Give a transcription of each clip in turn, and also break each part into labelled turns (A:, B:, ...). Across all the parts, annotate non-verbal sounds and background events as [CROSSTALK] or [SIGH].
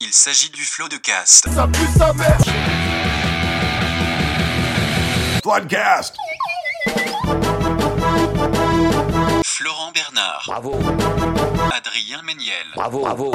A: Il s'agit du flot de cast.
B: Floodcast.
A: Florent Bernard,
C: Bravo,
A: Adrien Méniel,
C: bravo, bravo.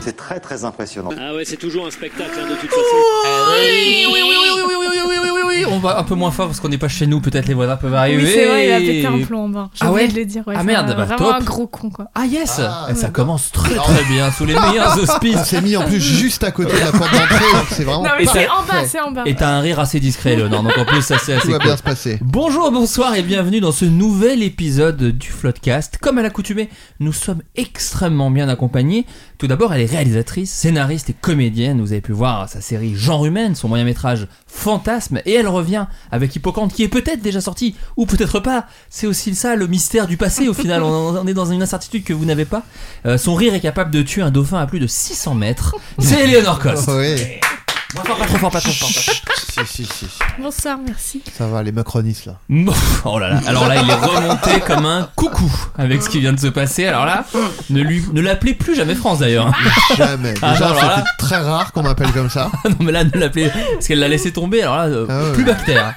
D: C'est très très impressionnant.
E: Ah ouais, c'est toujours un spectacle hein, de toute façon.
F: Oui, oui, oui, oui, oui, oui, oui, oui, oui, oui, oui. On va un peu moins fort parce qu'on n'est pas chez nous, peut-être les voisins peuvent arriver.
G: Oui, c'est vrai, il a pété un plomb en bas. J'ai
F: Eh Ah
G: oublié
F: ouais
G: de le dire. Ouais,
F: Ah
G: c'est
F: merde,
G: un-
F: bah,
G: vraiment
F: top.
G: un gros con quoi.
F: Ah yes
B: Ah.
F: Eh, Ça commence très très bien, sous les meilleurs
H: On
F: auspices.
H: s'est mis en
G: [LAUGHS]
H: plus juste à côté de la porte d'entrée, donc c'est vraiment
G: Non mais
H: parfait.
G: c'est en bas, c'est en bas.
F: Et t'as un rire assez discret, Léonore, donc en plus ça c'est assez
H: Tout va
F: cool.
H: bien se passer.
F: Bonjour, bonsoir et bienvenue dans ce nouvel épisode du Floodcast. Comme à l'accoutumée, nous sommes extrêmement bien accompagnés. Tout d'abord, elle est réalisatrice, scénariste et comédienne. Vous avez pu voir sa série Genre humaine, son moyen métrage Fantasme, et elle revient avec Hippocampe qui est peut-être déjà sorti ou peut-être pas. C'est aussi ça le mystère du passé. Au final, on, on est dans une incertitude que vous n'avez pas. Euh, son rire est capable de tuer un dauphin à plus de 600 mètres. Ah, C'est Eleanor Cost.
H: Oh, oui.
F: [LAUGHS] Moins fort, pas trop fort, pas trop fort.
H: si, si, si, si.
G: Bonsoir, merci.
H: Ça va, les macronistes là.
F: Oh là là, alors là il est remonté comme un coucou avec ce qui vient de se passer. Alors là, ne, lui, ne l'appelez plus jamais France d'ailleurs.
H: Jamais.
F: Ah,
H: Déjà,
F: non, alors là-
H: c'était très rare qu'on m'appelle comme ça.
F: [LAUGHS] non mais là ne l'appelez parce qu'elle l'a laissé tomber. Alors là, euh,
H: Ah ouais.
F: plus bactère.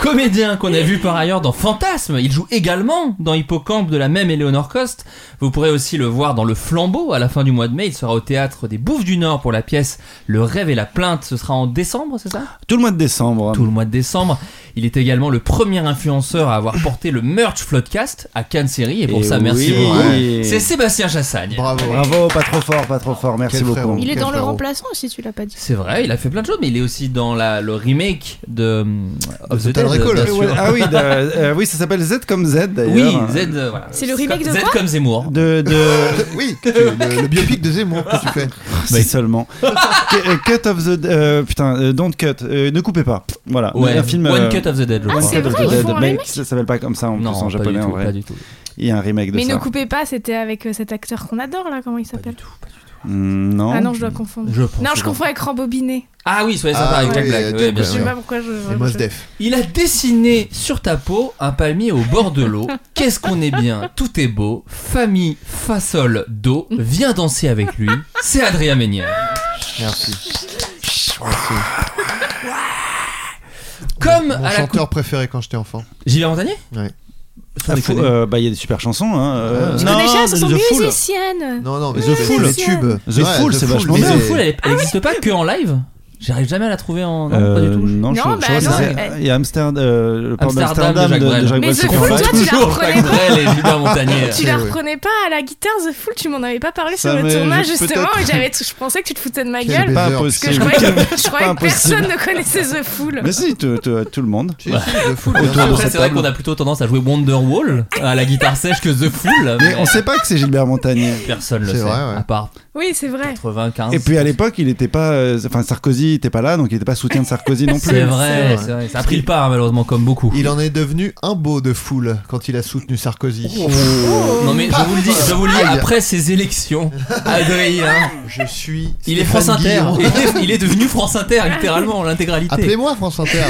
F: Comédien qu'on a vu par ailleurs dans Fantasme, il joue également dans Hippocampe de la même Eleonore Coste. Vous pourrez aussi le voir dans Le Flambeau à la fin du mois de mai. Il sera au théâtre des Bouffes du Nord pour la pièce Le Rêve et la Plainte. Ce sera en décembre, c'est ça
E: Tout le mois de décembre.
F: tout le mois de décembre. Il est également le premier influenceur à avoir porté le merch Floodcast à Cannes Série et pour
E: Et
F: ça merci
E: oui.
F: beaucoup.
E: Ouais.
F: C'est Sébastien Chassagne.
H: Bravo.
B: Bravo, pas trop fort, pas trop fort. Merci
H: Quel
B: beaucoup.
H: frérot.
G: Il est
H: Quel
G: dans le
H: frérot.
G: remplaçant si tu l'as pas dit.
F: C'est vrai, il a fait plein de choses, mais il est aussi dans la, le remake de hum, Of the,
H: Total
F: Dead,
H: Recall.
F: bien
H: Ouais,
F: sûr.
B: Ouais, ah oui, de- euh, oui, ça s'appelle Z comme Z
F: Oui,
B: d'ailleurs.
F: Z. euh, voilà.
G: C'est le remake de
F: Z
G: quoi
F: comme Zemmour.
B: De, de...
H: Oui, tu- le, le biopic de Zemmour que tu fais.
B: si seulement. Cu- euh, cut of the. euh, putain, euh, don't cut. euh, ne coupez pas. Voilà.
F: Ouais,
B: un film.
F: One
B: euh,
F: Cut of the Dead, je
G: Ah,
F: crois.
G: c'est
B: Cut of
G: vrai,
B: the
G: ils
B: Dead,
G: font un
B: mais
G: remake
B: ça s'appelle pas comme ça en
F: non,
B: plus en
F: pas,
B: japonais
F: du tout,
B: en vrai.
F: pas du tout.
B: Il y a un remake de
G: Mais
B: ça.
G: ne coupez pas, c'était avec euh, cet acteur qu'on adore là, comment il
F: Pas du
G: s'appelle
F: tout, pas du tout.
B: Mm, non.
G: Ah non, je dois confondre.
F: Je pense
G: non,
F: que
G: je
F: non.
G: confonds avec Rambobiné.
F: Ah oui, soyez sympa
H: Ah
F: avec la
H: oui,
F: blague.
H: Jack
F: ouais, bien
H: Black.
G: Je sais
F: sûr. Ah,
G: pas pourquoi je.
H: Et Mos Def.
F: Il a dessiné sur ta peau un palmier au bord
G: [LAUGHS]
F: de l'eau. Qu'est-ce qu'on est bien, tout est beau. Famille, fa sol, do. Viens danser avec lui. C'est Adrien Ménière.
H: Merci.
F: Comme
H: Mon
F: à la coupe.
H: chanteur préféré quand j'étais enfant.
F: Gilles Montagnier
H: Ouais.
F: Sans
B: Ah, fou-
F: déconner.
B: euh, bah, il y a des super chansons.
G: Ah.
B: Hein. euh,
G: Je
B: non,
G: connais déjà, ce
B: The
G: sont
B: Fool.
G: musiciennes.
H: Non, non, mais
B: The
H: c'est-
B: Fool.
H: c'est tube.
B: The Fool, c'est vachement
F: Mais
B: bien.
F: The Fool, elle
G: Ah
F: elle existe pas que en live J'arrive jamais à la trouver en. Non, pas du
B: Euh,
F: tout.
B: non, je,
G: Non,
B: je
G: bah
B: crois que
G: non,
B: c'est- il y a Amsterdam, euh, le port
F: Amsterdam de
B: d'Amsterdam
F: Jacques
B: de,
F: Brel.
B: de Jacques
G: Mais
B: Brel,
G: The
B: c'est
G: Fool,
B: qu'on
G: toi,
B: fait.
G: tu
F: [LAUGHS]
G: la
F: Toujours Jacques
G: reprenais pas.
F: Brel et Gilbert Montagnier.
G: Tu
H: C'est
G: la
H: vrai.
G: reprenais pas à la guitare The Fool, tu m'en avais pas parlé
B: Ça
G: sur le
B: m'est-
G: tournage
B: je-
G: justement,
B: peut-être.
G: et j'avais tout- je pensais que tu te foutais de ma
H: Quel
G: gueule.
H: baiser.
B: pas
H: Parce que
G: Parce que
B: impossible.
G: je croyais que, je croyais
B: Pas
G: que personne
B: impossible.
G: ne connaissait The Fool.
B: Mais si, tout, euh, tout- tout le monde.
H: Si, si, The
B: Autour
H: Fool, bien
B: de
H: sûr.
F: Après, c'est vrai qu'on a plutôt tendance à jouer Wonderwall à la guitare sèche que The Fool.
B: Mais [LAUGHS] on sait pas que c'est Gilbert Montagnier.
F: Personne le
H: C'est
F: sait,
H: vrai, ouais.
F: à part
G: Oui, c'est vrai.
F: 95.
B: Et puis à l'époque, il était pas. euh, Enfin, Sarkozy était pas là, donc il était pas soutien de Sarkozy non plus.
F: [LAUGHS] C'est vrai, c'est vrai. Ça a pris le pas, hein, malheureusement, comme beaucoup.
H: Il en est devenu un beau de Fool quand il a
F: Oh,
H: soutenu Sarkozy.
F: Non mais je vous le dis, je vous le dis,
H: Aïe.
F: après ces élections, Adrien, hein.
H: Je suis.
F: il est
H: Stéphane
F: France Inter,
H: Guillon.
F: il est, il est devenu France Inter littéralement, l'intégralité.
H: Appelez-moi France Inter.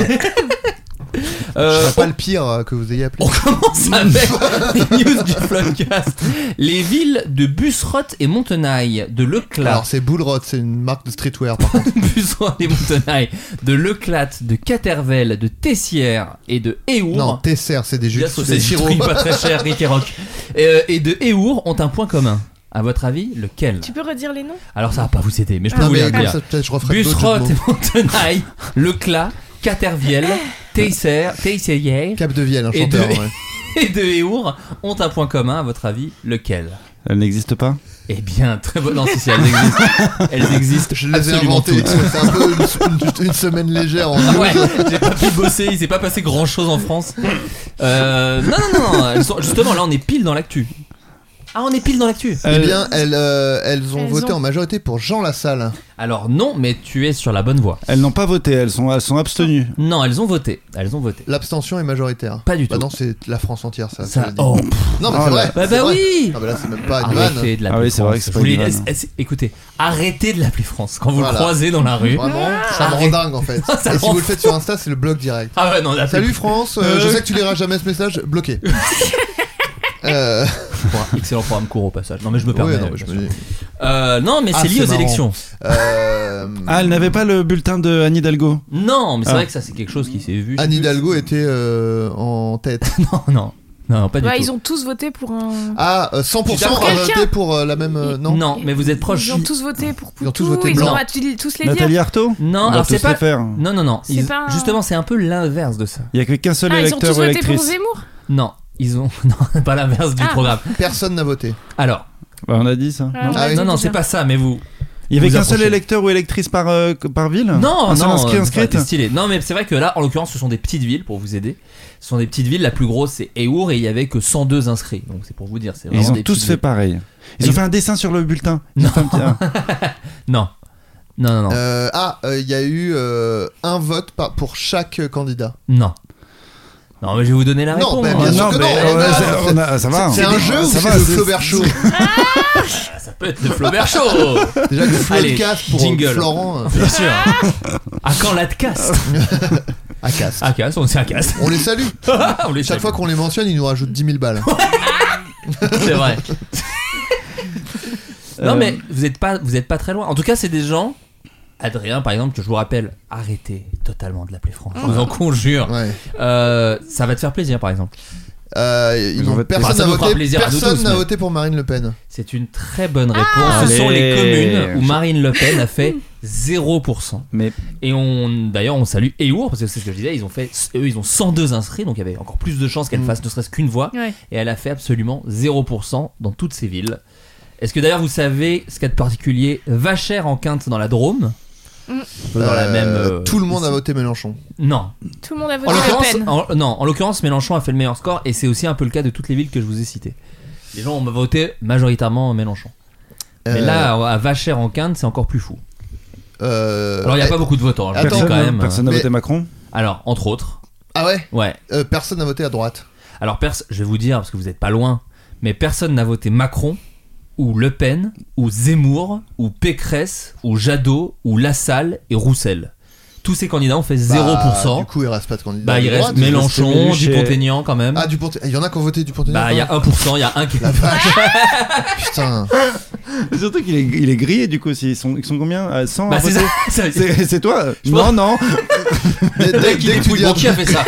H: Je
F: Euh,
H: serais pas le pire euh, que vous ayez appelé.
F: commence avec les news du Floodcast. Les villes de Busserott et Montenaille, de Leclat,
H: Alors c'est Bullrot, c'est une marque de streetwear par contre.
F: Busserott et Montenaille, de Leclat, de Catervel, de Tessières et de Éour.
H: non, Tesser, c'est des jus
F: Bien sûr, c'est des
H: Giro.
F: trucs pas très
H: [LAUGHS]
F: cher, Rick et Rock. Euh, et de Éour ont un point commun. À votre avis, lequel
G: Tu peux redire les noms
F: Alors ça va pas vous aider, mais je peux
H: Non
F: vous
H: mais
F: les
H: comme
F: dire.
H: ça peut-être je referai d'autres jeux
F: Busserott
H: de
F: et
H: mots.
F: Montenaille, Leclat, Caterviel, Tessières, Tessières
H: Cap de Vielle, un
F: Et
H: chanteur.
F: de- [LAUGHS]
H: ouais.
F: et de Éour ont un point commun. À votre avis, lequel
B: Elle n'existe pas
F: Eh bien, très bonne. Non, si, si, elles existent.
H: [LAUGHS]
F: Elles existent
H: Je les ai
F: absolument
H: inventés.
F: toutes.
H: C'est un peu une, une- une semaine légère en
F: Ah ouais, [LAUGHS] j'ai pas pu bosser, il s'est pas passé grand chose en France. Euh, non, non, non, non, elles sont- justement, là on est pile dans l'actu. Ah, on est pile dans l'actu
H: Eh bien, elles, euh, elles ont
G: Elles
H: voté
G: ont-
H: en majorité pour Jean Lassalle.
F: Alors non, mais tu es sur la bonne voie.
B: Elles n'ont pas voté, elles sont, elles sont abstenues.
F: Non, elles ont voté. Elles ont voté.
H: L'abstention est majoritaire.
F: Pas du
H: Bah
F: tout.
H: non, c'est la France entière, ça. je
F: Ça.
H: le dis.
F: Oh,
H: Non, mais
B: Oh
H: c'est
B: là.
H: vrai.
F: bah,
H: c'est
F: bah
H: vrai.
F: oui
H: Ah, bah là, c'est même pas une vanne.
F: Arrêtez de la
B: Ah oui, c'est vrai que c'est pas une vanne.
F: eh, Écoutez, arrêtez de l'appeler France quand vous le
H: Voilà.
F: croisez dans la rue.
H: Vraiment, ça me rend
F: Arrête.
H: dingue en fait.
F: Non, Ah. [LAUGHS] ça
H: Et si
F: rend
H: vous le faites sur Insta, c'est le bloc direct.
F: Ah ouais, non, la
H: Salut France, euh,
F: Euh,
H: je sais que tu liras jamais ce message,
F: [LAUGHS]
H: bloqué. euh,
F: Excellent programme court au passage. Non, mais je me permets.
H: ouais, non, mais je
F: bien
H: me
F: sûr.
H: dis-
F: Euh, non, mais
H: Ah,
F: c'est lié
H: c'est
F: aux
H: marrant.
F: élections.
H: euh,
B: Ah, elle n'avait pas le bulletin de Anne Hidalgo
F: Non, mais c'est
B: Ah.
F: vrai que ça, c'est quelque chose qui s'est Ah, vu.
H: Anne Hidalgo était euh, en tête.
F: [LAUGHS] Non, non, non, pas du
G: Bah,
F: tout.
G: ils ont tous voté pour un.
H: Ah, euh, 100%
F: D'accord.
H: ont
G: Quelqu'un
H: voté pour euh, la même. euh, non
F: Non, mais vous êtes proche.
G: Ils ont tous voté pour Poutou.
H: Ils ont tous voté
G: ils
H: blanc.
G: ont à tu- tous les
B: Nathalie
G: dire.
B: Arthaud
F: Non,
B: On va
F: alors
B: tous
F: c'est pas.
B: les faire.
F: Non, non, non.
G: C'est
F: ils-
G: pas un-
F: Justement, c'est un peu l'inverse de ça.
B: Il y a que qu'un seul
G: Ah, ils ont tous
B: électeur ou
G: voté pour
B: électrice.
G: Zemmour.
F: Non, ils ont. [LAUGHS] Non, pas l'inverse du
G: Ah.
F: programme.
H: Personne n'a voté.
F: Alors,
B: Bah, on a dit ça.
G: Ah, on
H: Ah
G: l'a
H: oui.
G: dit
F: non, non,
G: déjà.
F: c'est pas ça, mais vous.
B: Il y avait
F: Vous
B: qu'un seul
F: approchez.
B: électeur ou électrice par, euh, par ville
F: Non,
B: Un seul
F: non,
B: inscrit,
F: euh,
B: inscrite
F: c'est stylé. Non, mais c'est vrai que là, en l'occurrence, ce sont des petites villes pour vous aider. Ce sont des petites villes. La plus grosse, c'est Eour et il y avait que 102 inscrits. Donc c'est pour vous dire. c'est
B: Et
F: vraiment
B: ils ont
F: des
B: tous
F: petites
B: fait pareil. Ils
F: Ils-
B: ont fait un dessin sur le bulletin. [LAUGHS] Ils
F: Non.
B: ont fait un petit- ah.
F: villes. Non, non, non, non.
H: Euh, ah, euh, il y a eu euh, un vote par- pour chaque euh, candidat.
F: non. Non, mais je vais vous donner la
H: Non,
F: réponse.
H: bah,
B: Ah
H: bien sûr
B: non,
H: que
B: mais
H: non,
B: on a-
H: c'est-
B: on a- ça va. hein.
H: C'est un jeu ou
B: Ça
H: c'est
B: va,
H: le
B: c'est-
H: Flaubert Show
F: Ça peut être le Flaubert Show.
H: Déjà que
F: Allez,
H: Floodcast pour
F: jingle.
H: Florent. euh,
F: Bien sûr. Ah. À quand la casse
H: [LAUGHS] à casse.
F: À casse, on sait à casse.
H: On les salue.
F: [LAUGHS] on les
H: Chaque
F: salue.
H: fois qu'on les mentionne, ils nous rajoutent 10 000 balles.
F: C'est
H: [LAUGHS]
F: vrai. non
B: Euh,
F: mais vous êtes pas vous êtes pas très loin. En tout cas, c'est des gens. Adrien, par exemple, que je vous rappelle, arrêtez totalement de l'appeler France. Je vous en conjure.
H: Ouais.
F: Euh, ça va te faire plaisir, par exemple.
H: Euh, ils
B: Ils ont
H: ont-
B: voté-
H: personne
F: Enfin, Bah, ça
H: n'a
F: nous fera
H: voté,
F: plaisir à nous
H: personne
F: tous,
H: n'a
F: mais-
H: voté pour Marine Le Pen.
F: C'est une très bonne réponse. Ce sont
B: Allez.
F: les communes où Marine Le Pen a fait 0%.
B: Mais
F: Et on, d'ailleurs, on salue Eour parce que c'est ce que je disais. Ils ont fait, eux, ils ont 102 inscrits, donc il y avait encore plus de chances qu'elle
H: Mm.
F: fasse ne serait-ce qu'une voix.
G: Ah, Ouais.
F: Et elle a fait absolument 0% dans toutes ces villes. Est-ce que d'ailleurs vous savez ce qu'il y a de particulier Vachère en quinte dans la Drôme
G: Mm.
F: Dans la
H: Euh,
F: même. euh,
H: tout le monde a voté Mélenchon.
F: Non.
G: Tout le monde a voté
F: En
G: Le
F: l'occurrence,
G: Pen.
F: en- non, en l'occurrence, Mélenchon a fait le meilleur score et c'est aussi un peu le cas de toutes les villes que je vous ai citées. Les gens ont voté majoritairement Mélenchon. Mais
H: Euh,
F: là, à Vachère en quinte, c'est encore plus fou.
H: euh,
F: Alors il n'y a
H: eh,
F: pas beaucoup de votants, je le dis
H: Attends,
B: personne
F: quand même.
B: personne n'a
H: Mais-
B: voté Macron.
F: Alors, entre autres,
H: Ah ouais
F: ouais.
H: Euh, Personne n'a voté à droite.
F: Alors, pers- je vais vous dire, parce que vous n'êtes pas loin, mais personne n'a voté Macron, ou Le Pen, ou Zemmour, ou Pécresse, ou Jadot, ou Lassalle et Roussel. Tous ces candidats ont fait 0%.
H: Bah,
F: Bah,
H: du coup, il reste pas de candidat.
F: il
H: de
F: reste
H: droite.
F: Mélenchon,
B: Méluche et-
F: Dupont-Aignan quand même.
H: Ah, du Il y en a qui ont voté du Pontenay.
F: bah, il y a 1%, il y a un qui
H: La vache. Putain.
B: Surtout qu'il est, il est grillé du coup. Ils sont, ils sont combien À 100 à
F: [LAUGHS] Bah, c'est
H: [LAUGHS]
B: voter
F: ça. ça-
B: C'est c'est toi
F: Je
B: Non,
F: pense-
B: non.
F: Dès
H: Dès,
F: qu'il
H: dès que tu
F: dépouille-
H: dis
F: bon,
H: un
F: qui a fait
H: [LAUGHS]
F: ça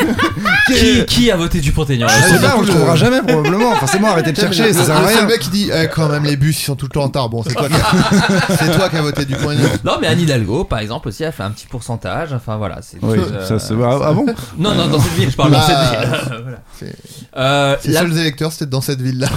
F: qui, qui a voté Dupont-Aignan
B: Je sais
H: Ah, c'est
B: pas, Ah, on
H: tout
B: le
H: le-
B: trouvera jamais probablement. Forcément, arrêtez
F: [LAUGHS]
B: de chercher, ça sert à
H: le seul
B: rien.
H: mec qui dit eh, quand même les bus ils sont tout le temps en retard. Bon, c'est toi, qui
F: [LAUGHS]
H: a- c'est toi qui as voté du point.
F: Non, mais Anne Hidalgo, par exemple, aussi, a fait un petit pourcentage. Enfin, voilà. c'est-
B: Oui,
F: euh,
B: ça se voit. Ah bon
F: Non, non, dans cette ville, je parle dans
H: Bah,
F: cette ville. [LAUGHS] Voilà.
H: c'est-
F: Euh,
H: Les
F: la-
H: seuls électeurs c'était dans cette ville là.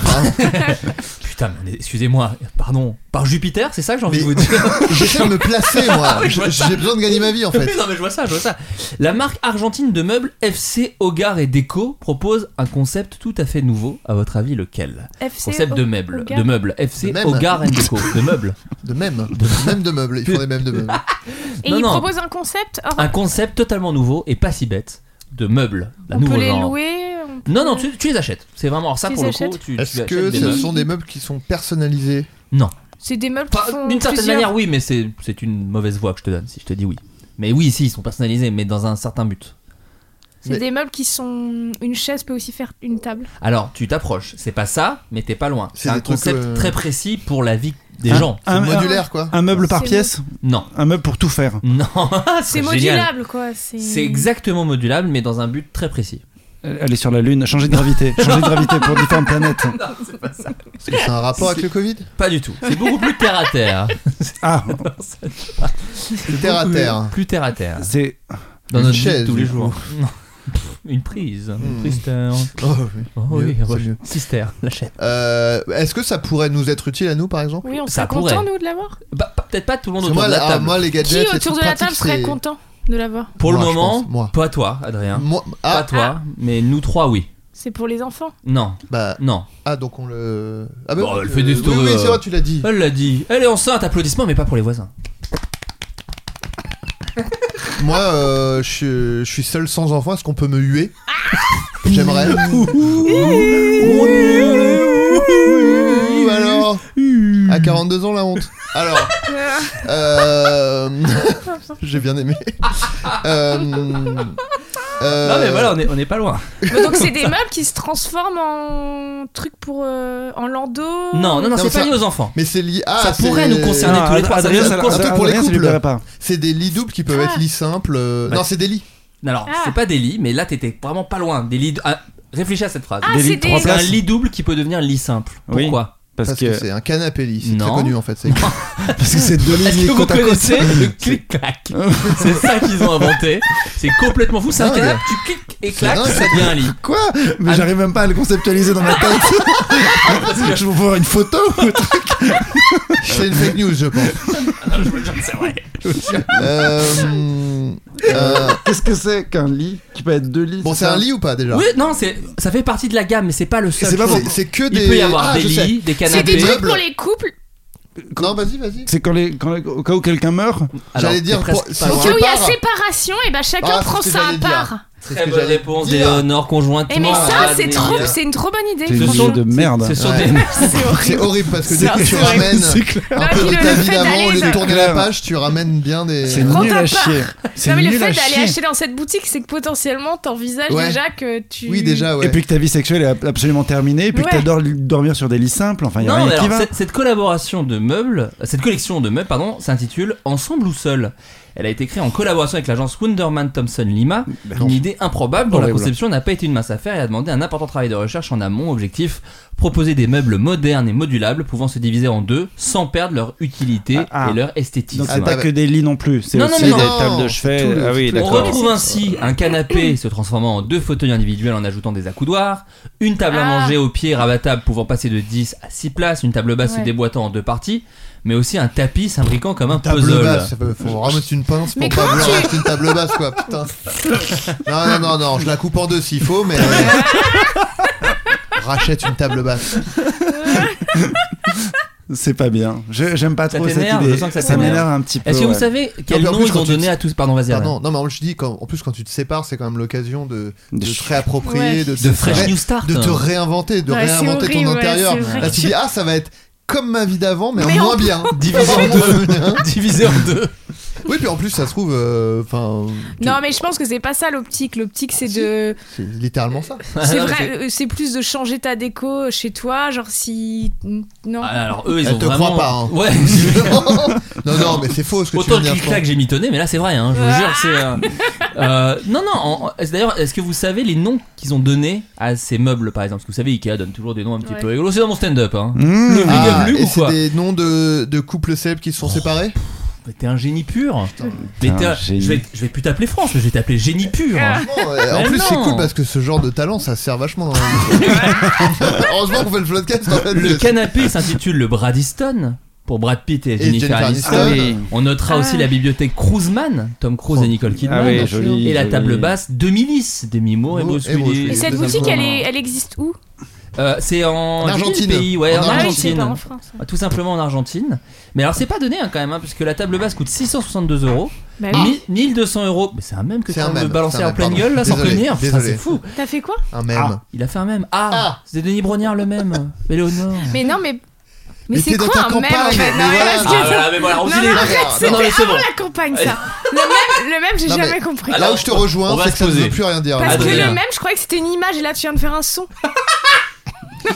F: Putain, mais excusez-moi, pardon. Par Jupiter, c'est ça que j'ai envie
H: Mais-
F: de vous dire
H: J'essaie de me placer
F: [LAUGHS]
H: moi.
F: oui, je vois ça.
H: J'ai besoin de gagner ma vie [LAUGHS] en fait.
F: Oui, [LAUGHS] non, mais je vois ça, je vois ça. La marque argentine de meubles FC Hogar et Déco propose un concept tout à fait nouveau. À votre avis, lequel
G: FC
F: Concept de
G: au-
F: meubles.
G: Hogar.
F: De meubles. FC
H: De même.
F: Hogar and Déco. De meubles.
H: De même. Même de meubles. Ils font des mêmes de meubles.
G: Et
F: Non,
G: ils
F: non.
G: proposent un concept. Or,
F: un concept totalement nouveau et pas si bête de meubles, d'un
G: on peut
F: nouveau
G: les
F: genre.
G: louer. on peut-
F: Non, non, tu, tu les achètes. C'est vraiment alors ça
G: Tu
F: pour
G: les
F: le coup.
G: achètes
F: Tu, tu
H: Est-ce
F: achètes
H: que
F: des
H: ce
F: meubles.
H: sont des meubles qui sont personnalisés
F: Non.
G: C'est des meubles qui
F: Pas-
G: font
F: D'une certaine
G: plusieurs-
F: manière, oui, mais c'est c'est une mauvaise voie que je te donne si je te dis oui. Mais oui, si, ils sont personnalisés, mais dans un certain but.
G: C'est des meubles qui sont. Une chaise peut aussi faire une table.
F: Alors, tu t'approches. C'est pas ça, mais t'es pas loin. C'est
B: des
F: un
B: trucs,
F: concept
B: euh,
F: très précis pour la vie des
H: Hein
B: Un-
F: gens.
B: un- un- Un meuble par
G: C'est
B: pièce
F: Non. [LAUGHS]
B: Un meuble pour tout faire
F: Non.
G: C'est
F: Ah, génial.
G: modulable, quoi. C'est
F: C'est exactement modulable, mais dans un but très précis.
B: Aller sur la Lune, changer de gravité, changer de gravité pour différentes
F: [LAUGHS]
B: planètes.
F: c'est pas ça.
H: Est-ce que c'est un rapport avec le Covid
F: Pas du tout. C'est beaucoup plus terre à
H: [LAUGHS]
F: terre.
B: Ah.
F: Bah, C'est
H: terre à
F: beaucoup
H: terre.
F: Plus terre à terre.
B: C'est
F: dans
H: une
F: notre vie de
H: chaise,
F: tous les
H: du coup.
F: jours. Non. Une prise. Une
H: Hmm.
F: prise terre.
H: Oh oui,
F: Oh
H: mieux,
F: oui,
H: c'est
F: roche.
H: mieux.
F: Sister, la chaîne.
H: Euh, Est-ce que ça pourrait nous être utile à nous par exemple
G: Oui, on
F: Ça
G: serait content,
F: pourrait.
G: nous, de l'avoir.
F: Bah, pas- Peut-être pas tout le monde
H: Parce que
F: autour
H: moi,
F: de la
H: ah,
F: table.
H: moi, les
G: Qui
H: gadgets, les
G: autour
H: trucs
G: de la
H: pratiques,
G: table serait
H: c'est-
G: content de l'avoir
F: Pour le
H: Moi, je
F: moment,
H: pense, moi.
F: pas toi, Adrien.
H: Moi-
F: Pas
H: ah,
F: toi, mais nous trois, oui.
G: C'est pour les enfants.
F: Non,
H: bah,
F: non.
H: ah, donc on le. Ah, bah,
F: Bon,
H: oui,
F: elle fait des
H: euh,
F: stories,
H: Oui, oui,
F: euh,
H: c'est vrai, tu l'as dit.
F: Elle l'a dit. Elle est enceinte, applaudissements, mais pas pour les voisins.
H: Moi, euh, je, suis- je suis seul sans enfant. Est-ce qu'on peut
G: [LAUGHS]
H: me huer J'aimerais. Ouh, alors À 42 ans, la honte. Alors.
B: [LAUGHS]
H: euh, [LAUGHS] J'ai bien
B: [LAUGHS]
H: aimé. Euh, euh,
F: Non, mais voilà, on est, on est pas loin.
G: Mais donc, c'est des meubles qui se transforment en trucs pour. euh, en landau.
F: Non, non, non, c'est
H: mais
F: pas
H: ça-
F: lié aux enfants.
H: Mais c'est lié. Ah,
F: Ça
H: c'est-
F: pourrait nous concerner. On est tous les trois, ça
B: Adrien,
F: nous
B: ça-
F: concerne.
B: Adrien,
H: Pour les
B: ça lui
H: couples.
B: plairait pas.
H: C'est des lits doubles qui peuvent être lits simples. euh,
F: Bah,
H: non, c'est des lits.
F: Alors,
G: Ah.
F: c'est pas des lits, mais là, t'étais vraiment pas loin. Des lits. ah, réfléchis à cette phrase.
G: Ah,
B: Des
G: c'est
B: lits de trois
G: des-
F: C'est un
B: places.
F: lit double qui peut devenir lit simple.
B: Oui.
F: Pourquoi
B: Parce,
H: Parce que,
B: que
H: c'est un canapé lit. C'est très
F: Non.
H: connu en fait.
F: [LAUGHS]
H: C'est
B: parce que c'est deux
F: Est-ce que
B: lignes
F: vous
B: côte à côte.
F: connaissez le clic-clac C'est ça qu'ils ont inventé. C'est complètement fou. C'est un
H: Dingue.
F: canapé, tu cliques et claques,
H: dingue.
F: ça devient un lit.
B: Quoi Mais
F: Ah,
B: j'arrive même pas à le conceptualiser dans ma
F: [LAUGHS]
B: tête. [LAUGHS] Je vais voir une photo.
H: c'est une fake news, je pense.
F: Non, je vous le jure, c'est vrai.
H: Euh, euh,
B: Qu'est-ce que c'est qu'un lit qui peut être deux lits
H: bon, c'est un
B: ça
H: lit ou pas déjà
F: Oui, non, c'est- ça fait partie de la gamme, mais c'est pas le seul.
H: C'est pas
F: truc.
H: bon. C'est que des.
F: Il peut y avoir
H: Ah,
F: des
H: je
F: lits,
H: sais.
F: des
G: C'est
F: canapés.
G: des trucs
H: Meubles.
G: pour les couples.
H: Non, vas-y, vas-y.
B: C'est quand les, quand les- au cas où quelqu'un meurt
F: Alors,
H: J'allais dire,
F: c'est presque
H: pour-
F: pas
H: Au
G: Au
F: loin.
G: cas où il y a
H: Sépare.
G: séparation, et bah chacun
H: Ah, c'est
G: prend
H: ce que
G: ça à
H: j'allais dire.
G: part.
H: C'est ce
F: Très
H: que
F: bonne
H: j'allais
F: réponse
H: dire.
F: d'Éléonore conjointement.
G: Et Eh, mais ça,
F: à
G: c'est
F: Adrien.
G: trop, c'est une trop bonne idée.
B: T'es
G: franchement.
B: une de merde.
F: Ce sont
H: Ouais.
F: des
G: [LAUGHS] C'est horrible.
H: C'est horrible parce que
G: C'est
H: dès que tu
G: vrai.
H: ramènes
G: Non,
H: un
G: puis
H: peu de
G: le-
H: ta
G: le
H: vie
G: fait
H: d'avant,
G: d'aller
H: au lieu de
G: dans-
H: tourner la page, tu ramènes bien des.
B: C'est
G: Prends
B: nul
G: ta
B: à
G: part.
B: chier. C'est
G: Non, mais le
B: nul à
G: fait d'aller
B: chier.
G: acheter dans cette boutique, c'est que potentiellement t'envisages
H: Ouais.
G: déjà que tu.
H: Oui, déjà, ouais.
B: Et puis que ta vie sexuelle est absolument terminée, et puis que
G: Ouais.
B: t'adores dormir sur des lits simples, enfin y a
F: Non, mais
B: rien qui
F: alors,
B: va.
F: cette, cette collaboration de meubles, cette collection de meubles, pardon, s'intitule Ensemble ou seul. Elle a été créée en collaboration avec l'agence Wonderman Thompson Lima, une idée improbable dont la
B: Bah Horrible.
F: conception n'a pas été une mince affaire et a demandé un important travail de recherche en amont. Objectif proposer des meubles modernes et modulables pouvant se diviser en deux sans perdre leur utilité
B: Ah, ah.
F: et leur esthétisme.
B: Donc c'est pas
H: bah-
B: que des lits non plus, c'est
F: Non,
B: aussi
F: non, non,
B: des
H: non.
B: tables de chevet.
H: Tout le-
B: ah oui,
H: tout le-
F: On
B: d'accord.
F: retrouve ainsi un canapé
G: [CLEARS THROAT]
F: se transformant en deux fauteuils individuels en ajoutant des accoudoirs, une table à
G: Ah.
F: manger au pied rabattable pouvant passer de 10 à 6 places, une table basse se
G: Ouais.
F: déboîtant en deux parties, mais aussi un tapis s'imbriquant comme un
H: Table
F: puzzle.
H: basse, ça peut- faut ramasser une pince pour
G: Mais
H: pas
G: comment
H: vouloir
G: tu-
H: acheter une table basse quoi, putain. Non, non, non, non, je la coupe en deux s'il
G: [LAUGHS]
H: faut, mais. Rachète une table basse.
B: C'est pas bien. Je- J'aime pas
F: Ça
B: trop cette
F: t'énerve,
B: idée.
F: je sens que ça t'énerve.
B: m'énerve un petit peu.
F: Est-ce que
B: ouais.
F: vous savez quel
H: puis en
F: nom
H: plus,
F: ils
H: quand
F: ont
H: tu
F: donné
H: te-
F: à tous Pardon, vas-y. Arnaud.
H: Pardon, non, mais on- je dis, quand, en plus, quand tu te sépares, c'est quand même l'occasion de,
B: De
H: de
B: ch-
H: te réapproprier,
G: Ouais.
H: de,
F: De
H: te
F: fresh
H: ré-
F: new start.
H: de te réinventer, de
G: Ouais, c'est
H: réinventer
G: horrible,
H: ton
G: ouais,
H: intérieur.
G: c'est vrai.
H: Là, tu dis, ah, ça va être comme ma vie d'avant, mais,
G: Mais
H: en
G: en
H: moins bien.
F: Divisé
G: [LAUGHS]
F: en deux. Divisé en
H: [LAUGHS]
F: deux.
H: Oui, puis en plus, ça se trouve, euh, enfin, tu-
G: Non, mais je pense que c'est pas ça l'optique. L'optique, c'est
H: Si.
G: de.
H: c'est
G: [LAUGHS]
H: littéralement ça.
G: C'est
F: Ah,
G: vrai,
F: ok.
G: euh, c'est plus de changer ta déco euh, chez toi, genre si. mm, Non.
F: Ah, Alors eux, ils
H: Elle
F: ont
H: te
F: vraiment.
H: croit pas, hein. [LAUGHS]
F: Ouais.
H: non, non, mais c'est faux ce que
F: Autant
H: tu
F: le
H: viens de
F: clic
H: dire.
F: clac j'ai mitonné, mais là c'est vrai, hein, je vous jure, c'est.
H: [LAUGHS]
F: euh, euh, non, non, en- est-ce- d'ailleurs, est-ce que vous savez les noms qu'ils ont donnés à ces meubles par exemple Parce que vous savez, Ikea donne toujours des noms un petit
G: Ouais.
F: peu rigolos, c'est dans mon stand-up. Hein.
B: Mmh.
F: Le Big
H: Ah,
F: Up Luke
H: et
F: ou
H: c'est
F: quoi
H: des noms de, de couples célèbres qui se sont séparés
F: Mais T'es un génie pur. Mais t'es
B: Putain,
F: un-
B: génie.
F: Je, vais, je vais plus t'appeler France, mais je vais t'appeler génie pur.
G: Ah.
H: Franchement, euh, En
F: Mais
H: plus, c'est
F: non.
H: cool parce que ce genre de talent, ça sert vachement dans la
G: [LAUGHS]
H: vie. Heureusement qu'on fait le podcast en fait.
F: Le
H: parce que-
F: canapé s'intitule le Bradiston pour Brad Pitt et,
H: Et
F: Jennifer,
H: Jennifer
F: Aniston.
H: Aniston.
F: On notera
G: Ah.
F: aussi la bibliothèque Cruiseman, Tom Cruise et Nicole Kidman.
B: Ah oui, joli.
F: et la
B: joli.
F: table basse 2010, Demi Moore et
H: Moore
F: Bruce
H: et Bruce
F: Willis.
G: Et
H: Willis.
G: cette
H: les
G: boutique,
H: enfants.
G: elle, est, elle existe où
F: Euh, c'est en,
H: En Argentine.
F: Pays, ouais, en,
H: En
G: Ah oui, c'est
F: Argentine.
G: pas en France.
F: Tout simplement en Argentine. Mais alors c'est pas donné hein, quand même, hein, puisque la table basse coûte 662 euros,
G: Bah oui.
F: 1000 1200 euros. Mais c'est un même que tu
H: C'est un
F: me
H: mème,
F: balancer
H: c'est un
F: en pleine
H: mème,
F: gueule là sans
H: pardon.
F: prévenir.
H: Désolé,
F: Putain, c'est
H: désolé.
F: fou.
G: T'as fait quoi
H: Un même.
F: Il a fait un même. Ah,
H: Ah.
G: Ah,
F: c'est Denis Brognard le même. Éléonore.
G: Mais non, mais Mais
H: Mais
G: c'est
H: t'es dans
G: quoi
H: ta
G: un mème en
H: campagne,
G: fait
H: mais
G: Non, mais
H: voilà.
G: parce que-
H: Ah, voilà, mais voilà, on
G: Non,
H: dit
G: mais
H: les-
G: arrête, c'est
H: Non, non, mais c'est
G: vraiment
H: bon.
G: la campagne
H: [LAUGHS]
G: ça. Le même, le même j'ai
H: Non, mais ah,
G: jamais compris.
H: Là où je te rejoins, c'est que ça ne veut plus rien dire. hein.
G: Parce que
H: Adrien.
G: le même, je croyais que c'était une image et là tu viens de faire un son.
F: Non,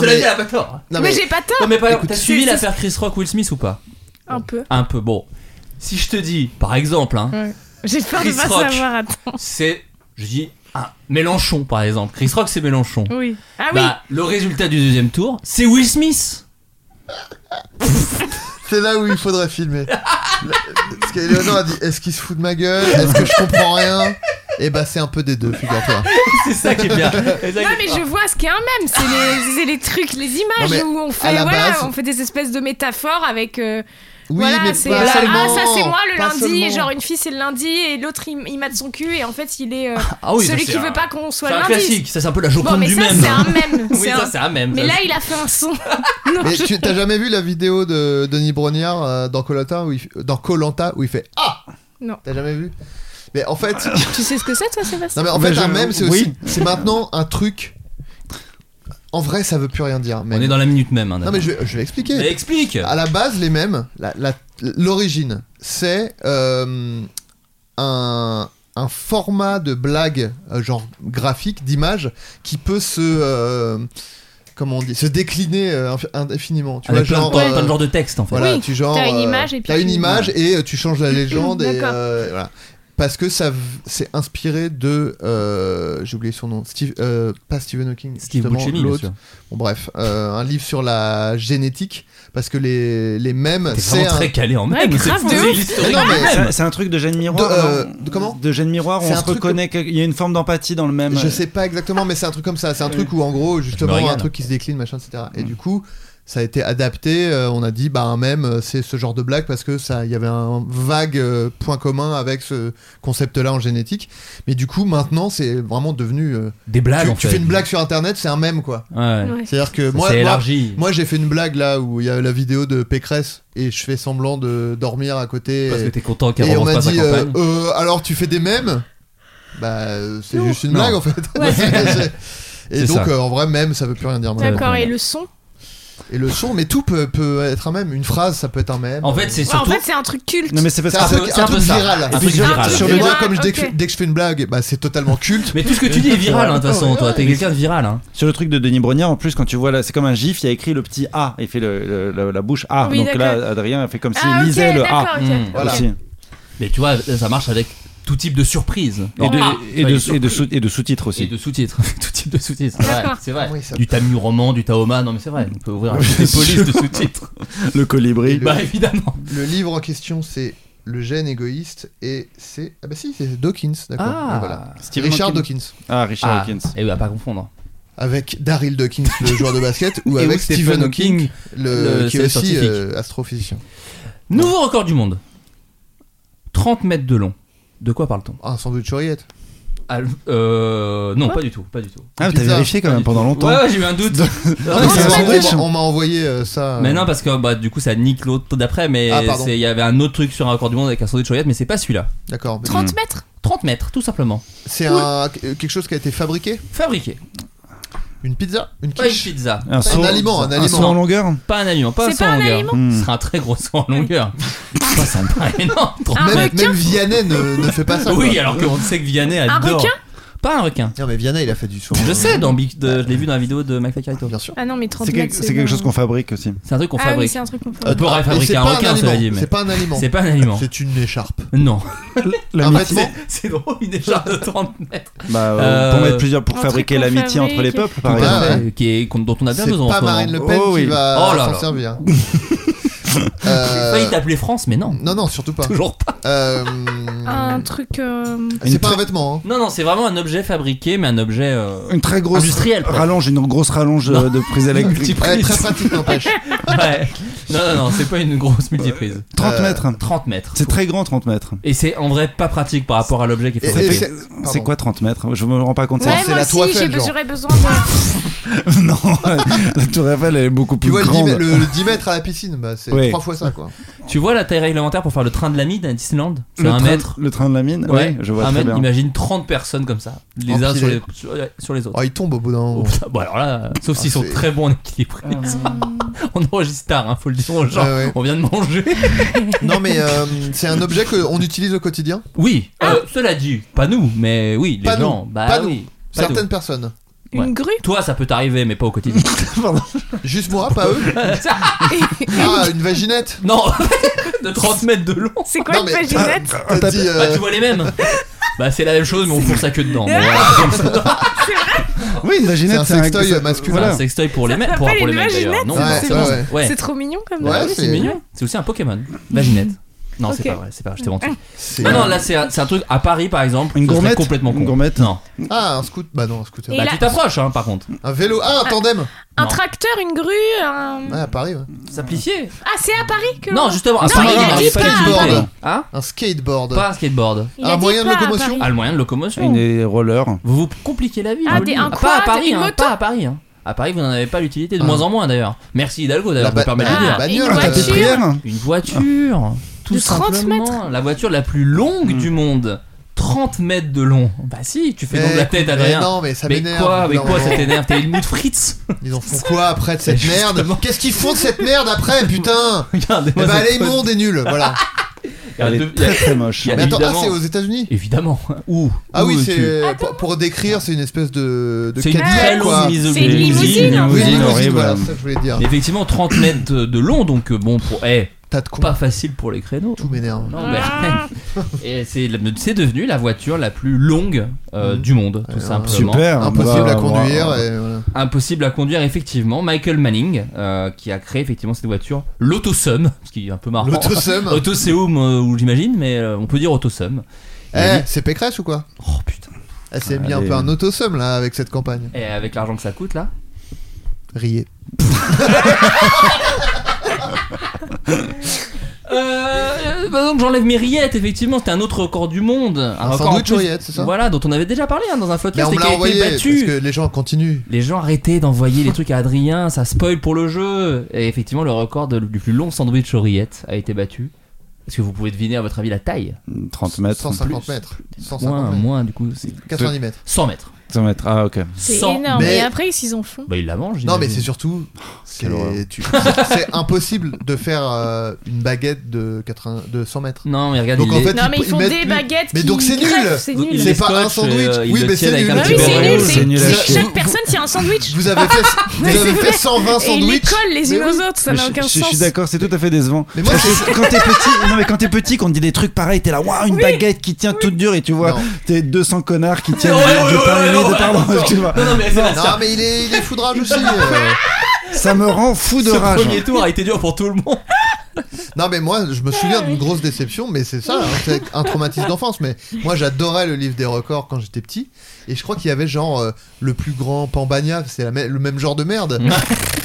F: cela
H: mais-
F: dit, elle a pas tort.
H: Non,
G: mais j'ai pas tort.
F: Non, mais par exemple,
G: Écoute,
F: t'as
G: c'est-
F: suivi
G: c'est-
F: l'affaire Chris Rock Will Smith ou pas
G: Un peu.
F: Un peu, bon. Si je te dis, par exemple, hein,
G: Ouais. J'ai peur
F: Chris
G: de pas
F: Rock.
G: savoir, attends.
F: c'est. Je dis. ah, Mélenchon, par exemple. Chris Rock, c'est Mélenchon.
G: Oui. Ah oui
F: Bah, le résultat du deuxième tour, c'est Will Smith.
H: C'est là où il
F: [LAUGHS]
H: faudrait filmer. Parce qu'Eleonore a dit Est-ce qu'il se fout de ma gueule Est-ce que je comprends rien Et bah, c'est un peu des deux, figure-toi.
F: C'est ça qui est bien. C'est
G: [LAUGHS]
F: ça
G: Non
F: qui est-
G: mais je vois ce qu'est un mème, c'est les, c'est les trucs, les
H: Non,
G: images
H: mais
G: où on
H: à
G: fait,
H: la
G: voilà,
H: base-
G: on fait des espèces de métaphores avec. euh,
H: Oui,
G: voilà,
H: mais
G: c'est
H: pas
G: ah,
H: seulement,
G: ça c'est moi le
H: pas
G: lundi,
H: seulement.
G: et genre une fille c'est le lundi et l'autre il, il mate son cul et en fait il est euh,
F: Ah oui, ça,
G: celui
F: c'est
G: qui
F: un-
G: veut pas qu'on soit
F: c'est
G: le
F: un
G: lundi.
F: classique, ça c'est un peu la joconde
G: Bon mais
F: du
G: ça
F: mème.
G: c'est un mème.
F: [LAUGHS] Oui, ça, c'est un mème,
G: Mais
F: ça,
G: là
F: c'est-
G: il a fait un son. [LAUGHS] Non,
H: Mais
G: je-
H: tu t'as jamais vu la vidéo de Denis Brognard euh, dans Colanta où il, f- dans Colanta où il fait Ah
G: Non.
H: T'as jamais vu Mais en fait,
F: Ah,
G: Tu sais ce que c'est toi Sébastien
H: non mais en
B: Mais
H: fait
B: je-
H: un mème c'est
B: oui.
H: aussi c'est maintenant un truc. En vrai, ça veut plus rien dire.
F: On
H: mème.
F: est dans la minute même. hein,
H: Non mais je, vais- je vais expliquer.
F: Mais explique
H: À la base, les mêmes, la- la- l'origine, c'est euh, un, un format de blague, euh, genre graphique, d'image, qui peut se. euh, comment on dit Se décliner euh, inf- indéfiniment. Tu vois,
F: Avec plein,
H: genre.
F: de, plein de
H: euh,
F: genres de texte en fait.
H: voilà,
G: Oui,
H: tu genre.
G: t'as une
H: euh,
G: image et puis
H: t'as une
G: tu-
H: image et euh, tu changes la légende et.
G: D'accord.
H: euh, voilà. Parce que ça, v- c'est inspiré de, euh, j'ai oublié son nom, Steve, euh, pas Stephen Hawking,
F: Steve
H: justement,
F: Buscemi, bien
H: l'autre.
F: sûr.
H: Bon, bref, euh, un livre sur la génétique, parce que les, les mêmes,
F: T'es
H: c'est
F: vraiment
H: un...
F: très calé en
G: Ouais,
F: même. c'est
G: grave de
F: c'est
G: ouf.
F: l'historique
H: Mais non,
F: du
H: mais-
F: mème.
B: C'est- C'est un truc de Jeanne Miroir.
H: De, euh,
B: non
H: de comment
B: De Jeanne Miroir,
H: C'est
B: on
H: un
B: se
H: truc-
B: reconnaît qu'il y a une forme d'empathie dans le même. euh,
H: Je sais pas exactement, mais c'est un truc comme ça. C'est un truc où, en gros, justement,
F: régale. Mm.
H: un truc qui se décline, machin, etc. Et du coup, ça a été adapté. euh, on a dit, bah, un mème, euh, c'est ce genre de blague parce que ça, il y avait un vague euh, point commun avec ce concept-là en génétique. Mais du coup, maintenant, c'est vraiment devenu. euh,
F: Des blagues
H: tu,
F: en
H: tu
F: fait.
H: fais une blague sur Internet, c'est un mème, quoi.
F: Ouais.
G: Ouais.
H: C'est-à-dire que moi,
F: C'est
H: moi,
F: élargi.
H: Moi j'ai fait une blague là où il y a la vidéo de Pécresse et je fais semblant de dormir à côté.
F: Parce que
H: et-
F: t'es content qu'elle
H: et on
F: remonte
H: m'a
F: pas sa
H: dit euh,
F: campagne.
H: Euh, alors tu fais des mèmes Bah euh, c'est
G: Non.
H: juste une
F: Non.
H: blague en fait. [LAUGHS] C'est- et
F: C'est
H: donc
F: ça.
H: euh, en vrai même ça veut plus rien dire. maintenant.
G: D'accord, et le son
H: Et le son mais tout peut, peut être un mème. Une phrase ça peut être un mème.
F: En fait, c'est
G: Ouais, En
F: surtout.
G: fait c'est un truc culte.
B: Non mais c'est parce
H: c'est
B: que
H: un
F: peu-
H: truc,
F: c'est
H: un
F: un
H: truc
F: peu ça.
H: viral.
F: Un truc
G: Un
F: viral.
G: truc
H: Sur
G: viral,
H: moi comme je- dès, que,
G: ok.
H: dès que je fais une blague bah c'est totalement culte.
F: Mais tout ce que tu dis est viral hein, de toute façon. Toi, t'es quelqu'un de viral. Hein.
B: sur le truc de Denis Brognard en plus quand tu vois là c'est comme un gif il y a écrit le petit A il fait le- le- la, la bouche A
G: Oui,
B: donc
G: d'accord.
B: là Adrien fait comme s'il
G: Ah ok,
B: lisait le
G: d'accord,
B: A
G: ok.
F: Hmm.
H: Voilà.
B: aussi.
F: Mais tu vois, ça marche avec tout type de surprise.
B: et
F: Genre,
B: de,
F: ah,
B: et de- et
F: bah, il est
B: de
F: surpris.
B: sous, et de sous-titres
F: Et
B: aussi
F: de sous-titres. [LAUGHS] tout type de sous-titres. Ouais,
G: D'accord.
F: C'est vrai.
H: Ah Oui, ça-
F: Du Tamu roman, du Taoma. Non mais c'est vrai. On peut ouvrir un
H: [LAUGHS]
B: Bien
F: des polices
B: sûr.
F: de sous-titres.
B: le colibri
F: Bah évidemment.
H: Le livre en question c'est le gène égoïste et c'est ah bah si c'est Dawkins d'accord.
F: Ah.
H: Et voilà.
B: Stephen
H: Richard
B: Hawking.
H: Dawkins.
B: ah Richard
F: Ah,
B: Hawkins
F: Et oui, à pas confondre.
H: avec Daryl Dawkins, le joueur
F: [LAUGHS]
H: de basket, ou
F: Et
H: avec
F: ou
H: Stephen Hawking, le,
F: le-
H: qui
F: c'est
H: est
F: le
H: aussi
F: scientifique.
H: euh, astrophysicien.
F: Nouveau record du monde. 30 mètres de long. De quoi parle-t-on
H: Ah, sans doute Churiette.
F: Ah, euh, Non, pas du tout, pas du tout.
B: ah t'as
H: Pizza.
B: vérifié quand même pendant longtemps
F: Ouais, ouais, j'ai eu un doute.
H: On
F: Non, mais
H: m'a-
F: c'est
B: un
F: vrai.
B: sandwich.
H: on m'a- on m'a envoyé euh, ça.
F: Mais
H: euh,
F: non, parce que bah, du coup, ça nique l'autre d'après. Mais
H: Ah, pardon.
F: c'est- il y avait un autre truc sur un record du monde avec un sandwich Choyette, mais c'est pas celui-là.
H: D'accord. mais
G: 30 mètres
F: 30 mètres, tout simplement.
H: C'est un- quelque chose qui a été fabriqué
F: Fabriqué.
H: Une pizza Une
F: Pas une
H: quiche
F: pizza.
B: un saut-
H: aliment, un aliment.
B: saut en longueur
F: Pas un aliment, pas un
G: C'est
F: saut
G: pas
F: en
G: un
F: longueur.
G: aliment
B: Hmm.
F: Ce sera un très gros saut en longueur. [LAUGHS] ça, ça me paraît
G: [LAUGHS]
F: énorme. 30
G: Un
F: mètres.
H: Même,
G: requin
H: même Vianney ne, ne fait pas
F: [LAUGHS]
H: ça.
F: Oui,
H: quoi.
F: alors qu'on sait que Vianney
G: Un
F: adore.
G: requin
F: Pas un requin.
H: Non, mais Vianney, il a fait du son.
F: Je
H: euh,
F: sais, dans Big- de- je l'ai vu dans la vidéo de McFly Carito.
H: Bien sûr.
G: Ah non mais 30
B: c'est quelque,
G: mètres.
B: c'est quelque chose qu'on fabrique aussi
F: C'est un truc qu'on
G: Ah oui,
F: fabrique.
G: c'est un truc qu'on fait.
F: On peut
H: Ah,
F: fabriquer
H: mais c'est
F: un
H: pas
F: requin, ça veut
H: aliment,
F: dire, mais-
H: C'est pas un aliment.
F: C'est pas un aliment.
H: C'est une écharpe.
F: Non.
H: Un vêtement.
F: C'est- C'est drôle, une écharpe de 30 mètres.
B: Bah, euh,
F: Euh,
B: pour mettre plusieurs pour
G: un
B: fabriquer
G: truc qu'on
B: l'amitié entre les
G: fabrique.
B: peuples par
H: Tout à
B: exemple
H: fait.
F: Euh, qui est, qu'on- dont on a bien
H: C'est
F: besoin en
H: pas
F: ce moment.
H: Marine Le Pen
B: Oh,
H: qui
B: oui.
H: va
F: Oh là là.
H: s'en servir.
F: [LAUGHS]
H: Euh,
F: Failli t'appeler France, mais
H: [LAUGHS]
F: non.
H: Non, non, surtout pas.
F: Toujours pas.
H: Euh,
G: Un truc. euh,
H: C'est pas un vêtement. hein.
F: Non, non, c'est vraiment un objet fabriqué, mais un objet. euh,
B: une très grosse
F: Industriel, quoi.
B: rallonge une grosse rallonge euh, de
F: [LAUGHS]
B: prise
F: Multi-
B: électrique
H: Elle est Eh, très pratique,
F: [LAUGHS]
H: n'empêche.
F: [LAUGHS] ouais. Non, non, non, c'est pas une grosse multiprise.
B: 30 mètres
F: 30 mètres.
B: c'est très grand 30 mètres
F: Et c'est en vrai pas pratique par rapport à l'objet qu'il
H: Et-
F: faut
H: et
F: fabriquer.
H: c'est-
B: c'est
H: pardon.
B: quoi 30 mètres je me rends pas compte
G: Ouais,
H: c'est
G: moi
H: la Tour
G: aussi, j'ai-
H: Eiffel, genre.
G: j'aurais besoin de.
B: [LAUGHS] non la tour Eiffel elle est beaucoup
H: Tu
B: plus
H: vois, le 10,
B: grande
H: mètres- le- le 10 mètres à la piscine, bah, c'est
B: Oui.
H: 3 fois ça, quoi.
F: Tu vois la taille réglementaire pour faire le train de la mine à Disneyland C'est
B: Le
F: un
B: train-
F: mètre.
B: le train de la mine
F: Ouais,
B: oui je vois
F: un
B: très
F: mètre,
B: bien
F: imagine 30 personnes comme ça, les uns sur les, sur, sur les autres. [LAUGHS] Bah,
H: Oh, il tombe au bout d'un moment.
F: Oh, putain, bon alors là, sauf s'ils sont
H: c'est-
F: très bons en équilibre. [LAUGHS] on enregistre tard, hein, faut le dire aux gens.
H: Ah ouais.
F: On vient de manger.
H: Non, mais euh, c'est un objet qu'on utilise au quotidien
F: Oui, euh, cela dit, pas nous, mais oui, les
H: Ah. Pas
F: gens.
H: nous.
F: Bah
H: Pas
F: oui. pas
H: Certaines
F: nous.
H: personnes.
G: Une
F: Ouais.
G: grue
F: Toi, ça peut t'arriver, mais pas au
H: [LAUGHS]
F: quotidien.
H: Juste moi, pas
F: [LAUGHS]
H: eux. Ah, une vaginette
F: non, [LAUGHS] de 30 mètres de long.
G: C'est quoi
H: Non,
G: une
H: mais- ah,
G: vaginette
H: T'as dit.
F: Bah,
H: euh,
F: tu vois les mêmes. Bah, c'est la même chose, mais on fourre sa queue dedans. Bon,
H: [LAUGHS]
F: voilà.
B: Oui, une vaginette,
H: C'est un sextoy masculin.
F: C'est
B: Voilà.
F: un sextoy pour les
G: Ça
F: mecs, pour,
G: s'appelle
F: pour les
G: une
F: mecs d'ailleurs.
G: vaginette,
F: Non,
H: Ouais,
F: non,
H: c'est
F: non.
H: vrai.
F: Ouais.
G: C'est trop mignon comme
H: Ouais,
G: nom.
F: Ah oui,
H: c'est-
F: c'est mignon. C'est aussi un Pokémon. Vaginette. Non, c'est
G: Ok.
F: pas vrai, c'est pas vrai, je t'ai menti.
H: c'est-
F: Non, non, là, c'est un c'est un truc à Paris par exemple.
B: Une
F: ce serait
B: gourmette
F: complètement con.
B: Une gourmette
F: Non.
H: Ah, un scooter. Bah non, un scooter.
G: Et
F: Bah,
G: là-
F: tu t'approches, hein, par contre.
H: Un vélo. Ah, un tandem
G: Un
F: Non.
G: tracteur, une grue, un.
H: Ah, à Paris, ouais.
F: Simplifié.
G: Ah, c'est à Paris que.
F: Non, justement,
G: Non,
F: Paris,
G: il a
F: non,
G: dit
F: j'ai pas
G: pas
F: dit
H: un
F: Paris.
H: skateboard.
F: Hein
H: Un skateboard.
F: Pas un skateboard.
G: Il a
H: un
G: dit
H: moyen de
G: pas à
H: locomotion
G: Paris.
F: Ah, le moyen de locomotion.
B: Une roller.
F: Vous vous compliquez la vie.
G: Ah,
F: je vous
G: des-
F: le dis.
G: un
F: Pas à
G: quad,
F: Paris,
G: une
F: hein,
G: moto
F: pas à Paris. hein. À Paris, vous n'en avez pas l'utilité
H: Ah.
F: de moins en moins d'ailleurs. Merci Hidalgo d'ailleurs, je me
H: ba- Ah,
F: permets de Ah, le
H: la
F: dire.
G: bah,
H: bagnole.
G: Une
B: La
G: voiture.
B: pétrière
F: Une voiture Tout
G: Ah. De 30
F: simplement.
G: mètres.
F: La voiture la plus longue
H: Mm.
F: du monde. 30 mètres de long. Bah si, tu fais donc
H: Eh,
F: la tête,
H: écoute,
F: Adrien.
H: mais non, mais ça
F: mais
H: m'énerve. Eh
F: quoi, avec
H: Non,
F: quoi ça
H: non.
F: t'énerve T'es Helmut
H: [LAUGHS]
F: Fritz
H: Ils en font quoi après de cette
F: Mais justement.
H: merde Qu'est-ce qu'ils font de cette merde après,
F: [LAUGHS]
H: putain
F: Regardez,
H: Eh
F: moi,
H: bah,
F: cette
H: elle est
F: photo.
H: immonde et nulle,
F: [LAUGHS]
H: voilà.
F: Il y a
B: Elle
F: deux-
B: est
F: il y a-
B: très très moche.
F: il y a-
H: Mais attends, ah,
F: Évidemment.
H: c'est aux États-Unis
F: Évidemment. Où
H: Ah
F: Où
H: oui,
F: tu-
H: c'est. pour- Pour décrire, c'est une espèce de. de
F: C'est une
H: Cadillac,
F: très
H: quoi. Ah
F: longue mise
G: C'est une limousine, en
H: Oui,
G: fait.
H: limousine,
B: horrible.
H: voilà, c'est ça que je voulais dire.
F: Mais Effectivement, 30 mètres de long, donc euh, bon, pour. Eh,
H: T'as de con.
F: pas facile pour les créneaux.
H: Tout m'énerve.
F: Non, mais- [LAUGHS] Et c'est c'est devenu la voiture la plus longue euh,
H: Mhm.
F: du monde, tout
H: Ouais,
F: simplement.
B: Super.
H: Impossible
B: bah,
H: à
B: bah,
H: conduire
B: bah.
H: et voilà.
F: Impossible à conduire, effectivement. Michael Manning, euh, qui a créé effectivement cette voiture, l'Autosum, ce qui est un peu marrant. [LAUGHS]
H: L'autosum.
F: Autoseum, euh, ou j'imagine, mais euh, on peut dire Autosum. Il a
H: Eh,
F: dit-
H: c'est Pécresse ou quoi
F: Oh putain.
H: Elle s'est mis un
B: Allez.
H: peu un autosum là avec cette campagne.
F: Et avec l'argent que ça coûte là
H: Riez.
F: Euh, bah donc j'enlève mes rillettes, effectivement, c'était un autre record du monde. Un, record en
H: sandwich
F: plus-
H: aux rillettes, c'est ça
F: Voilà, dont on avait déjà parlé hein, dans un
H: Mais
F: podcast
H: on
F: et
H: me
F: qui
H: l'a
F: a
H: envoyé
F: été
H: parce
F: battu.
H: que les gens continuent.
F: Les gens arrêtez d'envoyer les trucs à Adrien, ça spoil pour le jeu. Et effectivement, le record de- du plus long sandwich aux rillettes a été battu. Est-ce que vous pouvez deviner à votre avis la taille
B: 30 mètres.
H: 150
F: plus.
H: mètres. 150
F: Moins,
H: mètres.
F: moins du coup, c'est
H: 90 mètres.
F: 100 mètres.
B: 100 mètres. Ah, ok.
G: C'est
F: 100
G: énorme.
H: Mais-
G: Et après, ils en font.
F: Bah il la mange.
H: Non mais
F: j'imagine.
H: c'est surtout c'est-
B: Quelle horreur.
H: tu- c'est c'est impossible de faire euh, une baguette de 80 de 100 mètres.
F: Non mais regarde,
H: Donc
F: il
H: en
F: est-
H: fait
G: Non, mais ils
H: ils
G: font
H: mettent
G: des
H: plus-
G: baguettes.
H: Mais
G: qui
H: donc c'est nul.
G: greffent, C'est
F: Donc,
G: nul
F: il
H: C'est
F: est
H: pas un
F: scotch,
H: sandwich.
F: euh, il
H: Oui
F: le
H: mais
F: tient
H: c'est
F: avec
H: nul.
F: un
G: Bah
F: petit
G: oui,
F: bordel.
G: c'est nul.
B: C'est nul à
G: c'est-
B: chier.
G: Chaque personne, c'est un sandwich.
H: Vous avez [LAUGHS] fait vous
G: Mais
H: avez
G: c'est
H: fait 120
G: Et ils les
H: sandwichs.
G: collent les unes
H: Mais oui.
G: aux autres, ça
B: Mais
G: n'a
B: je-
G: aucun
B: je, je
G: sens.
B: suis d'accord, c'est tout à fait décevant.
H: Mais moi,
B: Parce que quand t'es petit, non mais quand t'es petit, qu'on te dit des trucs pareils, t'es là, waouh, une baguette qui tient toute dure et tu vois,
H: Non.
B: t'es 200 connards qui tiennent
F: [LAUGHS] Ouais, ouais,
B: de
F: ouais,
B: pain
F: ouais,
B: et de
F: ouais,
B: pardon,
F: ouais,
B: excuse-moi.
F: Non, non, mais c'est
H: Non mais il est il est foudrage aussi. euh.
B: Ça me rend fou de
F: Ce
B: rage.
F: premier tour a été dur pour tout le monde.
H: [LAUGHS] Non mais moi je me souviens d'une grosse déception mais c'est ça hein, c'est un traumatisme d'enfance mais moi j'adorais le livre des records quand j'étais petit et je crois qu'il y avait genre euh, le plus grand Pambagna c'est la mê- le même genre de [LAUGHS] merde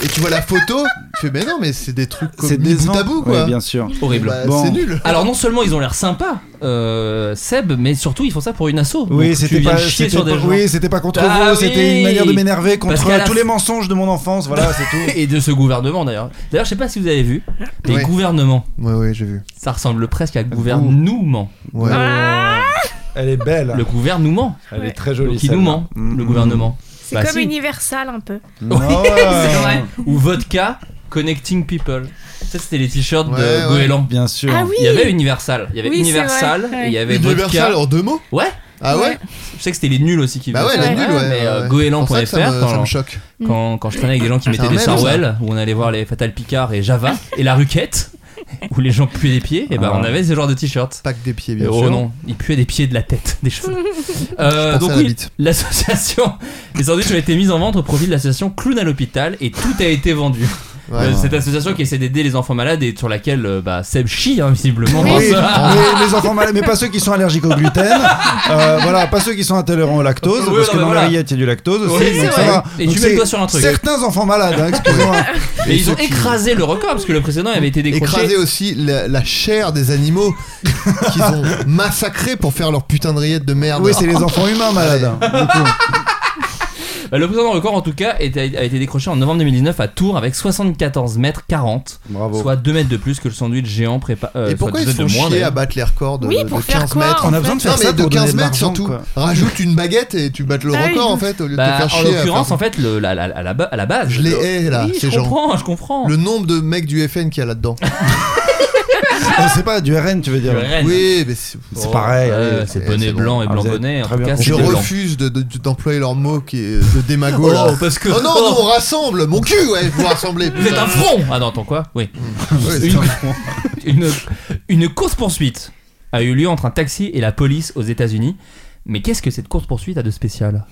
H: et tu vois la photo tu fais mais non mais c'est des trucs comme
B: C'est
H: mis bout
B: décevant.
H: à bout quoi
B: Ouais, bien sûr.
F: Horrible.
H: Bah,
B: Bon.
H: c'est nul
F: [LAUGHS] Alors non seulement ils ont l'air sympas, euh, Seb, mais surtout ils font ça pour une asso.
B: Oui,
F: Donc, tu
B: c'était
F: viens
B: pas,
F: chier
B: c'était
F: sur des
B: pas-
F: gens.
B: oui, c'était pas contre
F: Ah
B: vous, c'était
F: oui.
B: une manière de m'énerver
F: Parce
B: contre
F: qu'à la
B: tous
F: f-
B: les mensonges de mon enfance. Voilà, c'est
F: [LAUGHS]
B: tout.
F: Et de ce gouvernement d'ailleurs. D'ailleurs, je sais pas si vous avez vu, mais
H: Ouais.
F: gouvernement,
H: ouais ouais j'ai vu
F: ça ressemble presque à gouvernement.
H: ouais.
F: Ah.
G: Ah,
B: Elle est belle.
F: Le gouvernement
B: Elle est
G: Ouais.
B: très jolie.
F: qui nous
B: celle-là.
F: ment,
B: Mm,
F: le
B: mm.
F: gouvernement.
G: C'est
F: Bah,
G: comme
F: si.
G: Universal un peu.
B: Ouais.
F: [LAUGHS]
H: Ah.
F: C'est vrai. Ou vodka connecting people. Ça c'était les t-shirts
H: Ouais,
F: de
H: ouais.
F: Goéland.
B: Bien sûr.
G: Ah oui
F: Il y avait Universal, il y avait
G: Oui, c'est
F: Universal
G: vrai, ouais.
F: et il y avait
H: Universal
F: vodka.
H: en deux mots
F: Ouais,
H: ah ouais,
F: je sais que c'était les nuls aussi qui
H: bah ouais
F: faisaient
H: la
F: ça.
H: nulle ouais,
F: Mais euh,
H: ouais.
F: goéland.fr,
H: C'est pour ça que ça me- ça
F: quand-
H: me choque
F: quand, quand je traînais avec des gens qui
H: C'est
F: mettaient
H: un
F: des
H: mème, ça.
F: sarwell, où on allait voir les Fatal Picard et Java, et la Ruquette, [LAUGHS] où les gens puaient des pieds, et ben
B: Ah.
F: on avait ce genre de t-shirt.
H: pack des pieds bien
F: Oh
H: sûr
F: non, ils puaient des pieds de la tête, des cheveux. Euh,
H: Je pensais
F: donc
H: à la
F: oui,
H: bite.
F: l'association, les sandwichs ont été mis en vente au profit de l'association Clown à l'hôpital et tout a été vendu.
H: Ouais.
F: Euh, Cette association qui essaie d'aider les enfants malades et sur laquelle euh, bah, Seb chie hein, visiblement.
B: Oui,
F: dans
B: mais
F: ça.
B: les enfants malades, mais pas ceux qui sont allergiques au gluten, Euh, voilà, pas ceux qui sont intolérants au lactose,
F: Oui,
B: parce
F: non,
B: que
F: mais
B: dans
F: voilà.
B: la rillette il y a du lactose aussi.
F: Oui, c'est
B: donc ça
F: vrai.
B: va.
F: Et
B: Donc
F: tu mets le
B: c'est
F: doigt sur un truc.
B: Certains enfants malades, hein, excusez-moi.
F: Mais ils ont
H: ceux qui-
F: écrasé le record parce que le précédent avait été décroché.
H: écraser aussi la, la chair des
F: [LAUGHS]
H: animaux qu'ils ont massacré pour faire leur putain de rillettes de merde.
B: hein, Oui, c'est les enfants humains malades.
H: Ouais.
B: beaucoup.
F: Euh, Le plus grand record, en tout cas, est- a été décroché en novembre 2019 à Tours avec 74 mètres 40, soit 2 mètres de plus que le sandwich géant prépa. euh,
H: Et pourquoi
F: soit
H: ils se
F: deux
H: font
F: de moins,
H: chier
F: d'ailleurs.
H: à battre les records de,
G: Oui,
H: de
G: pour
H: 15
G: faire quoi,
H: mètres
G: en On a fait
B: besoin de faire
H: Non,
B: ça
H: mais de
B: pour donner
H: 15
B: de
H: mètres
B: l'argent,
H: surtout.
B: quoi.
H: Rajoute une baguette et tu battes le
G: Ah oui,
H: record
G: de
H: en
G: ouf.
H: fait au lieu
F: Bah,
H: de te faire chier.
F: en
H: à faire-
F: l'occurrence, en fait, le- la, la- la- à la ba- à la base.
H: Je les hais, là,
F: Oui,
H: ces
F: je
H: gens.
F: comprends, je comprends.
H: Le nombre de mecs du FN qu'il y a là-dedans.
B: Ah, c'est pas du RN, tu veux dire.
F: Le RN.
H: oui, mais c'est-
B: C'est pareil.
F: Ouais,
B: allez.
F: c'est euh,
H: c'est-
F: bonnet
H: c'est bon.
F: blanc et
B: Ah,
F: blanc
B: vous avez
F: bonnet. En
B: très
F: tout
B: bien
F: cas,
B: compris.
F: c'est
H: je
F: blanc.
H: refuse de- de- de- d'employer leur mot qui est de démago.
F: Oh,
H: là.
F: parce que-
H: Oh non,
F: oh.
H: nous on rassemble, mon cul, ouais, vous rassemblez.
F: Vous êtes un front Ah non, attends quoi
B: [LAUGHS]
F: Oui.
H: Ouais,
F: une, [LAUGHS] une, une course-poursuite a eu lieu entre un taxi et la police aux États-Unis. Mais qu'est-ce que cette course-poursuite a de spécial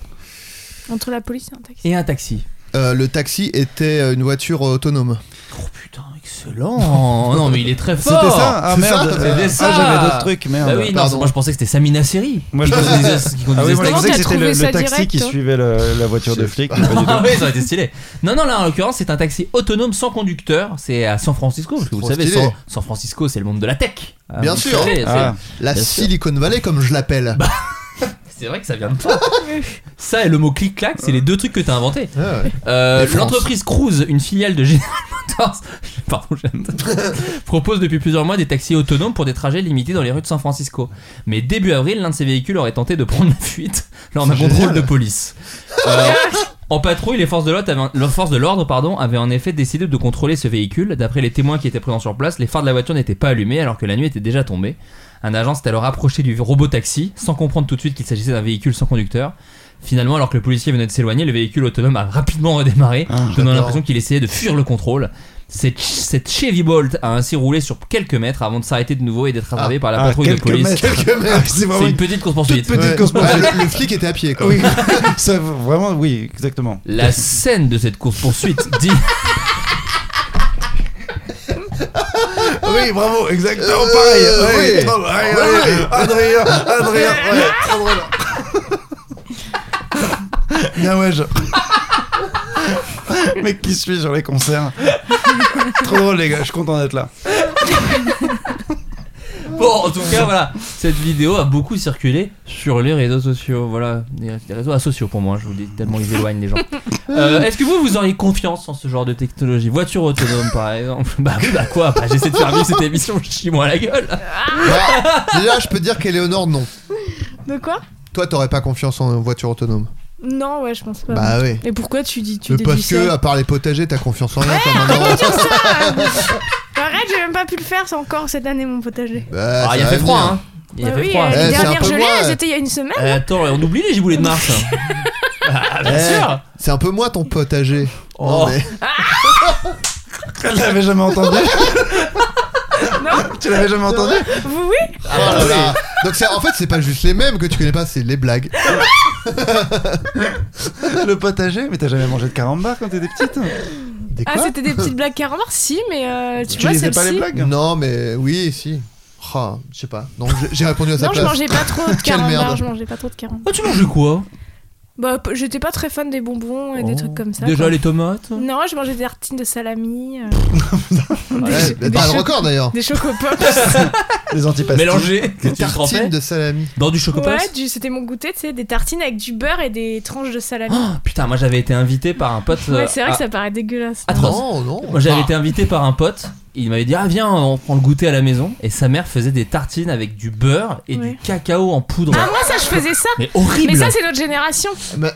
G: Entre la police et un taxi.
F: Et un taxi.
H: Euh, le taxi était euh, une voiture autonome.
F: Oh putain, excellent [LAUGHS] Non, mais il est très fort
B: C'était ça Ah
H: C'est
B: merde.
H: ça,
F: c'était
B: Ah,
F: ça.
B: j'avais d'autres trucs, merde.
F: Bah oui, non,
H: Pardon.
F: moi je pensais que c'était Samina Seri.
B: Moi,
F: [LAUGHS]
B: je
F: qui
B: pensais-
F: conduisait ce- qui
B: Ah
F: conduisait
B: oui,
F: ce
B: moi, je
G: Comment
B: pensais que c'était
G: t'as
B: le,
G: trouvé
B: le
G: ça
B: taxi
G: direct,
B: qui
G: toi
B: suivait le- la voiture de
H: Je sais
B: flic.
H: pas.
B: mais pas du tout.
F: Ah [LAUGHS] oui, ça aurait été stylé. Non, non, là en l'occurrence, c'est un taxi autonome sans conducteur. C'est à San Francisco, parce que vous le
H: Trop
F: savez,
H: stylé.
F: San, San Francisco, c'est le monde de la tech. Ah,
H: Bien
F: vous
H: sûr.
F: savez, c'est-
B: Ah.
H: La
F: Bien sûr. Bah.
H: Silicon Valley, comme je l'appelle.
F: C'est vrai que ça vient de toi. [LAUGHS] ça et le mot clic-clac, c'est les deux trucs que t'as inventé.
H: Ah ouais.
F: Euh,
H: Et France.
F: L'entreprise Cruise, une filiale de General Motors, [LAUGHS] pardon, j'ai- propose depuis plusieurs mois des taxis autonomes pour des trajets limités dans les rues de San Francisco. Mais début avril, l'un de ces véhicules aurait tenté de prendre la fuite [LAUGHS] lors d'un
H: C'est
F: contrôle
H: génial.
F: de police. Euh, en patrouille, les forces de l'ordre avaient, leurs forces de l'ordre, pardon, avaient en effet décidé de contrôler ce véhicule. D'après les témoins qui étaient présents sur place, les phares de la voiture n'étaient pas allumés alors que la nuit était déjà tombée. Un agent s'est alors approché du robot taxi sans comprendre tout de suite qu'il s'agissait d'un véhicule sans conducteur. Finalement, alors que le policier venait de s'éloigner, le véhicule autonome a rapidement redémarré, donnant
H: Ah, j'adore.
F: l'impression qu'il essayait de fuir le contrôle. Cette, cette Chevy Bolt a ainsi roulé sur quelques mètres avant de s'arrêter de nouveau et d'être rattrapé par la
B: Ah,
F: patrouille de
B: quelques
F: police.
B: mètres.
H: Quelques mecs.
B: C'est
F: C'est
B: vraiment
F: une
B: une
F: petite course
B: toute
F: poursuite.
B: petite
H: Ouais.
B: course
H: Ouais,
B: poursuite.
H: le, le flic était à pied, quoi.
B: Oui, ça, vraiment, oui, exactement.
F: La scène de cette course
B: [LAUGHS]
F: poursuite dit.
B: Oui, bravo, exactement
H: Euh,
B: pareil.
H: oui.
B: oui, bravo, allez, allez, Adrien, Adrien, ouais, trop drôle. [LAUGHS] Bien ouais, je. Mec qui suit sur les concerts. Trop drôle les gars, je suis content d'être là.
F: Bon, en tout cas, voilà. Cette vidéo a beaucoup circulé sur les réseaux sociaux. Voilà, les les réseaux asociaux pour moi, je vous le dis, tellement ils éloignent
B: [LAUGHS]
F: les gens. Euh, Est-ce que vous, vous auriez confiance en ce genre de technologie Voiture autonome, par exemple Bah oui, bah quoi bah, J'essaie de faire vivre cette émission, je chie moi à la gueule.
H: Bah, déjà, je peux te dire qu'Eléonore, non.
G: De quoi
H: Toi, t'aurais pas confiance en voiture autonome.
G: Non, ouais, je pense pas.
H: Bah oui.
G: Mais pourquoi tu dis tu
H: Mais
G: déduis
H: parce que,
G: ça
H: à part les potagers, t'as confiance en rien, toi, maintenant.
G: Bah, Arrête, j'ai même pas pu le faire, c'est encore cette année mon potager.
H: Bah,
F: Ah, il
H: ça
F: a fait
H: va
F: froid,
H: venir.
F: hein Il a
G: Bah
F: fait
G: oui,
F: froid.
G: euh,
H: Eh,
G: les
H: c'est un
G: dernières
H: peu
G: gelées,
H: moi,
G: elles
H: euh.
G: étaient il y a une semaine.
F: Euh, attends, on oublie les giboulets de mars. hein.
G: [LAUGHS]
F: Ah, bien
H: Eh,
F: sûr
H: C'est un peu moi ton potager.
F: Oh.
H: Non, mais-
B: Elle l'avait jamais entendu
G: Non
B: Tu l'avais jamais entendu
G: Vous, oui
H: Oh là là. Donc c'est- en fait c'est pas juste les mêmes que tu connais pas, c'est les blagues.
B: Le potager Mais t'as jamais mangé de carambar quand t'étais petite
H: Des
G: Ah, c'était des petites blagues carambar Si, mais euh, tu,
B: Tu
G: vois,
B: lisais pas les
G: celle-ci.
B: blagues
H: Non mais oui si. Ah, je sais pas. Non j'ai- j'ai répondu à sa
G: Non, je
H: place.
G: mangeais pas trop de
H: merde.
G: carambar, je mangeais pas trop de carambar.
F: Oh, tu manges quoi
G: Bah, p- j'étais pas très fan des bonbons et des
F: Oh.
G: trucs comme ça.
F: Déjà
G: quoi.
F: les tomates
G: Non, je mangeais des tartines de salami, euh,
H: Ouais,
G: des,
H: T'as
G: cho-
H: le record d'ailleurs.
G: des chocopops.
B: Les antipastis.
F: Mélangées que tu trempais
H: Tartine de salami.
F: dans du chocolat
G: ouais, du- c'était mon goûter, tu sais, des tartines avec du beurre et des tranches de salami.
F: Oh, Putain, moi j'avais été invité par un pote. euh,
G: ouais, c'est vrai
F: à-
G: que ça Oh. paraît dégueulasse.
F: Atroce.
H: Non non.
F: Moi j'avais
H: Ah,
F: été invité par un pote, il m'avait dit ah viens on prend le goûter à la maison et sa mère faisait des tartines avec du beurre et
G: Ouais.
F: du cacao en poudre.
G: Ah, moi, ça, je faisais ça.
F: mais horrible.
G: Mais ça, c'est notre génération.
H: mais-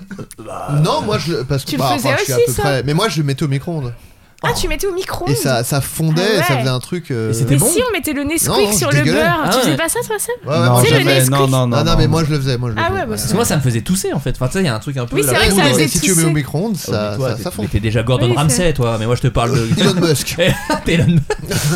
H: Non moi je parce que
G: Tu le
H: bah,
G: faisais
H: enfin, je suis à
G: aussi,
H: peu
G: ça
H: près. Mais moi je le mettais au micro-ondes
G: Ah, tu mettais au micro-ondes.
H: et ça ça fondait,
G: Ah ouais.
H: et ça faisait un truc. euh,
F: Et c'était
G: Mais
F: bon
G: si on mettait le Nesquik
H: Non, non,
G: sur
H: je
G: le
H: dégueulais.
G: beurre,
F: Ah
G: tu
F: ouais.
G: faisais pas ça toi ça
H: Ouais, ouais,
B: Non,
H: moi,
G: C'est le
H: j'avais-
B: jamais.
G: Nesquik.
B: Non, non,
H: Non,
B: non.
H: non, mais moi je le faisais, moi je le
G: Ah
H: faisais. Bah,
G: ouais, bah,
F: Parce que moi ça me faisait tousser en fait. Enfin tu sais il y a un truc un peu.
G: Oui, c'est
F: là-
G: vrai que ça
H: Ou dans-
G: faisait
H: si tu
G: tousser.
H: mets au micro-ondes,
F: Ah
H: ça,
F: oui, toi,
H: ça, ça
F: t'étais-
H: fond.
F: t'étais déjà Gordon
G: Oui, c'est-
F: Ramsay toi mais moi je te parle de.
G: [LAUGHS]
F: [LAUGHS]
H: Elon Musk.
F: T'es Elon Musk.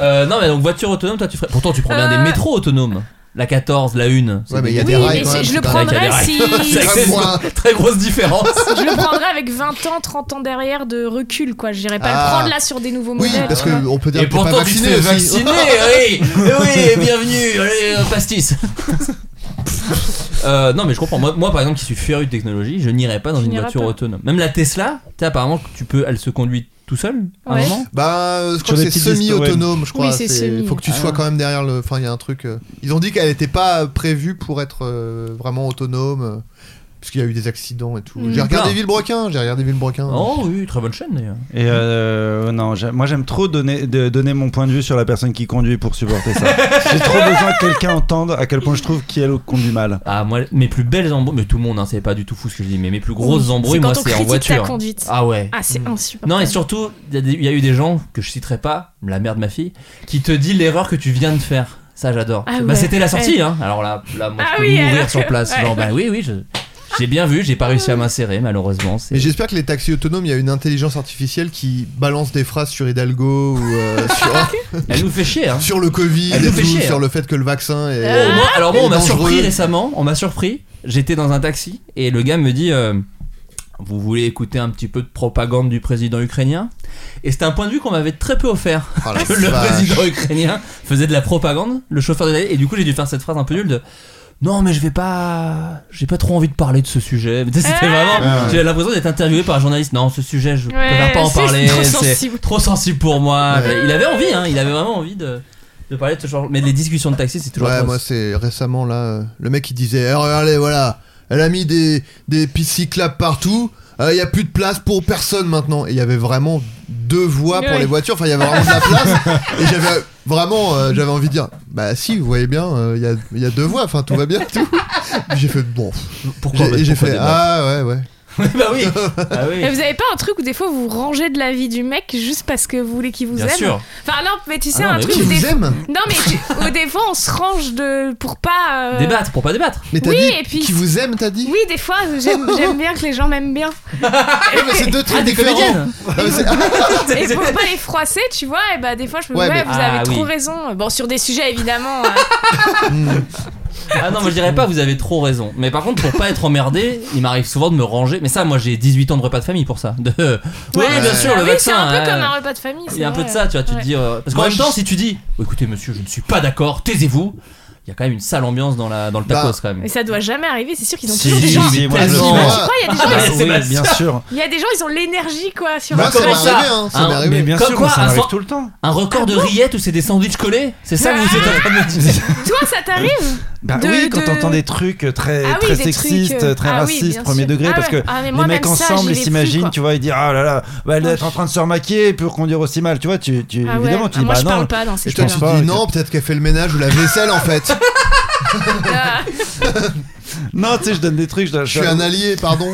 F: Euh, non mais donc voiture autonome toi tu ferais. Pourtant tu prends bien
G: Euh.
F: des métros autonomes. La 14, la 1. c'est
H: Ouais, mais il y a
G: Oui,
H: des rails
G: mais
H: quand
G: c'est-
H: même.
G: je le
H: putain.
F: Avec
G: prendrais
F: la
G: si
F: C'est
H: Comme
F: c'est une
H: moi.
F: [LAUGHS] très grosse différence.
G: je le prendrais avec 20 ans, 30 ans derrière de recul quoi. J'irais pas
H: Ah.
G: le prendre là sur des nouveaux
H: Oui,
G: modèles.
H: parce
G: tu vois.
H: qu'on peut dire
F: Et
H: que t'es pas
F: pourtant tu te
H: vacciné
F: fais
H: aussi. [LAUGHS]
F: vacciner, oui, Eh oui, bienvenue, allez, euh, pastis. Euh, non mais je comprends. Moi, moi, par exemple qui suis féru de technologie, je n'irai pas dans
G: Tu
F: une
G: n'iras
F: voiture
G: pas.
F: autonome. Même la Tesla, tu sais, apparemment tu peux, elle se conduit tout seul à un
G: Ouais.
F: moment.
H: Bah, euh, je
B: Sur
H: crois
B: des
H: que c'est
B: petites
H: semi-autonome, je crois.
G: Oui, c'est semi.
H: Faut que tu
F: Ah.
H: sois quand même derrière le. Enfin, il y a un truc. euh, Ils ont dit qu'elle n'était pas prévue pour être euh, vraiment autonome. parce qu'il y a eu des accidents et tout.
G: Mm.
H: J'ai regardé
F: Ah.
H: Villebrequin, j'ai regardé Villebrequin.
F: Oh oui, très bonne chaîne d'ailleurs.
B: Et euh, non, j'ai- moi j'aime trop donner, de- donner mon point de vue sur la personne qui conduit pour supporter
H: [LAUGHS]
B: ça. J'ai trop besoin que quelqu'un entende à quel point je trouve qu'elle conduit mal.
F: Ah moi mes plus belles embrouilles, mais tout le monde hein, c'est pas du tout fou ce que je dis, mais mes plus grosses
G: Oui,
F: embrouilles
G: c'est
F: moi
G: quand on
F: c'est en
G: critique
F: voiture.
G: ta conduite.
F: Ah ouais.
G: Ah, c'est insupportable.
F: Non et surtout il y, a des- il y a eu des gens que je citerai pas, la mère de ma fille, qui te dit l'erreur que tu viens de faire. Ça j'adore.
G: Ah
F: bah
G: ouais.
F: c'était la sortie
G: Ouais.
F: hein. Alors là, là moi
G: Ah
F: je peux
G: oui, alors
F: mourir
G: que-
F: sur place.
G: ouais.
F: Genre bah oui oui je j'ai bien vu, j'ai pas réussi à m'insérer malheureusement. c'est-
H: Mais j'espère que les taxis autonomes, il y a une intelligence artificielle qui balance des phrases sur Hidalgo
G: [LAUGHS]
H: ou euh, sur,
F: Elle nous fait chier hein.
H: sur le Covid,
F: Elle nous
H: et
F: fait
H: tout,
F: chier,
H: sur
F: hein.
H: le fait que le vaccin
G: Ah.
H: est.
F: Euh, moi- alors moi,
H: est
F: on m'a
H: dangereux.
F: surpris récemment. On m'a surpris. J'étais dans un taxi et le gars me dit. euh, vous voulez écouter un petit peu de propagande du président ukrainien Et c'était un point de vue qu'on m'avait très peu offert.
H: Oh la
F: Que [LAUGHS] le
H: vache.
F: président ukrainien faisait de la propagande, le chauffeur de la... Et du coup, j'ai dû faire cette phrase un peu nulle de Non, mais je vais pas. J'ai pas trop envie de parler de ce sujet. Mais tu sais, C'était vraiment.
H: Ah ouais.
F: J'ai l'impression d'être interviewé par un journaliste. Non, ce sujet, je
G: Ouais,
F: préfère pas en
G: c'est
F: parler.
G: trop
F: C'est
G: sensible.
F: trop sensible pour moi.
H: Ouais.
F: Il avait envie, hein. Il avait vraiment envie de, de parler de ce genre. Mais les discussions de taxi, c'est toujours.
H: Ouais,
F: trop-
H: moi c'est récemment là, euh, le mec il disait Eh, Regardez, voilà, elle a mis des, des pistes cyclables partout, il n'y a plus de place pour personne maintenant. Et il y avait vraiment deux voies pour
G: Ouais.
H: les voitures, enfin il y avait vraiment de
G: [LAUGHS]
H: la place. Et j'avais vraiment euh, j'avais envie de dire Bah si, vous voyez bien, euh, il y, a, il y a deux voies, enfin tout va bien, tout. J'ai fait Bon.
F: Pourquoi
H: J'ai- et j'ai
F: pourquoi
H: fait
F: débattre
H: Ah ouais, ouais.
F: [LAUGHS] bah
H: [LAUGHS]
F: oui. Ah oui.
G: Et vous avez pas un truc où des fois vous rangez de la vie du mec juste parce que vous voulez qu'il vous
F: Bien
G: aime
F: sûr.
G: Enfin non, mais tu sais
F: Ah non,
G: un
F: mais
G: truc
H: Qui
F: oui.
G: où
H: vous
G: des...
H: aime
G: Non mais tu- où des fois on se range de pour pas euh,
F: Débattre pour pas débattre.
H: Mais t'as
G: Oui,
H: dit
G: et puis-
H: Qui vous aime, t'as dit
G: Oui, des fois j'aime j'aime bien que les gens m'aiment bien.
H: Ouais, Ah, mais c'est deux trucs différents. Ah, mais c'est-
G: Et pour pas les froisser, tu vois, et bah des fois je me dis
H: Ouais,
G: ouais,
H: mais-
G: vous
F: Ah,
G: avez trop
F: oui.
G: raison. Bon sur des sujets évidemment. euh,
F: Ah non, moi je dirais pas, vous avez trop raison. Mais par contre, pour pas être emmerdé, il m'arrive souvent de me ranger. Mais ça, moi j'ai 18 ans de repas de famille pour ça. De... Oui, bien sûr, le
G: oui, C'est
F: vaccin.
G: un peu
F: ouais.
G: comme un repas de famille.
F: Il y a un
G: c'est
F: peu de
G: vrai.
F: ça, tu vois. Tu te
G: Ouais.
F: dis. euh, Parce qu'en
H: Moi,
F: même
H: je-
F: temps, si tu dis, Oh, écoutez monsieur, je ne suis pas d'accord, taisez-vous, il y a quand même une sale ambiance dans, la... dans le
H: Bah,
F: tacos quand même.
G: Mais ça doit jamais arriver, c'est sûr qu'ils ont
B: Si,
G: toujours des
B: si,
G: gens.
B: si, moi,
G: T'as
B: je
G: vu,
B: le
G: tu
B: vois.
G: vois, il y a des gens,
F: Ah,
G: ils
F: mais
G: sont-
F: c'est
B: Oui,
F: ma-
B: bien sûr.
G: il y a des gens, ils ont l'énergie quoi sur
H: Moi,
G: leur
H: ça m'est
F: comment ça
H: arrivé, hein, ça
F: Ah,
H: m'est
G: bah
H: arrivé.
B: Mais bien
F: Comme
B: sûr,
F: quoi,
B: moi, ça
F: un
B: m'arrive
F: soir-
B: tout le temps.
F: Un record
G: Ah
F: de rillettes où c'est des sandwichs collés C'est ça que vous êtes en train de me dire
G: Toi, ça t'arrive
B: Bah
G: De-
B: oui, quand
G: de-
B: t'entends des trucs très,
G: Ah oui,
B: très
G: des
B: sexistes,
G: trucs, euh,
B: très
G: ah oui,
B: racistes,
G: bien
B: premier
G: sûr.
B: degré,
G: Ah
B: parce que
G: ouais. Ah, mais
B: les
G: moi,
B: mecs
G: même ça, j'y
B: ensemble, ils
G: vais plus,
B: s'imaginent,
G: quoi.
B: tu vois, ils disent Ah là là, bah, elle doit être en train de se remaquiller pour qu'on dure aussi mal, tu vois, tu, tu-
G: Ah ouais.
B: évidemment, tu
G: Ah,
B: dis
G: moi,
B: Bah
G: je
B: non.
G: parle pas dans ces
H: Et toi,
B: pense
H: tu
G: cas-là.
B: pas,
H: te dis
B: ok.
H: non, peut-être qu'elle fait le ménage ou la vaisselle en fait.
G: Ah,
B: Non, tu sais, je donne des trucs, je,
H: Je suis un allié, pardon.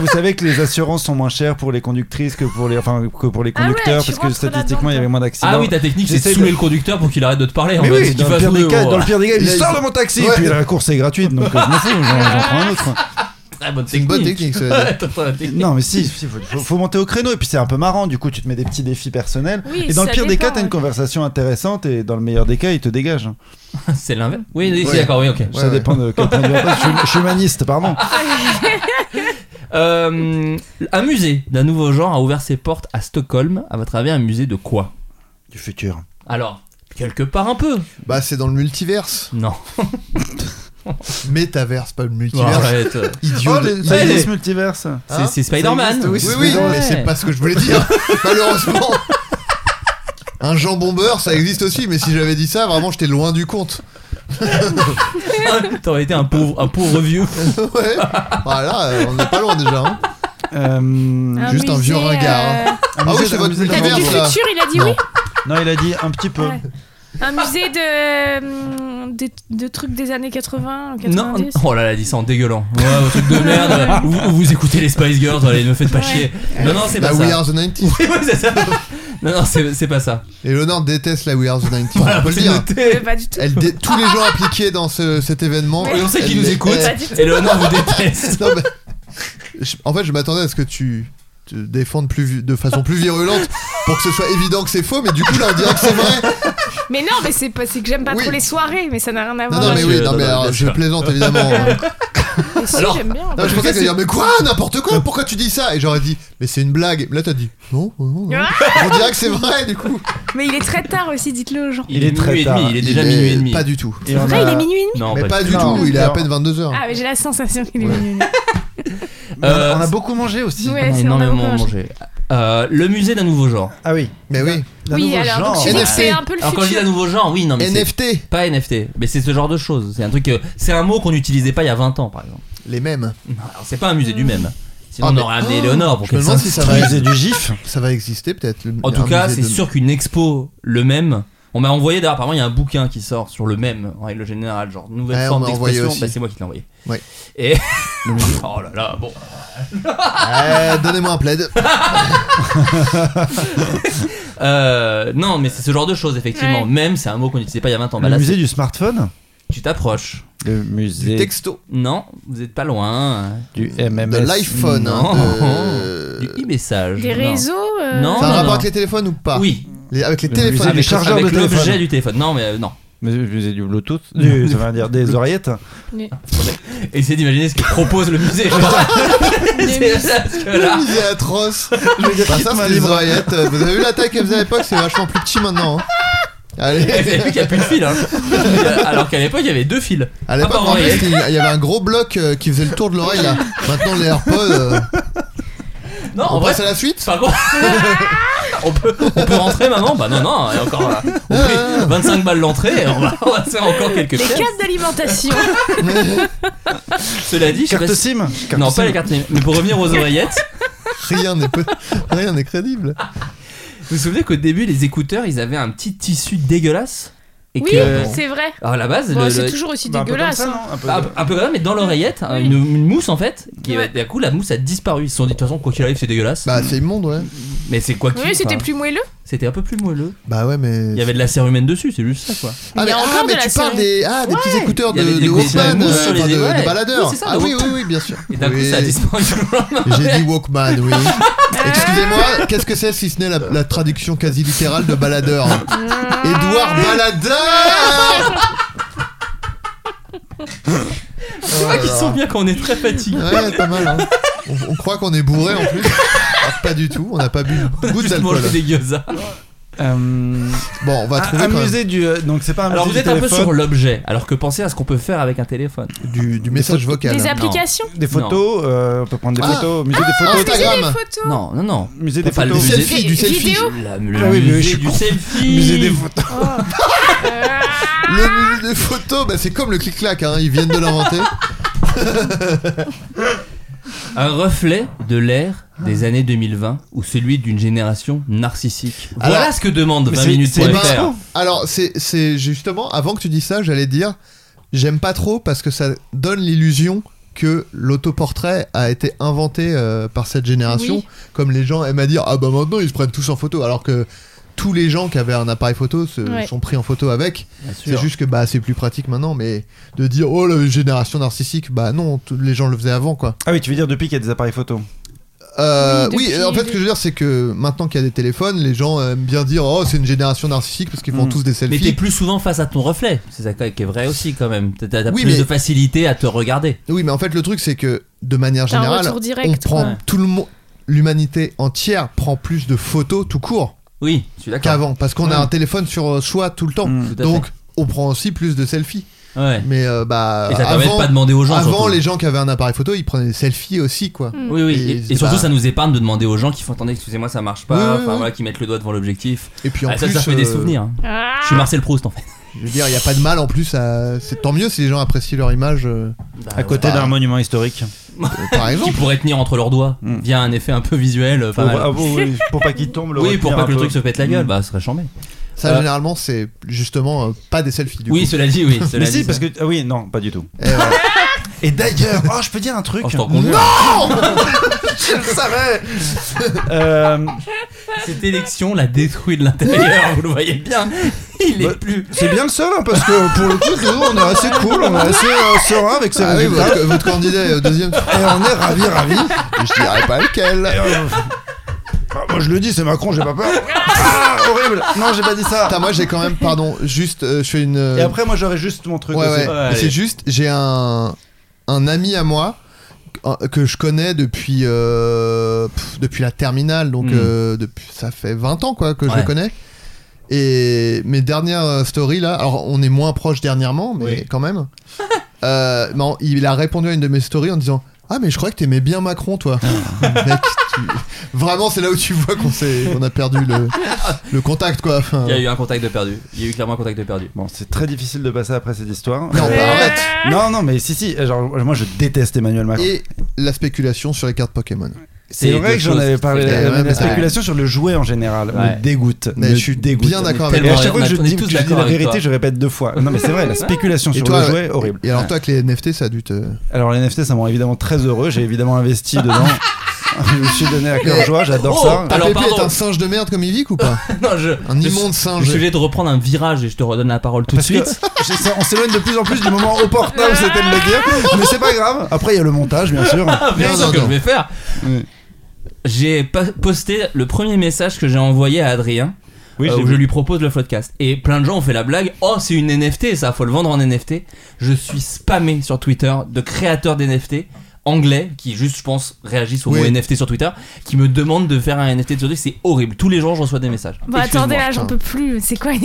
B: Vous savez que les assurances sont moins chères pour les conductrices que pour les, enfin, que pour les
G: Ah ouais,
B: conducteurs,
G: tu
B: parce que
G: rentres
B: statistiquement, il y avait
G: là-dedans,
B: moins d'accidents.
F: [LAUGHS] Ah oui, ta technique c'est de
B: J'essaie
F: saouler
B: de-
F: le conducteur pour qu'il arrête de te parler en
B: Mais
F: fait.
B: oui,
F: Si tu
B: dans le,
F: fais
B: pire
F: tout
B: des
F: le-
B: cas, dans le pire des cas, il
H: Là, il
B: sort
H: sort-
B: de mon taxi
H: Ouais.
B: et puis la course est gratuite, donc euh, je m'en fous, j'en j'en prends un autre.
G: [LAUGHS]
B: quoi.
F: Très Ah, bonne
H: C'est une bonne technique, ça veut
F: [LAUGHS]
H: dire.
F: Ouais, très bonne technique.
B: Non, mais si, si, faut, faut- faut monter au créneau et puis c'est un peu marrant. Du coup, tu te mets des petits défis personnels.
G: Oui,
B: et dans le
G: ça
B: pire des cas,
G: dépend,
B: t'as une
G: ouais.
B: conversation intéressante et dans le meilleur des cas, il te dégage.
F: C'est l'inverse. Oui, oui, c'est
H: Ouais.
F: d'accord, oui, ok.
H: Ouais,
B: ça
H: ouais.
B: dépend de quel point de vue on passe. Je suis- Je suis humaniste, pardon.
F: Euh, un musée d'un nouveau genre a ouvert ses portes à Stockholm. À votre avis, un musée de quoi
B: Du futur.
F: Alors, quelque part un peu.
H: Bah, c'est dans le multiverse.
F: Non.
H: Métaverse, pas le multiverse.
F: Arrête. [LAUGHS]
H: Idiot.
B: Oh,
H: de-
B: les,
F: ça y est.
B: multiverse.
H: Hein
F: C'est- c'est Spider-Man.
H: Oui,
B: c'est
H: oui, oui,
B: Spider-Man.
H: mais c'est pas ce que je voulais dire. [LAUGHS] Malheureusement. Un jambon beurre, ça existe aussi, mais si j'avais dit ça, vraiment, j'étais loin du compte. [LAUGHS]
F: T'aurais été un pauvre, un pauvre vieux.
H: ouais. Voilà, euh, on n'est pas loin déjà. hein.
G: Ah
B: Euh,
H: Juste un
G: musée,
H: vieux regard, hein.
G: euh,
H: Ah oui,
B: musée-
H: c'est
B: un
H: votre
B: musée
G: T'as dit
H: multiverse
G: du
H: là.
G: futur, il a dit
H: Non.
G: oui
B: Non, il a dit un petit peu.
G: Ouais. Un musée de, hum, des- de trucs des années 80, 90.
F: Non. Oh là là, dis ça en dégueulant. Ouais, un truc de merde. Où vous, vous écoutez les Spice Girls, allez, ne me faites pas
G: Ouais.
F: chier. Non, non, c'est
H: La
F: pas
H: Bah,
F: [LAUGHS]
H: We
F: ça.
H: Are the 90s.
F: Oui, oui, c'est ça. Non, non, c'est c'est pas ça.
H: Et Léonore déteste la We Are the 90s.
F: Voilà,
H: on peut le
F: c'est
H: dire.
G: Mais
F: noté.
G: pas du tout.
H: Elle dé- tous les gens impliqués dans ce- cet événement.
F: Et on sait
H: elle
F: qu'il nous
H: les-
F: écoute.
H: elle-
G: Pas du tout.
F: Et le nom vous déteste.
H: Non, mais- je- en fait, je m'attendais à ce que tu te défendes plus, vi- de façon plus virulente pour que ce soit évident que c'est faux, mais du coup, là, on dirait que c'est vrai.
G: Mais non, mais c'est pas- c'est que j'aime pas
H: Oui.
G: trop les soirées, mais ça n'a rien à
H: Non,
G: voir.
H: non, mais
F: je-
H: oui, non,
F: non,
H: mais
F: non,
H: alors,
F: bien
H: je
F: sûr. [LAUGHS]
H: plaisante évidemment.
G: Mais si,
F: Alors-
G: j'aime bien.
H: Non, je pensais qu'elle allait dire, mais quoi, n'importe quoi, pourquoi tu dis ça Et j'aurais dit, mais c'est une blague. Mais là, t'as dit, non, non, non. On dirait que c'est vrai, du coup.
G: Mais il est très tard aussi, dites-le aux gens.
F: Il
B: est
F: est
B: très
F: minuit et
B: tard.
F: demi, il est déjà
H: Il
F: minuit et demi.
H: Pas du tout.
B: Et on
G: Vrai,
B: a-
G: Ah, il est minuit et demi
F: Non,
H: mais pas du
B: Non.
H: tout, il est à
B: Non.
H: peine 22h.
G: Ah, mais j'ai la sensation qu'il est
H: Ouais.
G: minuit et demi.
B: on a-
F: Euh,
B: on a beaucoup mangé aussi.
G: Ouais, c'est-
F: On a
G: on a
F: énormément
G: beaucoup mangé.
F: mangé. euh, le musée d'un nouveau genre.
B: Ah oui.
H: Mais oui.
G: Oui, alors, donc, tu dis que c'est un peu le
F: Alors quand je dis
G: futur.
F: d'un nouveau genre, oui, non, mais c'est-
H: NFT.
F: Pas NFT, mais c'est ce genre de choses. C'est un truc, euh, c'est un mot qu'on n'utilisait pas il y a 20 ans, par exemple.
H: Les mêmes.
F: Alors, c'est pas un musée du même. Sinon,
H: Ah,
F: on
H: mais-
F: aurait amené
H: oh,
F: Léonore pour
H: Je me
F: qu'elle
H: demande si ça va
B: Musée
F: s'instruise.
B: du GIF.
H: Ça va exister peut-être. le-
F: En tout
H: un
F: cas,
H: musée
F: c'est
H: de-
F: sûr qu'une expo, le même. On m'a envoyé d'ailleurs, apparemment, il y a un bouquin qui sort sur le même, en règle générale, genre nouvelle
H: Ouais, Ah, on
F: forme
H: m'a envoyé
F: d'expression.
H: aussi.
F: Bah, c'est moi qui l'ai envoyé.
H: Ouais.
F: Et.
H: [LAUGHS]
F: oh là là, bon.
H: Eh, Donnez-moi
F: [LAUGHS]
H: un plaid.
F: Euh, non, mais c'est ce genre de choses, effectivement.
G: Ouais.
F: Même, c'est un mot qu'on n'utilisait pas il y a 20 ans. Bah,
B: le
F: là,
B: musée
F: c'est-
B: du smartphone.
F: Tu t'approches.
B: Le
H: Du
B: musée
H: texto.
F: Non, vous êtes pas loin.
B: du MMS.
H: De l'iPhone. hein,
F: Non.
H: de-
F: Du e-message.
G: Des
F: Non.
G: réseaux euh,
F: Non.
H: Ça a un rapport
F: non.
H: avec les téléphones ou pas
F: Oui,
H: Les- Avec les
B: Le
H: téléphones.
B: musée du
F: avec,
B: chargeur
F: avec
B: de téléphone.
F: l'objet du téléphone. Non, mais euh, non.
B: Mais le musée du Bluetooth. Du, ça veut dire des oreillettes.
F: Essayez d'imaginer ce que propose le
H: [LAUGHS]
F: musée. C'est ça, parce que là-
H: Le musée atroce. Bah, ça, c'est les oreillettes. Vous avez vu la taille qu'elles faisaient à l'époque C'est vachement plus petit maintenant. hein.
F: Eh, Vous avez
H: Allez.
F: vu qu'il n'y a plus de fil. hein. Alors qu'à l'époque, il y avait deux fils.
H: À
F: Pas
H: l'époque,
F: par
H: en plus,
F: oreillette.
H: il y avait un gros bloc euh, qui faisait le tour de l'oreille là. Maintenant, les AirPods. euh,
F: Non,
H: on
F: en vrai,
H: passe à la suite
G: [LAUGHS]
F: par contre. On peut, on peut rentrer maintenant Bah non, non, et encore là. On
H: Ah.
F: fait 25 balles l'entrée, on va, on va se faire encore quelques
G: Les
F: pièces.
G: cartes d'alimentation.
F: Cela dit, je sais pas
B: Carte
F: si-
B: SIM. Carte
F: Non,
B: SIM.
F: pas les cartes SIM. Mais pour revenir aux oreillettes,
H: Rien n'est peu- rien n'est crédible.
F: vous vous souvenez qu'au début, les écouteurs, ils avaient un petit tissu dégueulasse et
G: Oui,
F: que.
G: c'est vrai.
F: Alors à la base,
G: Bon,
F: le-
G: c'est
F: le-
G: toujours aussi
B: Bah, un peu comme
G: dégueulasse.
B: ça,
G: hein.
B: non Un peu-
F: Un, un peu comme ça, mais dans l'oreillette, hein,
G: Oui.
F: une, une mousse en fait. Qui,
G: Ouais.
F: D'un coup, la mousse a disparu. Ils se sont dit, de toute façon, quoi qu'il arrive, c'est dégueulasse.
H: Bah, c'est immonde, ouais.
F: mais c'est quoi qu'il
G: Oui, c'était
F: enfin,
G: plus moelleux.
F: C'était un peu plus moelleux.
H: Bah, ouais, mais.
F: Il y avait de la cire humaine dessus, c'est juste ça quoi.
H: Ah,
G: Il y
H: mais,
G: a
H: ah,
G: encore
H: mais
G: de
H: tu
G: la
H: parles
G: série.
H: des, ah, des
F: Ouais.
H: petits écouteurs
F: Il y avait
H: de,
F: des
H: de
F: écouteurs de
H: Walkman,
F: mousse
H: euh,
F: sur les
H: enfin, de,
F: écoles.
H: de baladeurs.
F: Oui, c'est ça,
H: ah
F: le
H: oui, oui,
F: Walkman.
H: oui, bien sûr.
F: Et d'un coup,
H: Oui.
F: ça
B: [LAUGHS]
F: a disparu. [LAUGHS]
H: J'ai dit Walkman, oui. Excusez-moi, qu'est-ce que c'est si ce n'est la, la traduction quasi littérale de baladeur
F: [LAUGHS]
H: hein Édouard Baladeur
F: Tu
B: Oh
F: vois qu'ils sont bien quand on est très fatigué. [LAUGHS]
H: Ouais, pas mal, hein. On, on croit qu'on est bourré en plus. Alors, pas du tout, on n'a
B: [LAUGHS]
H: pas bu
F: On a
H: beaucoup
F: juste
H: d'alcool.
F: mangé des gyoza.
B: Euh,
H: Bon, on va
B: un-
H: trouver
B: un
H: quand même
B: musée du. euh, Donc c'est pas un
F: Alors vous
B: musée
F: êtes
B: du
F: un peu
B: téléphone,
F: sur l'objet, alors que pensez à ce qu'on peut faire avec un téléphone.
H: du, du message vocal.
G: Des
H: hein.
G: applications.
B: Des photos. euh, on peut prendre des
H: Ah.
B: photos. Musée des photos.
G: Des
H: Instagram,
G: photos.
F: Non, non, non.
B: Musée des
F: Enfin, le
B: photos.
F: musée-
H: selfie, du selfie.
G: Vidéo.
F: La- le
B: Ah oui, mais je
F: musée
B: suis
F: du
B: con.
F: selfie.
B: Musée des photos.
H: le musée des photos, bah, c'est comme le clic-clac, hein, ils viennent de l'inventer.
F: Un reflet de l'ère des années 2020 ou celui d'une génération narcissique. Voilà
H: Alors-
F: ce que demande
B: Mais
F: 20
B: c'est-
F: minutes
B: c'est
F: pour
H: Eh
F: le
H: ben,
F: faire.
H: alors, c'est c'est justement, avant que tu dis ça, j'allais dire, j'aime pas trop parce que ça donne l'illusion que l'autoportrait a été inventé euh, par cette génération.
G: Oui.
H: Comme les gens aiment à dire, ah bah maintenant ils se prennent tous en photo, alors que tous les gens qui avaient un appareil photo se
G: Ouais.
H: sont pris en photo avec.
F: Bien sûr.
H: C'est juste que bah c'est plus pratique maintenant, mais de dire, oh la génération narcissique, bah non, tous les gens le faisaient avant quoi.
B: Ah oui, tu veux dire depuis qu'il y a des appareils photos.
H: Euh,
G: Oui,
H: oui,
G: depuis-
H: en fait, ce que je veux dire, c'est que maintenant qu'il y a des téléphones, les gens aiment bien dire Oh, c'est une génération narcissique parce qu'ils font
B: Mm.
H: tous des
F: Mais t'es
H: selfies.
F: plus souvent face à ton reflet. C'est ça qui est vrai aussi quand même. T'as t'as
H: Oui,
F: plus
H: mais-
F: de facilité à te regarder.
H: Oui, mais en fait, le truc, c'est que de manière
G: T'as un
H: générale,
G: retour direct,
H: on prend
F: ouais.
H: tout le monde. L'humanité entière prend plus de photos tout court
F: Oui, je suis d'accord.
H: qu'avant parce qu'on a
F: Mm.
H: un téléphone sur euh, soi tout le temps.
B: Mm.
F: Tout à
H: Donc, on prend aussi plus de selfies.
F: fait. Ouais.
H: Mais euh, bah,
F: Et ça permet de
H: avant,
F: pas demander aux gens.
H: avant,
F: surtout.
H: les gens qui avaient un appareil photo, ils prenaient des selfies aussi, quoi.
G: Mm.
F: Oui, oui.
H: Et bah,
F: Et,
H: c'est
F: et surtout,
H: pas-
F: ça nous épargne de demander aux gens qui font attendez, excusez-moi, ça marche pas.
H: Oui, oui,
F: enfin,
H: oui.
F: voilà, qui mettent le doigt devant l'objectif.
H: Et puis en
F: Ah, ça,
H: plus,
F: ça fait des
H: euh,
F: souvenirs. hein.
G: Ah.
F: Je suis Marcel Proust en fait.
H: Je veux dire, il n'y a pas de mal en plus. à- C'est tant mieux si les gens apprécient leur image, euh,
B: À côté
H: bah.
B: d'un monument historique.
H: euh,
F: [LAUGHS]
H: par
F: Qui
H: exemple.
F: pourrait tenir entre leurs doigts
B: Mm.
F: via un effet un peu visuel. euh, pas
B: Pour,
F: mal.
B: ah, bon, oui, pour pas qu'il tombe. le
F: oui, pour
B: retenir
F: pas
B: un
F: que le
B: peu.
F: truc se pète la gueule.
B: Mm.
F: Bah, ce serait chambé.
H: Ça,
F: Euh,
H: généralement, c'est justement euh, pas des selfies du
F: Oui,
H: [LAUGHS] coup.
F: cela dit, [LAUGHS] oui. cela
B: Mais
F: dit,
B: si,
F: ça-
B: parce que.
H: hein.
B: Ah oui, non, pas du tout.
H: Eh ouais.
B: Et d'ailleurs, oh, je peux dire un truc.
F: Oh, je t'en conjure.
B: Euh,
F: Cette élection l'a détruit de l'intérieur, vous le voyez bien. Il
B: Bah,
F: est plus.
B: c'est bien le seul, hein, parce que pour le coup, nous, on est assez cool, on est assez euh, serein avec ces
H: Ah oui,
B: résultats.
H: votre, votre candidat est au deuxième tour.
B: [LAUGHS] Et on est ravi, ravi.
H: Je dirais pas lequel.
B: moi, Ah, bah, je le dis, c'est Macron, j'ai pas peur. Ah, horrible. Non, j'ai pas dit ça.
H: Putain, moi j'ai quand même, pardon, juste, euh, je fais une. euh,
B: Et après, moi, j'aurais juste mon truc.
H: ouais,
B: aussi.
H: ouais.
F: Ouais,
H: Mais
F: allez.
H: C'est juste, j'ai un, un ami à moi euh, que je connais depuis euh, pff, depuis la terminale, donc
F: Mm.
H: euh, depuis ça fait 20 ans quoi que je
F: Ouais.
H: le connais. Et mes dernières euh, stories là, alors on est moins proches dernièrement, mais
F: Oui.
H: quand même. [LAUGHS] Euh, non, il a répondu à une de mes stories en disant ah mais je crois que t'aimais bien Macron toi. [LAUGHS] Mec, Vraiment, c'est là où tu vois qu'on s'est- qu'on a perdu le, le contact, quoi. Enfin,
F: Il y a eu un contact de perdu. Il y a eu clairement un contact de perdu.
B: Bon, c'est très difficile de passer après cette histoire.
H: Non, bah, arrête.
B: Non, non, mais si, si. Genre, moi, je déteste Emmanuel Macron.
H: Et la spéculation sur les cartes Pokémon.
B: C'est vrai que j'en avais parlé.
H: Ouais,
B: La,
H: ouais,
B: la
H: mais-
B: spéculation sur le jouet en général
F: Ouais.
B: me dégoûte.
H: Mais
B: me
H: je suis
B: dégoûte.
H: bien d'accord
B: Et
H: avec
B: à
F: Tellement-
B: chaque fois
F: on
B: que
F: a-
B: je
F: on est
B: dis,
F: tous
B: que je dis
F: d'accord
B: la
F: avec
B: vérité,
F: toi.
B: je répète deux fois. Non, mais c'est vrai,
F: [LAUGHS]
B: la spéculation sur le jouet,
H: et-
B: horrible.
H: Et alors, toi, avec les NFT, ça a dû te.
B: Alors les NFT, ça m'a rend évidemment très heureux. J'ai évidemment investi
F: [LAUGHS]
B: dedans. je me suis donné à cœur joie. J'adore
F: Oh,
B: ça.
F: t'as- Alors,
H: Alors, Pépé est
F: pardon.
H: un singe de merde comme Yvick
F: [LAUGHS]
H: ou pas
F: non, je,
H: Un
F: je-
H: immonde
F: Je suis
H: singe.
F: obligé de reprendre un virage et je te redonne la parole tout de
B: Parce que
F: suite.
B: je sais, on s'éloigne de plus en plus du moment opportun où c'était de le dire, mais c'est pas grave. Après, il y a le montage, bien sûr.
F: Ah, bien
H: Non,
F: sûr
H: non,
F: que
H: non.
F: je vais faire.
B: Oui.
F: J'ai pa- posté le premier message que j'ai envoyé à Adrien.
B: Oui,
F: euh,
B: j'ai
F: où je
B: vu.
F: lui propose le podcast. Et plein de gens ont fait la blague Oh, c'est une NFT, ça, faut le vendre en NFT. Je suis spammé sur Twitter de créateurs d'NFT anglais qui, juste, je pense, réagissent au
H: Oui.
F: mot NFT sur Twitter, qui me demandent de faire un NFT de ce truc. C'est horrible. Tous les jours, je reçois des messages.
G: Bon,
F: Excuse-moi.
G: attendez, là, j'en peux plus. C'est quoi
F: [LAUGHS]
G: une-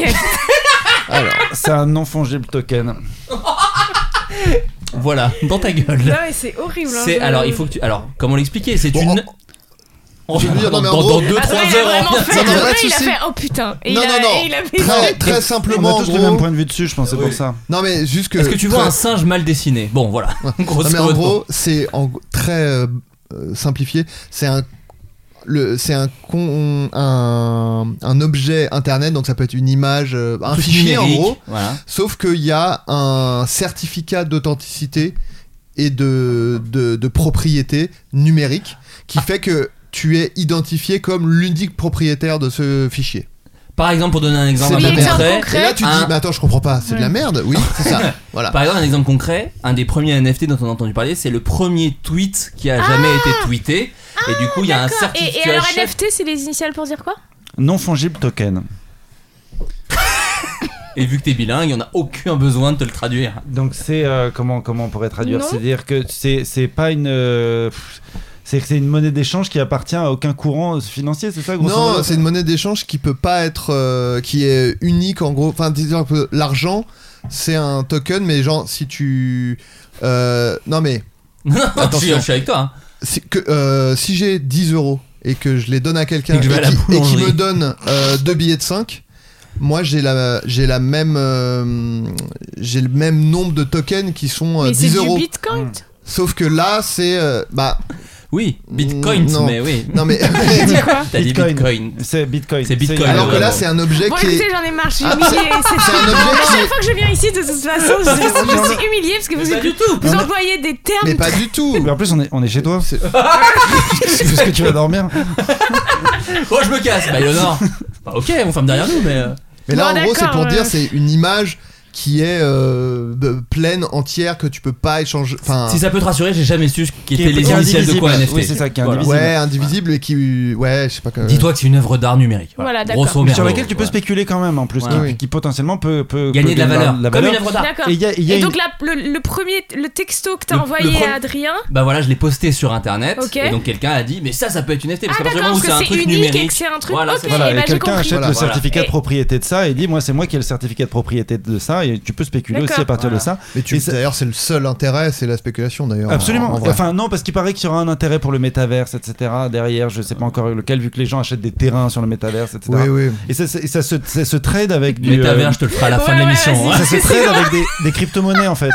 B: Alors, c'est un non fongible token.
F: Voilà, dans ta
G: Non,
F: gueule.
G: mais c'est horrible. hein,
F: C'est
G: je-
F: alors, il faut que tu. Alors, comment l'expliquer C'est
H: Bon,
F: une. [LAUGHS]
H: je veux dire,
F: dans
H: non, mais en gros-
F: 2-3
G: Attends, il Ah, a
F: heures, hein.
G: vraiment
F: on
G: fait-
H: Non, mais
G: attends,
H: pas de
G: il a
H: souci.
G: fait oh putain. Et
H: Non,
G: il a-
H: non, non.
G: et il a fait-
H: Très, très
B: on a
H: simplement, en
B: tous le
H: gros-
B: même point de vue dessus, je pense, c'est
F: Oui.
B: pour ça.
H: Non, mais juste que.
F: Est-ce que tu vois
H: très-
F: un singe mal dessiné Bon, voilà.
H: Non,
F: Grosso
H: mais en
F: modo.
H: gros, c'est en gros- très euh, euh, simplifié. C'est un le, c'est un, con, un un objet internet, donc ça peut être une image, euh, un
F: Truc
H: fichier en
F: numérique,
H: gros.
F: Voilà.
H: Sauf qu'il y a un certificat d'authenticité et de, de, de propriété numérique qui fait que tu es identifié comme l'unique propriétaire de ce fichier.
F: Par exemple, pour donner un exemple
H: C'est
F: un
H: de
F: peu
H: la merde.
F: concret,
G: Concret.
H: Et là, tu te dis,
F: Un-
H: mais attends, je comprends pas, c'est de la merde Oui, c'est ça. Voilà.
F: Par exemple, un exemple concret, un des premiers NFT dont on a entendu parler, c'est le premier tweet qui a jamais été tweeté. et du coup, il y a un
G: Ah D'accord. Et,
F: certificat
G: et alors,
F: chef.
G: NFT, c'est les initiales pour dire quoi
B: Non fongible token.
F: Et vu que t'es bilingue, on a aucun besoin de te le traduire. [LAUGHS]
B: Donc c'est euh, comment comment on pourrait traduire
G: Non.
B: C'est-à-dire que c'est c'est pas une euh, pff, c'est que c'est une monnaie d'échange qui appartient à aucun courant euh, financier, c'est ça grosso
H: Non,
B: modo
H: c'est une monnaie d'échange qui peut pas être, euh, qui est unique en gros. Enfin, disons un peu, l'argent, c'est un token, mais genre si tu, euh, non mais
F: Non, je, suis-
H: Attention.
F: je suis avec toi. hein.
H: si, que, euh, si j'ai 10 euros et que je les donne à quelqu'un
F: Et que je vais à la
H: qui- et qui
F: boulangerie.
H: me donne euh, deux billets de 5 moi j'ai la j'ai la même euh, j'ai le même nombre de tokens qui sont euh,
G: Mais c'est
H: 10
G: du
H: euros.
G: bitcoin.
H: Sauf que là c'est euh, bah
F: Oui, Bitcoin,
H: Mm, Non.
F: mais oui.
G: [LAUGHS]
H: non mais [LAUGHS]
F: T'as dit
B: Bitcoin.
F: Bitcoin.
B: C'est Bitcoin.
F: C'est Bitcoin.
H: alors que là
F: Vraiment.
H: c'est un objet
G: Bon,
H: qui est
G: écoutez, j'en ai marre, je suis
H: Ah,
G: humiliée. C'est
H: c'est un objet qui
G: chaque
H: est
G: fois que je viens ici, de toute façon, je, je
H: [LAUGHS]
G: suis humiliée parce que vous,
F: pas du
G: vous employez des termes.
H: mais pas du tout.
B: Mais en plus on est on est chez
H: [LAUGHS]
B: toi.
H: C'est-
B: Est-ce que tu vas dormir
F: Oh, je me casse. Bah, Eleanor. [LAUGHS] Bah, ok, on ferme derrière nous, mais. euh,
H: Mais là,
G: Bon,
H: en gros, c'est
G: d'accord,
H: pour
G: euh.
H: dire, c'est une image qui est euh, de- pleine, entière, que tu peux pas échanger. Enfin,
F: Si ça peut te rassurer, j'ai jamais su ce qu'étaient
B: Qui est-
F: les
B: qui est
F: initiales de
B: indivisible.
F: quoi NFT.
B: Oui, c'est ça, qui est
F: Voilà.
B: indivisible.
H: ouais, indivisible et qui. Ouais, je sais pas. que-
F: Dis-toi que c'est une œuvre d'art numérique.
G: Voilà, d'accord.
F: Grosso
B: Sur
F: merdo,
B: laquelle tu peux
F: Oh, voilà.
B: spéculer quand même en plus,
F: Voilà.
B: qui,
H: Oui.
B: qui potentiellement peut, peut peut
F: Gagner de la valeur.
B: de la
F: Comme une
B: valeur.
F: œuvre d'art.
G: D'accord.
B: Et il y a, il y a
G: Et
B: une-
G: donc là, le, le premier, le texto que t'as
F: Le-
G: envoyé
F: le premier-
G: à Adrien,
F: Bah voilà, je l'ai posté sur internet.
G: Ok.
F: Et donc quelqu'un a dit, mais ça, ça peut être une NFT.
G: Ah,
F: Parce qu'à partir du
G: d'accord,
F: moment où
G: parce
F: c'est
G: que
F: un
G: c'est
F: truc
G: unique et
F: numérique.
G: que c'est un truc-
F: Voilà,
G: ok.
F: c'est-
B: Voilà,
G: Eh ben,
B: et
G: j'ai
B: quelqu'un
G: compris.
B: achète
F: Voilà,
B: le
F: voilà.
B: certificat
G: Et-
B: de propriété de ça et dit moi c'est moi qui ai le certificat de propriété de ça et tu peux spéculer aussi à
G: D'accord.
B: partir de ça.
H: Mais tu-
B: Et ça-
H: D'ailleurs, c'est le seul intérêt, c'est la spéculation d'ailleurs. en-
B: Absolument.
H: en vrai.
B: enfin non parce qu'il paraît qu'il y aura un intérêt pour le métaverse etc. Derrière je sais pas encore lequel vu que les gens achètent des terrains sur le métaverse etc.
H: oui, oui.
B: Et ça, ça- ça se, ça se trade avec du.
F: Métavers,
B: euh,
F: je te le ferai à la
G: Ouais,
F: fin de
G: ouais,
F: l'émission.
G: vas-y.
F: hein.
H: [LAUGHS]
B: ça se trade avec des, des crypto-monnaies en fait.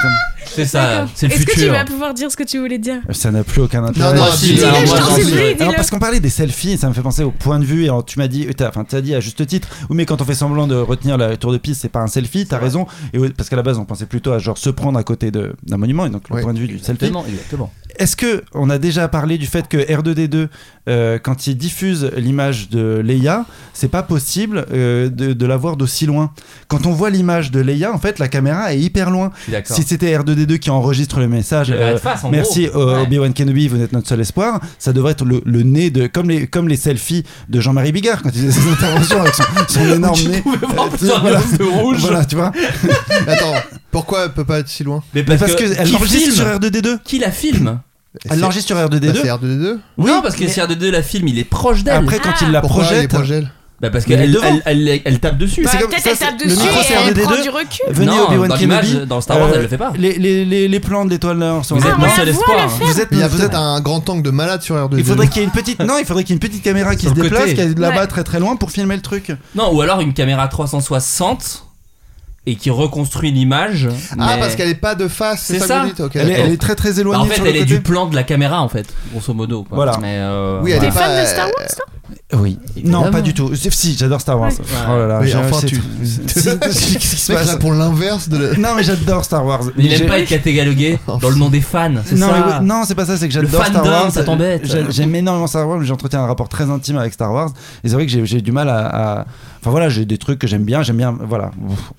F: C'est ça,
G: D'accord.
F: c'est le
G: Est-ce que tu
F: futur.
G: vas pouvoir dire ce que tu voulais dire
B: Ça n'a plus aucun
H: Non,
B: intérêt.
H: non,
F: Ah, si,
H: dis-le,
F: alors,
H: dis-le,
F: moi,
H: je t'en
F: j'en
H: prie.
G: suis-
B: Alors parce qu'on parlait des selfies, ça me fait penser au point de vue. Et alors tu m'as dit, euh, t'as- enfin t'as dit à juste titre, oui mais quand on fait semblant de retenir la tour de piste, c'est pas un selfie. T'as raison. Et oui, parce qu'à la base on pensait plutôt à genre se prendre à côté de- d'un monument et donc le
H: Oui.
B: point de vue du selfie.
F: Exactement, exactement.
B: Est-ce que on a déjà parlé du fait que R2D2, euh, quand il diffuse l'image de Leia, c'est pas possible euh, de, de la voir d'aussi loin. Quand on voit l'image de Leia, en fait la caméra est hyper loin.
F: Je suis d'accord.
B: Si c'était R2D2 qui enregistre le message,
F: Je vais
B: euh,
F: la face, en
B: merci
F: gros.
B: euh,
F: Ouais.
B: Obi-Wan Kenobi, vous êtes notre seul espoir. Ça devrait être le, le nez de comme les comme les selfies de Jean-Marie Bigard quand il faisait ses interventions avec son,
F: [LAUGHS]
B: son énorme nez.
F: pouvais voir
B: Euh, tu-
F: plusieurs nuances de rouge.
B: Voilà, tu vois.
H: Attends, pourquoi elle peut pas être si loin
F: Mais
B: Mais parce que, elle
F: qui
B: l'enregistre
F: filme
B: sur R2D2.
F: Qui la filme
B: Elle l'enregistre sur
H: Bah, C'est
B: R2D2.
H: R2D2
F: Non, parce que si R2D2 la filme, il est proche d'elle.
B: Après, quand il la
H: Pourquoi elle est
B: projette, euh,
H: proche d'elle
F: Bah parce
B: Mais
F: qu'elle
B: elle est devant.
F: elle, elle, elle- elle tape dessus.
G: Bah, peut-être elle tape dessus
B: micro,
G: et
B: c'est
G: elle
B: R2D2.
G: prend du recul.
B: Venez
F: Non,
B: Obi-Wan
F: dans
B: Kenobi.
F: l'image, dans Star Wars, elle le fait pas.
B: Les, les, les, les plans de l'étoile noire sont
F: Vous êtes
G: Ah,
F: mon
G: on la
F: seul
G: voit le
F: espoir.
G: faire.
B: Vous êtes
H: Il y a
B: notre-
H: peut-être un grand tank de malade sur R2D2.
B: Il faudrait qu'il y ait une petite non, il faudrait qu'il y ait une petite caméra qui
F: Sur
B: se
F: le côté.
B: déplace qui est là-bas
G: Ouais.
B: très très loin pour filmer le truc.
F: Non, ou alors une caméra 360 et qui reconstruit l'image.
H: Ah,
F: mais-
H: parce qu'elle est pas de face, c'est
F: C'est
H: ça, que vous
F: ça.
H: dites Ok,
B: Elle est,
H: d'accord.
B: elle est très très
F: Bah,
B: éloignée
F: en fait,
B: sur le
F: elle est
B: côté.
F: du plan de la caméra en fait, grosso modo. quoi.
B: Voilà.
F: Mais euh,
H: Oui, elle
G: T'es
H: est pas-
G: fan de Star
H: [LAUGHS]
G: Wars, toi
F: Oui.
B: Non, pas
F: évidemment.
B: du tout. C'est- Si, j'adore Star Wars.
G: Ouais.
B: Oh là là,
H: Oui,
B: j'ai-
H: enfin,
B: c'est-
H: tu-
B: c'est- Qu'est-ce qui se
H: Mec, là,
B: passe
H: pour l'inverse de. la-
B: Non, mais j'adore Star Wars.
F: Mais il
B: J'ai-
F: aime pas être catalogué dans le nom des fans, c'est
B: non,
F: ça
B: mais oui, non, c'est pas ça, c'est que
F: Le
B: j'adore Star
F: fandom,
B: Wars.
F: ça t'embête.
B: J'a- J'aime énormément Star Wars, mais j'entretiens un rapport très intime avec Star Wars. Et c'est vrai que j'ai j'ai du mal à, à- Enfin voilà, j'ai des trucs que j'aime bien, j'aime bien. Voilà.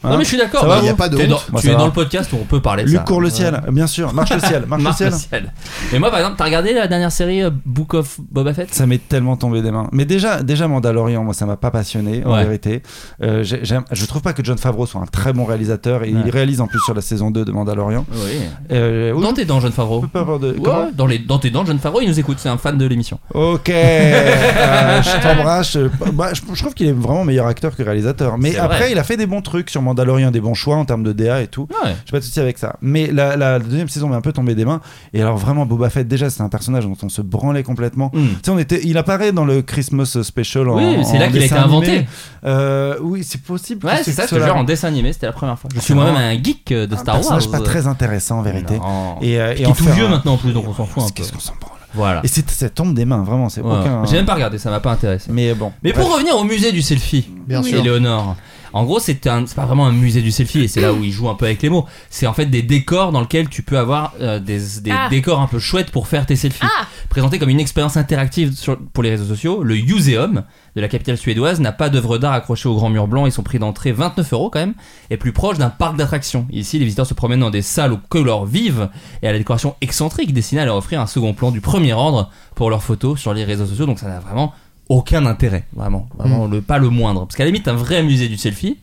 F: Non, mais je suis d'accord.
B: Ça va,
F: mais
B: il y a
F: bon,
H: pas de
F: t'es
H: honte.
F: dans-
B: Moi,
F: tu
B: ça
F: es
B: va.
F: dans le podcast où on peut parler de ça.
B: Luc court le ciel, bien sûr. Marche le ciel, marche le
F: Marc
B: ciel.
F: Martial. Et moi, par exemple, t'as regardé la dernière série euh, Book of Boba Fett
B: Ça m'est tellement tombé des mains. Mais déjà, déjà Mandalorian, moi, ça m'a pas passionné, en
F: Ouais.
B: vérité. Euh, j'ai- j'aime- je trouve pas que John Favreau soit un très bon réalisateur. Et
F: Ouais.
B: il réalise en plus sur la saison 2 de Mandalorian.
F: Oui.
B: Euh, oui,
F: Dans tes dents, jeune Favreau.
B: je peux pas avoir de-
F: Ouais,
B: comment
F: dans, les, dans tes dents, jeune Favreau, il nous écoute, c'est un fan de l'émission. [LAUGHS]
B: Ok, euh, je t'embrasse. Je, bah, je- je trouve qu'il est vraiment meilleur acteur que réalisateur. Mais
F: C'est
B: après,
F: vrai.
B: il a fait des bons trucs sur Mandalorian, des bons choix en termes de DA et tout.
F: Ouais.
B: J'ai pas de souci avec ça. Mais la, la deuxième saison m'a un peu tombé des mains. Et alors, vraiment, Boba Fett, déjà, c'est un personnage dont on se branlait complètement.
F: Hmm.
B: Tu sais, on était, il apparaît dans le Christmas Special en
F: Oui, c'est
B: en
F: là qu'il a été
B: dessin animé.
F: inventé.
B: Euh, oui, c'est possible.
F: Ouais,
B: que
F: c'est ça, je te
B: cela-
F: jure, en dessin animé, c'était la première fois. Je suis
B: C'est
F: moi-même
B: vraiment
F: un geek euh, de
B: un
F: Star Wars.
B: Ah, personnage pas très intéressant en vérité.
F: Non.
B: Et, euh, et
F: Qui est
B: en
F: tout
B: faire
F: vieux
B: un-
F: maintenant en plus, donc on s'en fout un peu.
B: Qu'est-ce qu'on s'en branle
F: Voilà.
B: Et c'est- ça tombe des mains, vraiment. C'est
F: Ah. Ouais.
B: aucun.
F: J'ai même pas regardé, ça m'a pas intéressé.
B: Mais bon.
F: Mais pour revenir au musée du selfie,
H: Bien sûr.
F: Eleonore. En gros, c'est un- c'est pas vraiment un musée du selfie et c'est là où il joue un peu avec les mots. C'est en fait des décors dans lesquels tu peux avoir euh, des, des
G: Ah.
F: décors un peu chouettes pour faire tes selfies.
G: Ah.
F: Présenté comme une expérience interactive sur- pour les réseaux sociaux, le Museum de la capitale suédoise n'a pas d'œuvre d'art accrochée au grand mur blanc et son prix d'entrée 29 euros quand même est plus proche d'un parc d'attractions. Ici, les visiteurs se promènent dans des salles aux couleurs vives et à la décoration excentrique destinée à leur offrir un second plan du premier ordre pour leurs photos sur les réseaux sociaux. Donc ça n'a vraiment aucun intérêt, vraiment, vraiment
B: Mm.
F: le pas le moindre. Parce qu'à la limite, un vrai musée du selfie,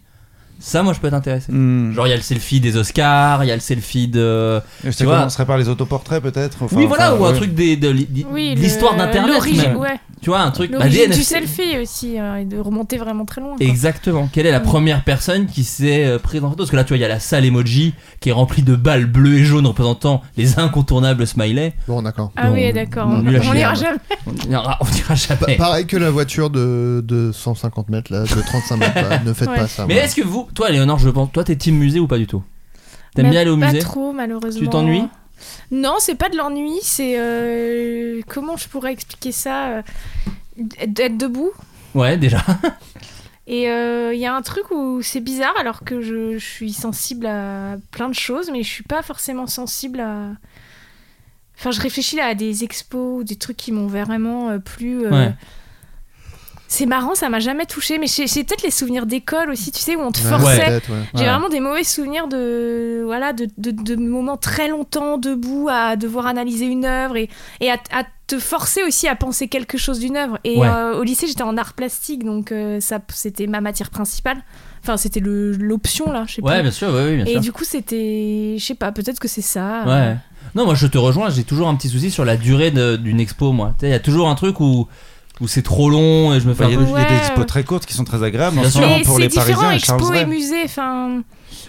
F: ça, moi, je peux t'intéresser.
B: Hmm.
F: Genre, il y a le selfie des Oscars, il y a le selfie de.
B: Ça
F: vois-
B: commencerait par les autoportraits peut-être enfin,
F: oui, voilà,
B: enfin,
F: ou un
B: ouais.
F: truc des, de l'hi-
G: Oui,
F: l'histoire
G: le-
F: d'Internet.
G: l'origine-
F: même.
G: ouais,
F: Tu vois, un truc. bah,
G: L'origine
F: DNF.
G: du selfie aussi, euh, et de remonter vraiment très loin. quoi. Mm.
F: Exactement. Quelle est la première personne qui s'est euh, prise en photo Parce que là, tu vois, il y a la salle emoji qui est remplie de balles bleues et jaunes représentant les incontournables smileys.
H: Bon, d'accord.
G: Ah oui,
F: Non,
G: d'accord.
F: non,
G: On
F: nul à chier,
G: n'ira
F: hein.
G: jamais.
F: On dira, on dira
H: Pa-
F: jamais.
H: Pareil que la voiture de, de 150 mètres, là, de 35 mètres, là. ne faites
G: Ouais.
H: pas ça.
F: Mais
H: voilà.
F: est-ce que vous, toi, Léonore, je pense, toi, t'es team musée ou pas du tout T'aimes
G: Mais
F: bien aller au musée
G: Pas trop, malheureusement.
F: Tu t'ennuies
G: Non, c'est pas de l'ennui, c'est. euh, Comment je pourrais expliquer ça euh, D'être debout
F: Ouais, déjà.
G: Et euh, il y a un truc où c'est bizarre, alors que je, je suis sensible à plein de choses, mais je suis pas forcément sensible à. Enfin, je réfléchis à des expos, des trucs qui m'ont vraiment euh, plu. euh.
F: Ouais.
G: C'est marrant, ça m'a jamais touché, mais c'est c'est peut-être les souvenirs d'école aussi, tu sais, où on te
H: Ouais,
G: forçait.
H: peut-être, ouais.
B: Euh,
G: J'ai
F: Ouais.
G: vraiment des mauvais souvenirs de, voilà, de, de, de moments très longtemps debout à devoir analyser une œuvre et, et à, à te forcer aussi à penser quelque chose d'une œuvre. Et
F: Ouais.
G: euh, au lycée, j'étais en art plastique, donc euh, ça, c'était ma matière principale. Enfin, c'était le- l'option, là, je sais
F: Ouais,
G: pas.
F: bien sûr, ouais, oui, bien sûr.
G: Et du euh, coup, c'était, je sais pas, peut-être que c'est ça.
F: Ouais. Non, moi je te rejoins, j'ai toujours un petit souci sur la durée de- d'une expo, moi. Tu sais, Il y a toujours un truc où, où c'est trop long et je me fais
B: Enfin, Il y, a
F: un peu.
B: des- il y a des
G: Ouais.
B: expos très courtes qui sont très agréables. En
F: Bien
B: ce
F: sûr.
B: moment,
G: Mais
B: pour
G: c'est
B: les
G: différent,
B: Parisiens,
G: expo
B: Charles
G: et
B: Rey.
G: musée, enfin.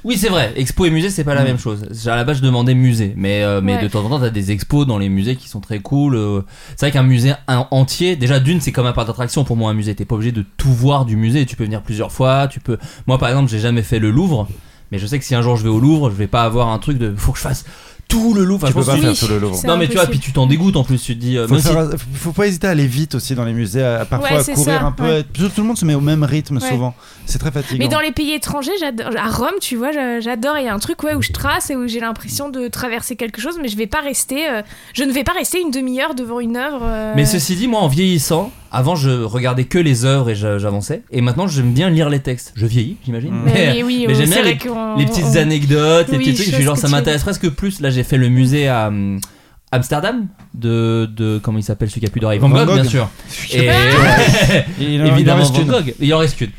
F: Oui, c'est vrai, expo et musée, c'est pas la
B: Mm.
F: même chose. J'ai- À la base, je demandais musée, mais, euh, mais
G: Ouais.
F: de temps en temps, t'as des expos dans les musées qui sont très cool. euh. C'est vrai qu'un musée en- entier, déjà d'une, c'est comme un parc d'attraction pour moi, un musée. T'es pas obligé de tout voir du musée, tu peux venir plusieurs fois, tu peux. Moi par exemple, j'ai jamais fait le Louvre, mais je sais que si un jour je vais au Louvre, je vais pas avoir un truc de. Faut que je fasse tout le Louvre. Enfin,
B: Tu
F: je
B: peux
F: pense
B: pas
F: que-
B: faire tout le Louvre.
G: C'est
F: Non, mais tu vois,
G: impossible.
F: puis tu t'en dégoûtes en plus, tu te dis. euh,
B: Faut,
F: même si-
B: faire- faut pas hésiter à aller vite aussi dans les musées, à, à parfois
G: Ouais,
B: à
G: c'est
B: courir
G: ça,
B: un peu.
G: ouais.
B: à- Tout, tout le monde se met au même rythme
G: Ouais.
B: souvent. C'est très fatigant.
G: Mais dans les pays étrangers, j'adore. À Rome, tu vois, j'a- j'adore. Il y a un truc ouais, où je trace et où j'ai l'impression de traverser quelque chose, mais je vais pas rester. euh, je ne vais pas rester une demi-heure devant une œuvre. euh,
F: Mais ceci dit, moi en vieillissant, avant je regardais que les œuvres et je- j'avançais, et maintenant j'aime bien lire les textes. Je vieillis, j'imagine.
B: Mm.
G: Mais, oui,
F: mais
G: oui,
F: j'aime
G: c'est
F: bien
G: vrai qu'on-
F: les petites
G: on-
F: anecdotes, les
G: Oui,
F: petits trucs, je suis
G: chose
F: genre
G: que
F: ça
G: tu-
F: m'intéresse presque plus. Là j'ai fait le musée à hum, Amsterdam de, de. Comment il s'appelle celui qui a plus d'oreilles Van,
B: Van
F: Gogh, bien
B: Gogh.
F: sûr.
H: Je-
G: Ah
F: Et,
B: Et il en- il en
F: évidemment
B: reste
F: Van
B: une.
F: Gogh. Il en reste qu'une.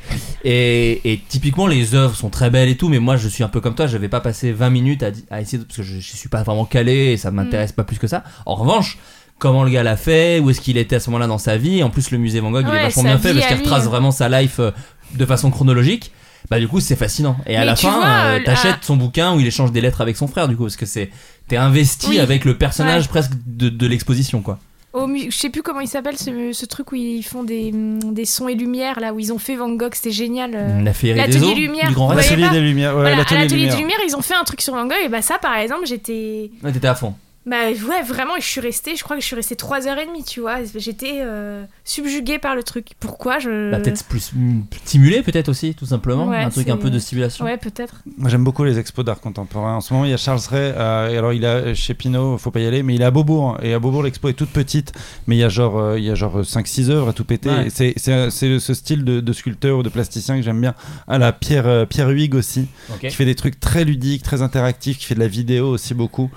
F: Et, et typiquement, les œuvres sont très belles et tout, mais moi je suis un peu comme toi, je vais
G: Mm.
F: pas passer 20 minutes à, di- à essayer de- parce que je, je suis pas vraiment calé et ça m'intéresse pas plus que ça. En revanche, comment le gars l'a fait, où est-ce qu'il était à ce moment-là dans sa vie. En plus, le musée Van Gogh, il
G: Ouais,
F: est vachement
G: sa
F: bien fait
G: vie
F: parce
G: à
F: qu'il
G: lui.
F: retrace vraiment sa life euh, de façon chronologique. Bah, du coup, c'est fascinant. Et à
G: Mais
F: la
G: tu
F: fin,
G: vois,
F: euh,
G: euh,
F: t'achètes
G: à-
F: son bouquin où il échange des lettres avec son frère, du coup, parce que c'est. T'es investi
G: Oui.
F: avec le personnage
G: Ouais.
F: presque de, de l'exposition, quoi.
G: Au mu- je sais plus comment il s'appelle ce, ce truc où ils font des, hum, des sons et lumières là où ils ont fait Van Gogh, c'était génial. euh.
F: La féerie des eaux,
G: L'atelier lumière.
F: du Grand
G: vous
F: Rex.
G: voyez
B: L'atelier
G: pas
B: des Lumières, ouais,
G: Voilà, à
B: l'atelier des
G: l'atelier des
B: Lumières.
G: lumières, ils ont fait un truc sur Van Gogh et bah ça par exemple, j'étais
F: Ouais, t'étais à fond.
G: bah ouais, vraiment, je suis restée, je crois que je suis restée 3h30, tu vois, j'étais euh, subjuguée par le truc. Pourquoi je
F: Bah, peut-être plus mm, stimulé, peut-être aussi, tout simplement.
G: Ouais,
F: un truc
G: c'est-
F: un peu de stimulation.
G: Ouais, peut-être.
B: Moi j'aime beaucoup les expos d'art contemporain. En ce moment il y a Charles Ray, euh, et alors il a chez Pinault, faut pas y aller, mais il est à Beaubourg. hein. Et à Beaubourg l'expo est toute petite, mais il y a genre, euh, il y a genre 5-6 œuvres à tout péter.
F: Ouais.
B: Et C'est, c'est- c'est ce style de, de sculpteur ou de plasticien que j'aime bien. Ah la Pierre, euh, Pierre Huyghe aussi,
F: Ok.
B: qui fait des trucs très ludiques, très interactifs, qui fait de la vidéo aussi beaucoup.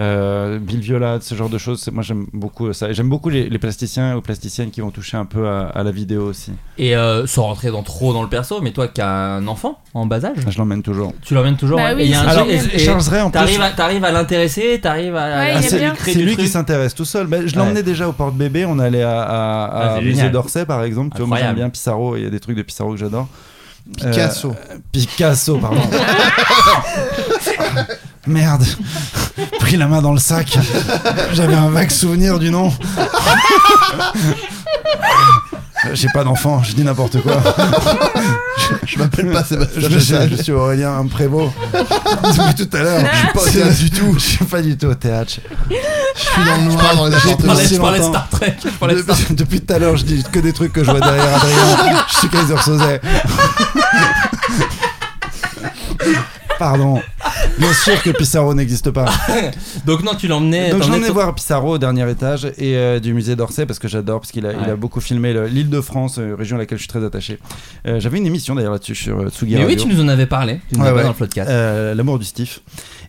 B: Euh, Bill Viola, ce genre de choses, c'est- moi j'aime beaucoup ça. Et j'aime beaucoup les, les plasticiens ou plasticiennes qui vont toucher un peu à, à la vidéo aussi.
F: Et euh, sans rentrer dans trop dans le perso, mais toi qui as un enfant en bas âge,
B: Je l'emmène toujours.
F: tu l'emmènes toujours.
G: Bah
F: ouais.
G: oui,
F: Et il y a un
G: c'est
B: Alors,
F: truc- et- et
B: Charles Ray, en plus-
F: T'arrives à, t'arrives à l'intéresser, t'arrives à. à-
G: Ouais,
F: à
G: il
B: Ah,
G: aime
F: lui
B: c'est
G: bien.
F: créer
B: c'est
F: du
B: lui
F: truc.
B: qui s'intéresse tout seul. Ben, je l'emmenais
F: Ouais.
B: déjà au porte-bébé. On allait à, à, à
F: Ah, c'est
B: Musée
F: génial.
B: d'Orsay, par exemple. Tu vois, moi,
F: Incroyable.
B: j'aime bien Pissarro. Il y a des trucs de Pissarro que j'adore.
H: Picasso.
B: Euh, Picasso,
H: [LAUGHS]
B: pardon. Merde. Pris la main dans le sac. J'avais un vague souvenir du nom. J'ai pas d'enfant, je dis n'importe quoi.
H: Je m'appelle pas Sébastien
B: Je,
H: Chassal.
B: je suis Aurélien Prévost. Depuis tout à l'heure,
H: Je suis pas au théâtre du tout.
B: je suis pas du tout au théâtre.
H: Je suis dans le noir dans les
F: Je parlais,
H: appartements.
B: si
F: je parlais de
B: longtemps.
F: Star Trek. Je
B: [LAUGHS]
F: parlais de Star
B: Depuis, depuis tout à l'heure, je dis que des trucs que je vois derrière Adrien. je suis Kaiser Sosé. Pardon. Bien sûr que Pissarro n'existe pas.
F: Donc non, tu l'emmenais.
B: Donc j'en
F: t'emmenais
B: ai
F: ton-
B: voir Pissarro au dernier étage et euh, du musée d'Orsay parce que j'adore, parce qu'il a, il
F: Ouais.
B: a beaucoup filmé le- l'île de France, euh, région à laquelle je suis très attaché. Euh, J'avais une émission d'ailleurs là-dessus sur euh, Tsugi
F: Mais oui,
B: Radio.
F: tu nous en avais parlé. Tu nous en
B: Ouais,
F: avais
B: ouais.
F: dans le podcast.
B: Euh, L'amour du stiff.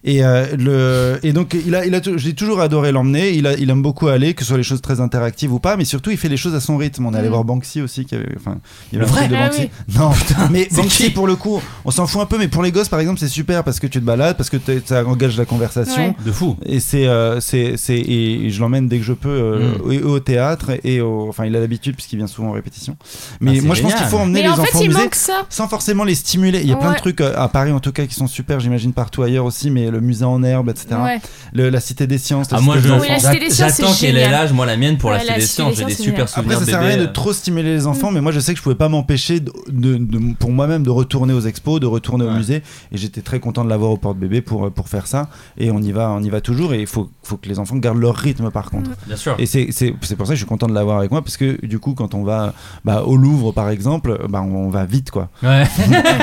B: Et, euh, le, et donc, il a, il a, tou- j'ai toujours adoré l'emmener. Il, a- il aime beaucoup aller, que ce soit les choses très interactives ou pas, mais surtout, il fait les choses à son rythme. On est allé
G: Mm.
B: voir Banksy aussi. Qui avait, enfin, il y avait
F: Le
B: un truc
F: vrai
B: de
G: Ah
B: Banksy.
F: [LAUGHS]
B: Non, mais
F: c'est qui
B: Banksy, pour le coup, on s'en fout un peu, mais pour les gosses, par exemple, c'est super parce que tu te balades, parce que t'es- ça engage la conversation.
G: Ouais.
F: De fou.
B: Et c'est, euh, c'est, c'est- et et je l'emmène dès que je peux euh,
F: Mm.
B: au, et au théâtre et au, enfin il a l'habitude puisqu'il vient souvent en répétition. Mais
F: Ah, c'est
B: moi je pense
F: génial.
B: qu'il faut emmener
G: Mais
B: les
G: en
B: enfants
G: fait,
B: au
G: il
B: musée
G: manque ça.
B: sans forcément les stimuler. Il y a plein de
G: Ouais.
B: trucs euh, à Paris en tout cas qui sont super, j'imagine partout ailleurs aussi, mais le musée en herbe, etc.
G: Ouais.
B: Le- la cité des sciences. La
F: Ah,
B: cité
F: moi,
B: des
F: je.
B: enfants.
G: Oui, la Cité des Sciences,
F: J'attends
G: c'est
F: qu'elle ait
G: génial.
F: l'âge. Moi, la mienne pour la
G: Ouais, la
F: Cité des
G: Cité
F: Sciences,
G: des
F: j'ai des
G: Sciences,
F: super
G: c'est
B: Après,
F: souvenirs.
B: ça sert à
F: bébés,
B: rien de
F: euh.
B: trop stimuler les
G: Mm.
B: enfants, mais moi je sais que je pouvais pas m'empêcher de, de- de- pour moi-même de retourner aux expos, de retourner au
F: Ouais.
B: musée, et j'étais très content de l'avoir au porte-bébé pour, euh, pour faire ça. Et on y va, on y va toujours, et il faut, faut que les enfants gardent leur rythme par
G: Mm.
B: contre.
F: Bien sûr.
B: Et c'est c'est- c'est pour ça que je suis content de l'avoir avec moi, parce que du coup, quand on va bah, au Louvre par exemple, bah, on, va vite
G: [LAUGHS]
B: quoi.
F: Ouais.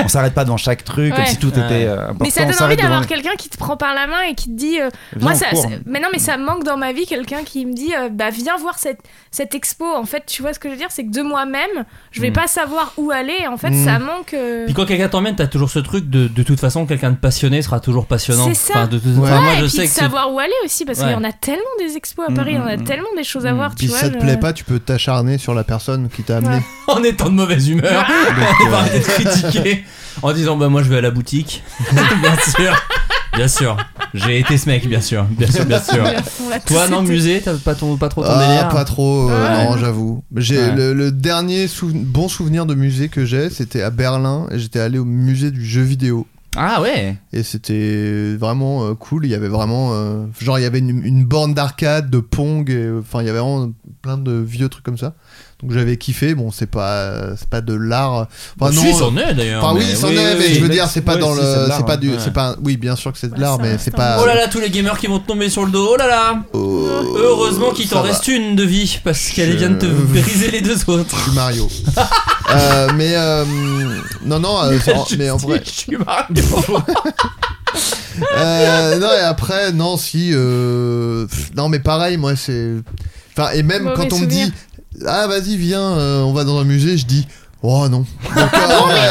B: on s'arrête pas devant chaque truc, comme
G: Ouais.
B: si tout
F: Ouais.
B: était euh, important.
G: Mais ça
B: on
G: donne envie
B: s'arrête devant-
G: d'avoir quelqu'un qui te prend par la main et qui te dit euh,
B: Viens,
G: moi
B: on
G: ça
B: court.
G: ça- mais non mais ça me manque dans ma vie quelqu'un qui me dit euh, bah viens voir cette cette expo en fait tu vois ce que je veux dire c'est que de moi-même je vais
F: Mm.
G: pas savoir où aller en fait
H: Mm.
G: ça manque euh,
F: Puis quand quelqu'un t'emmène, t'as toujours ce truc de de toute façon, quelqu'un de passionné sera toujours passionnant.
G: C'est ça.
F: Enfin, de toute-
H: Ouais.
F: enfin, moi,
G: et
F: je
G: puis
F: sais
G: de
F: que c'est-
G: savoir où aller aussi parce
F: Ouais.
G: qu'il y en a tellement des expos à
B: Mm,
G: Paris il y en
B: mm,
G: a
B: mm.
G: tellement des choses à
F: Mm.
G: voir tu
H: Puis
G: vois
H: si ça te
G: je-
H: plaît pas, tu peux t'acharner sur la personne qui t'a amené.
G: euh, Ouais.
F: [LAUGHS] en étant de mauvaise humeur,
G: Ah.
F: [LAUGHS] on va arrêter de
H: [LAUGHS]
F: critiquer en disant bah moi je vais à la boutique. [LAUGHS] bien sûr, bien sûr. J'ai été ce mec, bien sûr, bien sûr, bien sûr.
G: On l'a tous
F: Toi non
G: été.
F: musée, t'as pas ton pas trop ton
H: Ah,
F: délire.
H: pas trop,
G: Ouais.
H: euh, non, j'avoue. J'ai
F: Ouais.
H: le, le dernier sou- bon souvenir de musée que j'ai, c'était à Berlin et j'étais allé au musée du jeu vidéo.
F: Ah ouais.
H: Et c'était vraiment euh, cool. Il y avait vraiment. euh, genre, il y avait une, une borne d'arcade, de Pong. et, euh, Enfin, il y avait vraiment plein de vieux trucs comme ça. Donc j'avais kiffé. Bon, c'est pas, c'est pas de l'art. Enfin, euh,
F: Si, c'en est d'ailleurs.
H: Enfin, oui,
F: mais-
H: c'en est, mais je veux
B: hein, oui.
H: dire, c'est pas
B: Ouais,
H: dans
B: si, c'est de
H: le.
B: l'art,
H: C'est pas
B: ouais.
H: du.
F: Ouais.
H: C'est pas. Oui, bien sûr que c'est de
G: Ouais,
H: l'art,
G: ça
H: mais
G: reste
H: c'est
G: un
H: pas.
F: Oh là là, tous les gamers qui vont te tomber sur le dos. Oh là là.
H: Oh,
F: Heureusement qu'il
H: ça
F: t'en
H: va.
F: reste une de vie parce qu'elle
H: Je-
F: vient
H: [LAUGHS]
F: de te briser les deux
H: Je
F: autres.
H: suis Mario. Euh, mais euh, non non euh, c'est-
F: Je
H: mais en
F: dis,
H: vrai
F: [LAUGHS] je suis
H: [LAUGHS]
F: Mario.
H: Euh, non et après non si euh, pff, non mais pareil moi c'est enfin et même
G: Mauvais
H: quand on me
G: souvenir.
H: dit ah vas-y viens euh, on va dans un musée je dis oh
G: [LAUGHS]
H: non Donc, euh, ouais,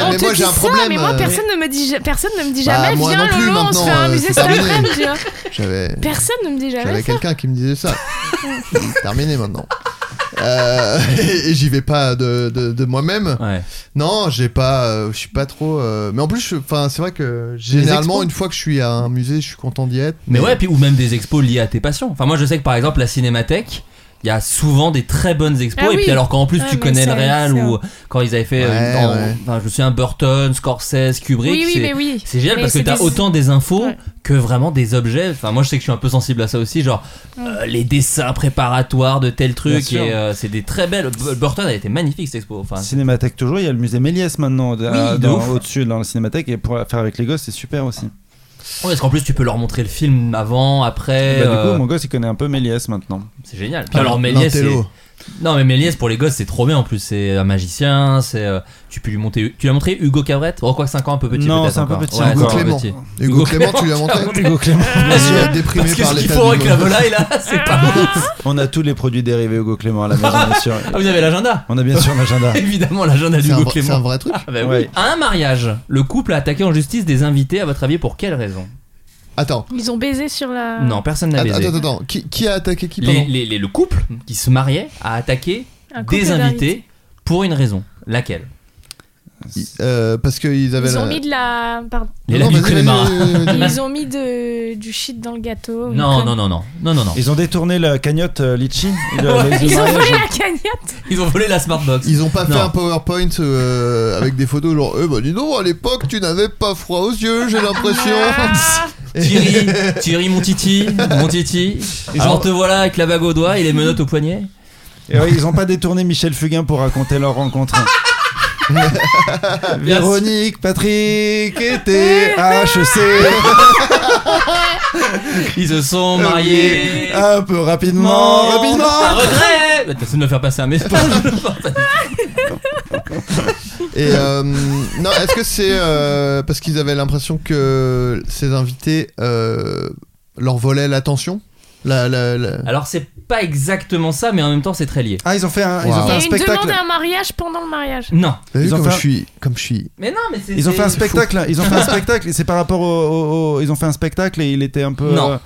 G: On
H: mais
G: te
H: moi
G: dit
H: j'ai un
G: ça,
H: problème
G: mais moi
H: euh,
G: personne ne me dit ja- personne ne me dit
H: Bah,
G: jamais
H: moi
G: viens
H: non plus,
G: Lolo on se fait
H: maintenant,
G: un
H: euh,
G: musée
H: c'est
G: cet
H: terminé.
G: après-midi tu vois.
H: j'avais
G: personne ne me dit
H: j'avais
G: jamais ça
H: quelqu'un qui me
G: [LAUGHS]
H: disait ça terminé maintenant Euh, [LAUGHS] et j'y vais pas de, de, de moi-même
F: Ouais.
H: non j'ai pas euh, je suis pas trop euh, mais en plus je- enfin c'est vrai que généralement
F: expos.
H: une fois que je suis à un musée je suis content d'y être
F: Mais ouais, puis, ou même des expos liées à tes passions. Enfin, moi, je sais que par exemple, la cinémathèque, il y a souvent des très bonnes expos.
G: Ah
F: et
G: oui.
F: puis alors qu'en plus
G: Ouais,
F: tu
G: mais
F: connais le
G: c'est-
F: Real
G: c'est
F: ou
G: un-
F: quand ils avaient fait, euh,
H: Ouais,
F: dans-
H: ouais.
F: enfin, je me souviens Burton, Scorsese, Kubrick.
G: Oui, oui,
F: c'est-
G: mais oui.
F: C'est génial
G: Mais
F: parce que
G: c'est
F: t'as
G: des-
F: autant des infos que vraiment des objets. Enfin moi je sais que je suis un peu sensible à ça aussi, genre euh, les dessins préparatoires de tel
B: Bien
F: truc
B: sûr.
F: et euh, c'est des très belles. B- Burton a été magnifique cette expo. Enfin,
B: Cinémathèque toujours, il y a le musée Méliès maintenant à-
F: de
B: dans-
F: ouf.
B: au-dessus dans la cinémathèque et pour la faire avec les gosses c'est super aussi.
F: Ouais, parce qu'en plus, tu peux leur montrer le film avant, après.
B: Bah, Du
F: euh,
B: coup mon gosse il connaît un peu Méliès maintenant.
F: C'est génial. Puis
B: Ah,
F: alors, Méliès. c'est-
B: l'intello.
F: Non, mais Méliès, pour les gosses, c'est trop bien en plus. C'est un magicien, c'est. euh, Tu peux lui monter. Tu lui as montré Hugo Cabrette Oh, quoi que 5 ans, un peu petit.
B: Non,
F: peut-être
B: c'est un peu
F: encore.
B: petit
F: Ouais,
B: encore.
F: c'est un peu
H: Clément.
F: petit.
H: Hugo Clément, tu lui as montré
B: Hugo Clément.
H: Bien sûr, déprimé
F: Parce que
H: par
F: ce qu'ils
H: l'état
F: font
H: du
F: avec la
H: monde.
F: volaille, là, c'est pas
H: Ah.
F: ouf.
B: [LAUGHS] On a tous les produits dérivés Hugo Clément à la maison bien sûr.
F: Ah, vous avez l'agenda
B: On a bien sûr l'agenda.
F: Évidemment, l'agenda
H: Ah. C'est un
F: d'Hugo
H: vrai- c'est un
F: Clément.
H: vrai truc.
F: Ah, bah oui.
B: Ouais.
F: À un mariage, le couple a attaqué en justice des invités, à votre avis, pour quelle raison
H: Attends,
G: Ils ont baisé sur la.
F: Non, personne n'a
H: attends,
F: baisé.
H: attends, attends. Qui, qui a attaqué qui
F: Les-
H: pardon
F: les- les- le couple qui se mariait a attaqué
G: Un couple
F: des
G: d'invités.
F: invités pour une raison. Laquelle
H: Euh, Parce qu'ils avaient.
G: Ils
H: la-
G: ont mis de la. Pardon.
F: Les
H: Non,
F: lames
H: non,
F: du
H: vas-y,
F: Clément.
H: vas-y, vas-y, vas-y, vas-y.
G: Ils ont mis de... du shit dans le gâteau. Oh, une
F: Non,
G: conne-
F: non, non, non, [LAUGHS] non, non, non.
B: Ils ont détourné la cagnotte euh,
F: [LAUGHS]
B: Litchi. le- le-
G: Ils ont
B: mariage.
G: volé la cagnotte.
F: Ils ont volé la Smartbox.
H: Ils ont pas fait
F: Non.
H: un PowerPoint euh, avec des photos genre, eh ben dis donc, à l'époque tu n'avais pas froid aux yeux, j'ai l'impression.
G: [LAUGHS] Ah.
F: Thierry, Thierry, mon titi, mon titi. Genre te voilà avec la bague au doigt et les menottes au poignet.
B: Et ouais, ils ont pas détourné Michel Fugain pour raconter leur
G: [LAUGHS]
B: rencontre. Véronique, Patrick était à HEC
F: Ils se sont mariés. Oh,
B: un peu
H: Oh,
B: rapidement,
F: À
B: rapidement.
F: regret Bah, T'essaies de me faire passer un message. [LAUGHS]
H: Et euh, non, est-ce que c'est euh, parce qu'ils avaient l'impression que ces invités euh, leur volaient l'attention la, la, la-
F: Alors c'est pas exactement ça, mais en même temps c'est très lié.
B: Ah, ils ont fait un, ils
H: Wow.
B: ont fait
G: Il y a
B: un
G: une demande
B: spectacle.
G: à un mariage pendant le mariage.
F: Non.
H: T'as vu
B: Ils ont
H: comme,
B: fait
H: je
B: un-
H: suis, comme je suis.
F: Mais non, mais c'est.
B: Ils ont fait un
F: c'est-
B: spectacle. Ils ont fait un spectacle. et C'est par rapport au, au- au- ils ont fait un spectacle et il était un peu
F: Non.
B: euh,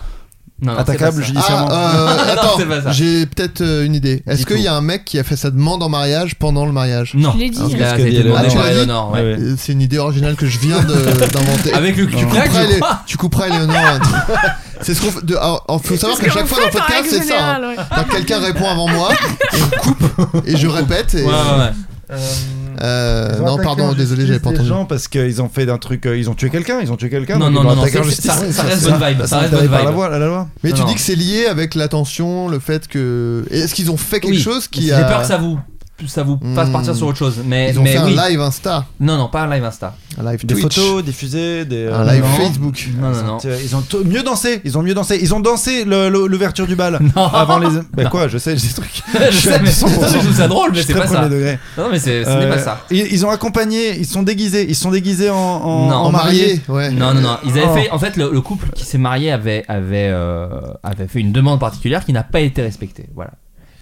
F: Non, non, c'est
B: attaquable
F: pas ça.
B: judiciairement.
H: Ah,
F: [LAUGHS]
H: euh,
F: Non,
H: attends,
F: c'est pas ça.
H: j'ai peut-être euh, une idée. Est-ce
B: Dis-toi.
H: qu'il y a un mec qui a fait sa demande en mariage pendant le mariage
F: Ah, Non.
G: Je l'ai dit.
F: Il a
B: Qu'est-ce que dit
F: été
B: Eleanor
F: demandé
H: Ah, tu
F: par
H: l'as dit
F: Eleanor, ouais.
B: Ouais, ouais.
H: Euh, C'est une idée originale que je
F: [LAUGHS]
H: viens de- d'inventer.
F: Avec le
B: Non.
F: cul
H: tu
F: clac,
H: couperas,
F: je
H: les,
F: crois.
H: tu couperas Eleanor. [LAUGHS] C'est ce qu'on fait. de- alors, alors, faut savoir
G: C'est
H: qu'à
G: ce
H: chaque
G: qu'on
H: fois dans le
G: fait, par
H: podcast,
G: règle
H: c'est ça. hein.
G: générale, ouais.
H: Quand quelqu'un répond avant moi, on coupe et je répète. Et,
F: Ouais, ouais, ouais.
H: Euh,
B: Ils ont
H: non,
B: attaqué en
H: pardon,
B: justice
H: désolé, j'avais pas
B: des
H: entendu.
B: gens parce qu'ils ont fait un truc, euh, ils ont tué quelqu'un, ils ont tué quelqu'un.
F: Non,
B: donc
F: non,
B: ils l'ont
F: non, non,
B: attaqué en
F: c'est-
B: justice.
F: ça- ça reste
B: C'est-
F: bonne vibe, ça reste bonne
B: interdit par la
F: vibe.
B: loi, la- la loi.
H: Mais tu
F: Non.
H: dis que c'est lié avec l'attention, le fait que. Et Est-ce qu'ils ont fait quelque
F: Oui.
H: chose qui
F: J'ai
H: a.
F: peur que ça vous. Ça vous fasse
H: Hmm.
F: partir sur autre chose, mais,
H: Ils ont
F: mais
H: fait un
F: oui.
H: live Insta,
F: Non, non, pas un live Insta.
H: un live
B: Des
H: Twitch,
B: photos diffusées, des.
H: un
B: euh,
H: live
F: Non.
H: Facebook.
F: Non, non, non.
B: Tiens, Ils ont t- mieux dansé, ils ont mieux dansé, ils ont dansé le- le- l'ouverture du bal
F: [LAUGHS] Non.
B: avant les. Bah quoi, je sais, j'ai des trucs.
F: [LAUGHS] je
B: suis
F: sais,
B: à
F: mais
B: 200%.
F: je trouve ça drôle,
B: Je
F: mais
B: suis
F: c'est
B: très
F: pas ça.
B: premier degré.
F: Non, mais c'est- ce n'est
B: Euh,
F: pas ça.
B: Ils, ils ont accompagné, ils sont déguisés, ils sont déguisés en, en,
F: Non.
B: en
H: En
B: mariés.
H: marié, ouais.
F: Non, non, non. Ils avaient
B: Oh.
F: fait. En fait, le, le couple qui s'est marié avait, avait, euh, avait fait une demande particulière qui n'a pas été respectée. Voilà.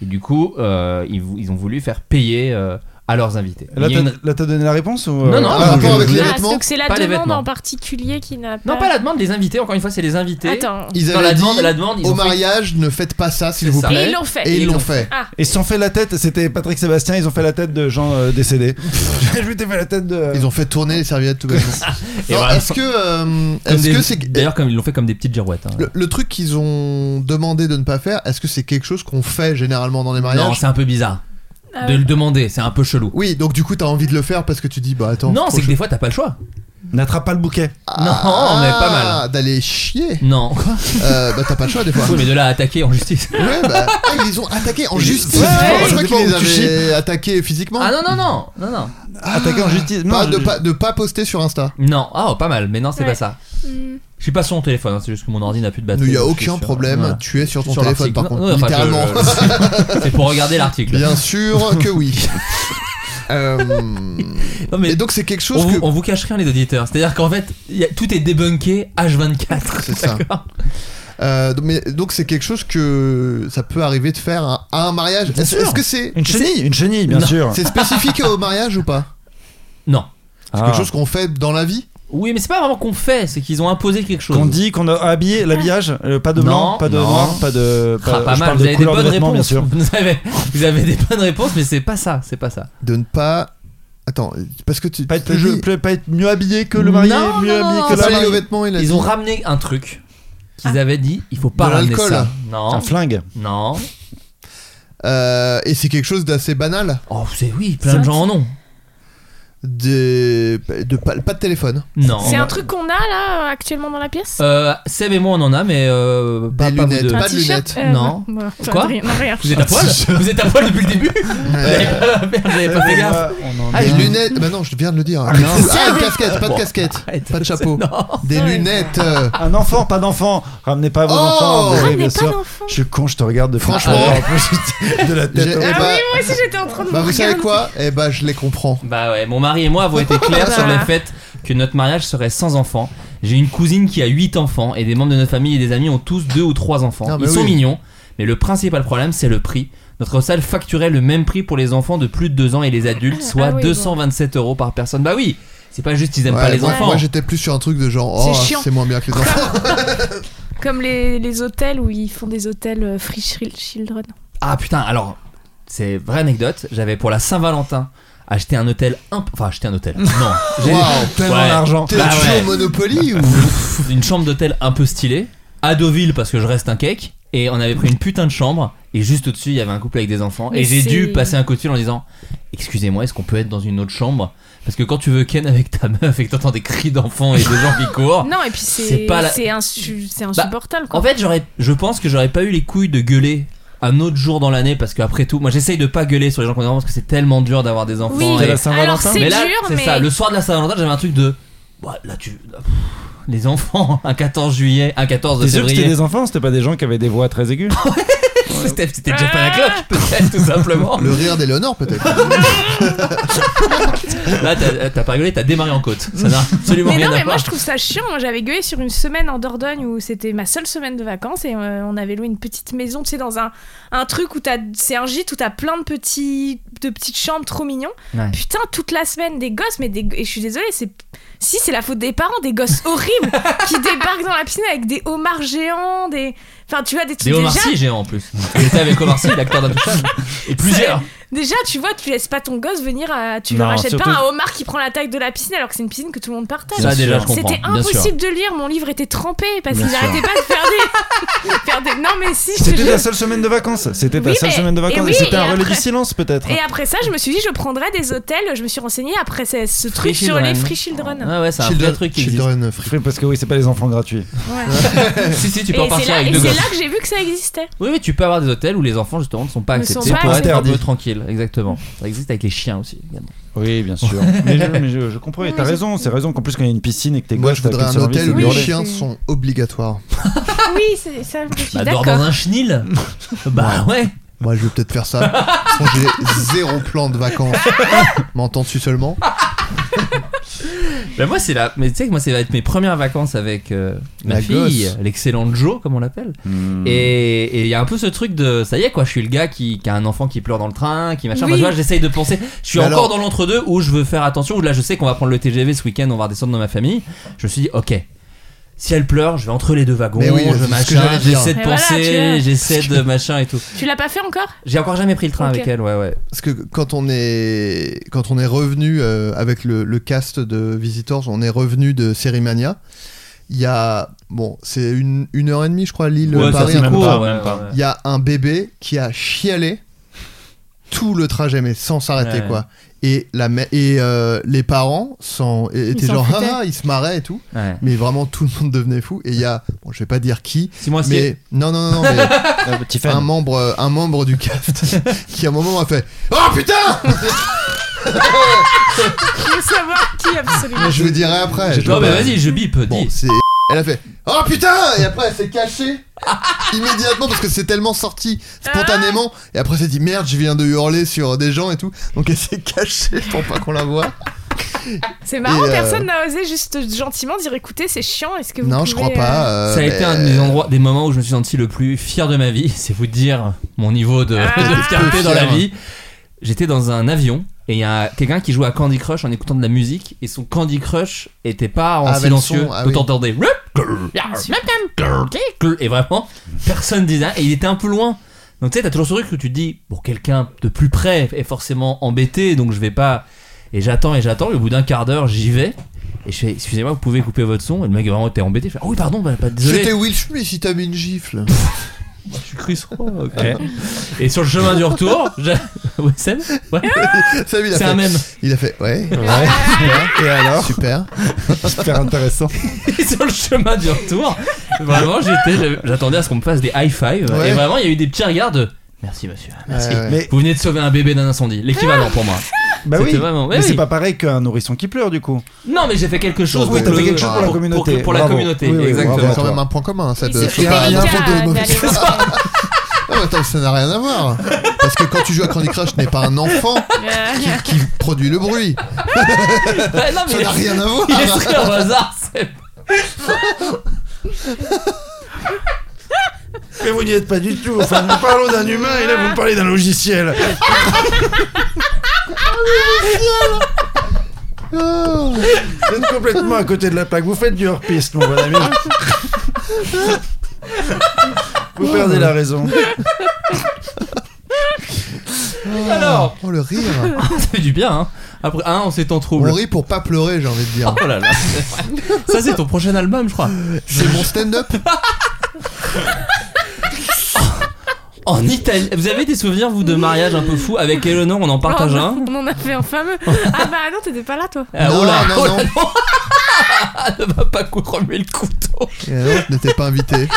F: Et du coup, euh, ils, vou- ils ont voulu faire payer euh, à leurs invités.
B: Là,
F: Il y a
B: t'as
F: une-
B: là, t'as donné la réponse ou
F: Non, non,
B: Ah,
H: Par
B: ok,
H: rapport
B: ok.
H: avec les
G: Ah,
H: vêtements,
G: donc c'est la
F: Pas les
G: demande
F: vêtements.
G: en particulier qui n'a pas.
F: Non, pas la demande des invités. Encore une fois, c'est les invités.
G: Attends.
H: Ils
F: Non,
H: avaient
F: la
H: dit
F: demande, la demande, ils
H: au
F: ont fait-
H: mariage, ne faites pas ça, s'il
F: C'est
H: vous
F: ça.
H: plaît.
G: Et ils l'ont fait.
H: Et ils l'ont fait.
G: Ah.
B: Ils se sont fait la tête, c'était Patrick Sébastien, ils ont fait la tête de gens euh,
F: [LAUGHS]
B: décédés. je m'étais fait la tête de.
H: Ils ont fait tourner les serviettes tout bêtement.
F: Et
H: Non,
F: voilà.
H: Est-ce que. euh,
F: Comme
H: Est-ce
F: des-
H: que c'est.
F: D'ailleurs, comme ils l'ont fait comme des petites girouettes. hein.
H: Le, le truc qu'ils ont demandé de ne pas faire, est-ce que c'est quelque chose qu'on fait généralement dans les
F: Non,
H: mariages
F: c'est un peu bizarre
G: Ah
F: de
G: ouais.
F: le demander. C'est un peu chelou.
H: Oui, donc du coup t'as envie de le faire parce que tu dis bah attends.
F: non,
H: trop
F: c'est que
H: chaud.
F: des fois, t'as pas le choix.
B: N'attrape pas le bouquet.
F: Non, mais pas mal.
H: Ah, D'aller
F: [LAUGHS]
H: chier.
F: Non. Quoi
H: Euh, bah t'as pas le choix des fois.
F: Oui, mais de là à attaquer en justice.
H: Ouais, bah ah, ils les ont attaqués en
B: Ils-
H: justice.
B: Ouais,
H: je
B: ouais,
H: crois
B: ça
H: qu'ils
B: dépend
H: les
B: où tu
H: avaient attaqués physiquement.
F: Ah non, non, non, non, non.
B: Attaquer en justice. Non,
H: pas, de,
B: je-
H: pas, de pas poster sur Insta.
F: Non, ah, oh, pas mal, mais non, c'est
G: Ouais.
F: pas ça.
G: Hmm.
F: Je suis pas sur mon téléphone, hein, c'est juste que mon ordi n'a plus de
H: Il
F: batterie.
H: n'y a
F: donc je suis
H: aucun
F: sur-
H: problème.
F: voilà.
H: Tu es sur ton
F: Sur
H: téléphone
F: l'article.
H: par
F: Non,
H: contre.
F: non, enfin,
H: littéralement.
F: je- je- c'est pour regarder l'article.
B: [LAUGHS]
H: Bien sûr que oui. Euh,
F: Non, mais
H: Et donc c'est quelque chose
F: on, vous,
H: que.
F: on vous cache rien, les auditeurs. C'est-à-dire qu'en fait, il y a- tout est débunké H24.
H: C'est ça.
F: d'accord
H: Euh, mais donc c'est quelque chose que ça peut arriver de faire à, à un mariage. Est-ce
B: sûr.
H: est-ce que c'est
B: Une chenille, une chenille, bien
F: Non,
B: sûr.
H: c'est spécifique au mariage ou pas
F: Non.
B: Ah.
H: C'est quelque chose qu'on fait dans la vie
F: Oui, mais c'est pas vraiment qu'on fait, c'est qu'ils ont imposé quelque chose.
B: Qu'on dit qu'on a habillé l'habillage, euh, pas de
F: Non,
B: blanc, pas de
F: non.
B: noir, pas de.
F: Ah, pas
B: Euh, je parle
F: mal, vous
B: de
F: avez des
B: couleur de
F: bonnes
B: vêtements,
F: réponses.
B: bien sûr.
F: [LAUGHS] Vous, avez, vous avez des bonnes réponses, mais c'est pas ça, c'est pas ça.
H: de ne pas. Attends, parce que tu.
B: Pas être,
H: tu
B: plus
H: dis-
B: jeu- plus- pas être mieux habillé que le marié,
F: Non,
B: mieux
F: non,
B: habillé
F: non,
B: que
H: Pas
B: la
H: les
B: mariée.
H: vêtements, il a
F: Ils
H: dit.
F: ont ramené un truc qu'ils avaient dit, il faut pas
H: Ah. De
F: ramener
H: l'alcool.
F: ça. Non,
B: Un flingue.
F: non,
H: Euh, et c'est quelque chose d'assez banal.
F: Oh, c'est oui, plein de gens en ont.
H: De, de, pas, pas de téléphone.
F: Non.
G: C'est un truc qu'on a là euh, actuellement dans la pièce
F: Euh, Seb et moi on en a, mais euh, pas,
H: Des
F: pas vous
H: lunettes,
F: deux.
H: pas
G: Un
H: de
G: t-shirt
H: lunettes.
G: Euh,
F: Non.
G: ouais. Bon,
F: Quoi
G: rien, rien.
F: Vous êtes à
H: [LAUGHS]
F: poil Vous êtes à poil depuis le début [LAUGHS] J'avais pas- Merde, j'avais pas fait gaffe.
B: euh,
F: Ah,
H: Des
F: j'ai-
H: lunettes. Bah non, je viens de le dire. Ah, une casquette, pas de
F: Bon,
H: casquette,
F: arrête.
H: pas de chapeau.
F: Non.
H: Des lunettes. euh,
B: Un enfant, pas d'enfant. Ramenez pas vos
H: Oh
B: enfants.
H: Ramenez
B: oui, bien
G: Ramenez pas
B: sûr.
G: d'enfant.
B: Je suis con, je te regarde de
H: Franchement.
B: Ah, en plus, de la
H: j'ai-
B: tête.
H: eh
B: au-
G: Ah
H: bah,
G: oui, moi aussi j'étais en train de
H: bah,
G: me
H: vous savez
G: regarder.
H: quoi Eh bah, je les comprends.
F: Bah ouais, mon mari et moi avons été clairs sur le
G: Bah.
F: fait que notre mariage serait sans enfants. J'ai une cousine qui a 8 enfants et des membres de notre famille et des amis ont tous deux ou trois enfants.
H: Ah, mais
F: Ils sont
H: oui.
F: mignons, mais le principal problème c'est le prix. Notre salle facturait le même prix pour les enfants de plus de 2 ans et les adultes,
G: Ah
F: soit
G: oui, bon.
F: 227 euros par personne. Bah oui, c'est pas juste ils aiment
H: Ouais,
F: pas les
H: moi,
F: enfants.
H: moi, j'étais plus sur un truc de genre,
G: C'est
H: oh,
G: chiant.
H: c'est moins bien que les enfants.
G: Comme les, les hôtels où ils font des hôtels euh, free Shri- children.
F: Ah putain, alors, c'est vraie anecdote, j'avais pour la Saint-Valentin acheté un hôtel imp... Enfin, acheté
B: [LAUGHS]
F: un hôtel. Non, j'ai
H: Waouh,
B: tellement
F: Ouais.
B: d'argent.
H: T'es
F: Bah
H: toujours
F: ouais.
H: au
F: [LAUGHS]
H: Monopoly ou
F: une chambre d'hôtel un peu stylée, à Deauville parce que je reste un cake, et on avait pris une putain de chambre, et juste au-dessus il y avait un couple avec des enfants,
G: Mais
F: et j'ai
G: c'est-
F: dû passer un coup de fil en disant Excusez-moi, est-ce qu'on peut être dans une autre chambre Parce que quand tu veux Ken avec ta meuf et que t'entends des cris d'enfants et de gens qui courent.
G: Non, et puis
F: Oh, C'est
G: c'est
F: pas la- Bah,
G: c'est insu- c'est insupportable quoi.
F: En fait, j'aurais, je pense que j'aurais pas eu les couilles de gueuler un autre jour dans l'année parce qu'après tout, moi j'essaye de pas gueuler sur les gens qu'on est parce que c'est tellement dur d'avoir des enfants.
G: oui,
F: et-
G: alors c'est
F: mais là,
G: dur,
F: c'est
G: mais
F: ça. Le soir de la Saint-Valentin, j'avais un truc de. Bah, là, tu. là, pff, les enfants, [LAUGHS] un 14 juillet, un 14 de
B: T'es sûr que
F: février.
B: c'était des enfants, c'était pas des gens qui avaient des voix très aiguës
F: [LAUGHS] C'était c'était déjà pas la
G: Ah
F: cloche, peut-être, tout simplement.
H: le rire d'Eleonore peut-être
F: Là, t'as t'as pas rigolé, t'as démarré en côte. Ça n'a absolument
G: mais
F: rien
G: non,
F: à
G: mais
F: voir.
G: moi je trouve ça chiant. Moi j'avais gueulé sur une semaine en Dordogne où c'était ma seule semaine de vacances et euh, on avait loué une petite maison, tu sais, dans un, un truc où t'as c'est un gîte où t'as plein de petits de petites chambres trop mignons.
F: Ouais.
G: Putain, toute la semaine des gosses, mais des, et je suis désolée, c'est si c'est la faute des parents, des gosses
F: [LAUGHS]
G: horribles qui débarquent dans la piscine avec des homards géants, des enfin tu vois des
F: Des
G: trucs
F: Omar
G: déjà
F: Sy géants en plus. J'étais avec Omar Sy, l'acteur d'Intouchable. Et plusieurs.
G: Déjà, tu vois, tu laisses pas ton gosse venir à. Tu ne
B: Non,
G: rachètes
B: surtout-
G: pas un homard qui prend la taille de la piscine alors que c'est une piscine que tout le monde partage.
F: Ça, déjà, je comprends.
G: C'était
F: Bien sûr.
G: impossible de lire, mon livre était trempé parce
B: Bien
G: qu'ils
B: sûr.
G: arrêtaient pas de faire des... [LAUGHS] faire des. Non, mais si, je te
B: C'était
G: jure.
B: ta seule semaine de vacances. C'était ta
G: Oui,
B: seule
G: mais-
B: semaine de
G: et
B: vacances.
G: oui,
B: C'était
G: et
B: un relais
G: après-
B: du silence peut-être.
G: Et après ça, je me suis dit, je prendrais des hôtels. Je me suis renseignée après ce, ce
F: Free
G: truc sur les
F: Children. Ah,
G: Free Children.
F: Ouais, ouais, c'est un vrai
H: Children,
F: truc qui existe.
H: Children Free.
B: Free, Parce que oui, c'est pas les enfants gratuits.
G: Ouais.
F: Si, si, tu peux en
G: Et c'est
F: partir
G: là,
F: avec
G: et
F: deux
G: c'est
F: gosses.
G: là que j'ai vu que ça existait.
F: Oui, mais tu peux avoir des hôtels où les enfants justement ne sont pas
G: Ne sont
F: acceptés
G: pas
F: pour être un peu
B: interdits.
F: tranquille. Exactement. Ça existe avec les chiens aussi. également.
B: Oui, [LAUGHS] bien sûr. mais je, mais je- je comprends. Et t'as raison. C'est raison qu'en plus, quand il y a une piscine et que t'es
H: Moi,
B: gauche,
H: je voudrais un hôtel où
G: Oui,
H: les
G: c'est-
H: chiens sont obligatoires.
G: [LAUGHS] oui, c'est ça. Je suis
F: Bah, dors dans
G: d'accord.
F: un [LAUGHS] chenil Bah ouais.
H: Moi, je vais peut-être faire ça. De toute façon, j'ai zéro plan
F: [LAUGHS]
H: de vacances. M'entends-tu seulement
F: Bah moi c'est la mais tu sais que moi ça va être mes premières vacances avec euh, ma
H: La
F: fille,
H: gosse.
F: l'excellente Jo comme on l'appelle. Et et il y a un peu ce truc de ça y est quoi, je suis le gars qui, qui a un enfant qui pleure dans le train, qui machin.
G: Oui.
F: Moi, tu vois, j'essaye de penser. Je suis
H: Mais
F: encore
H: alors-
F: dans l'entre-deux où je veux faire attention. Où là je sais qu'on va prendre le TGV ce week-end, on va redescendre dans ma famille. Je me suis dit ok. Si elle pleure, je vais entre les deux wagons,
H: Mais oui,
F: je
H: c'est ce que
F: machin,
H: j'allais dire.
F: j'essaie de
G: Mais voilà,
F: penser,
G: tu vois.
F: j'essaie de machin et tout.
G: Tu l'as pas fait encore
F: J'ai encore jamais pris le train
G: Ok.
F: avec elle, ouais ouais.
H: Parce que quand on est quand on est revenu euh, avec le, le cast de Visitors, on est revenu de Sérimania. Il y a bon, c'est une, une heure et demie, je crois, Lille
F: Ouais, ça,
H: Paris.
F: c'est
H: un
F: même
H: coup.
F: pas,
B: pas,
F: ouais,
B: même pas.
F: ouais, ouais.
H: Il y a un bébé qui a chialé tout le trajet, mais sans s'arrêter
F: Ouais.
H: quoi. Et la mè- et euh, les parents sont, et- étaient
G: s'en
H: genre
G: foutaient.
H: ah, ah, ils se marraient et tout.
F: Ouais.
H: Mais vraiment tout le monde devenait fou. Et il y a bon, je vais pas dire qui,
F: Si moi c'est
H: mais non non non, non mais
B: Petit
H: un
B: fan.
H: membre, euh, un membre du cast [LAUGHS] qui à un moment a fait Oh putain [LAUGHS]
G: Je veux savoir qui
H: [LAUGHS]
G: absolument.
H: Je vous dirai après. je
F: Non
H: veux
F: mais
H: pas-
F: vas-y, je bip,
H: Bon,
F: dis.
H: c'est. Elle a fait Oh putain Et après elle s'est cachée [LAUGHS] immédiatement parce que c'est tellement sorti spontanément. Et après elle s'est dit Merde, je viens de hurler sur des gens et tout. Donc elle s'est cachée pour pas qu'on la voie.
G: C'est marrant,
H: Et, euh,
G: personne n'a osé juste gentiment dire écoutez, c'est chiant, est-ce que vous
H: Non, je
G: pouvez,
H: crois pas.
G: euh,
H: euh,
F: Ça a été
H: mais-
F: un des endroits, des moments où je me suis senti le plus fier de ma vie. [LAUGHS] C'est vous dire mon niveau de,
G: Ah.
F: de fierté dans la
H: Fier.
F: vie. J'étais dans un avion et il y a quelqu'un qui jouait à Candy Crush en écoutant de la musique et son Candy Crush était pas en
H: Ah, avec
F: silencieux.
H: le son, ah
F: Donc
H: oui.
F: t'entendais [LAUGHS] et vraiment personne disait rien. et il était un peu loin. Donc tu sais, t'as toujours ce truc où tu te dis bon quelqu'un de plus près est forcément embêté donc je vais pas et j'attends et j'attends et au bout d'un quart d'heure j'y vais. Et je fais, excusez-moi, vous bah, pouvez couper votre son. Et le mec vraiment était embêté. Je fais, ah oui, pardon, bah, pas désolé.
H: J'étais Will Smith, il t'a mis une gifle.
F: Je suis Chris Roy, ok. Et sur le chemin du retour, [LAUGHS] je... ouais, Seb
B: [LAUGHS]
F: Ouais.
H: Sam,
F: [LAUGHS]
H: il a
F: C'est
H: fait-
F: un même.
H: Il a fait, ouais, ouais,
B: Et alors
H: super.
B: Super intéressant.
F: Et sur le chemin du retour, vraiment, j'étais, j'avais- j'attendais à ce qu'on me fasse des high five.
H: Ouais.
F: Et vraiment, il y a eu des petits regards de merci monsieur, merci.
H: Ouais, ouais.
B: Euh, Mais,
F: Vous venez de sauver un bébé d'un incendie, l'équivalent pour moi.
B: bah
F: C'était
B: oui,
F: vraiment- ouais,
B: mais c'est
F: oui.
B: pas pareil qu'un nourrisson qui pleure du coup.
F: Non, mais j'ai fait quelque chose
B: Oui,
F: pour,
B: t'as
F: le-
B: fait quelque chose pour la communauté.
F: Pour, la
B: Bravo.
F: communauté,
B: Oui, oui,
H: Il y a
B: bravo.
F: exactement.
H: quand
B: toi.
H: même un point commun, euh, ça
G: Oui,
H: de.
G: c'est
H: faut pas-
G: hyper
H: il y a un
G: délicat
H: peu de
G: d'aller
H: mauvais- Non, attends, ça n'a rien à voir. Parce que quand tu joues à Candy Crush, tu n'es pas un enfant
G: Euh,
H: qui produit le bruit.
F: Ouais, non, mais
H: Ça n'a rien à voir.
F: [LAUGHS] Il est pris au hasard, c'est.
B: Mais vous n'y êtes pas du tout. Enfin, nous parlons d'un humain et là vous me parlez d'un [LAUGHS] logiciel.
H: Ah.
B: Vous êtes complètement à côté de la plaque. Vous faites du hors-piste, mon bon ami. Vous perdez la raison.
F: Alors
H: Oh le rire.
F: Ça fait du bien, hein. Après, un, on s'est en trouble.
H: On rit pour pas pleurer, j'ai envie de dire.
F: Oh là là. Ça, c'est ton prochain album, je crois.
H: C'est mon stand-up.
F: En Italie. Vous avez des souvenirs, vous, de mariage un peu fou Avec Eleanor, on en
B: Oh,
F: partage
G: on,
F: un.
G: on en a fait un fameux. Ah bah non, t'étais pas là toi.
F: Ah,
H: Non,
F: oh là,
H: non,
F: oh là,
H: non.
F: non. Ne va pas cou- remuer le couteau.
H: Et alors, je n'étais Eh, pas invité.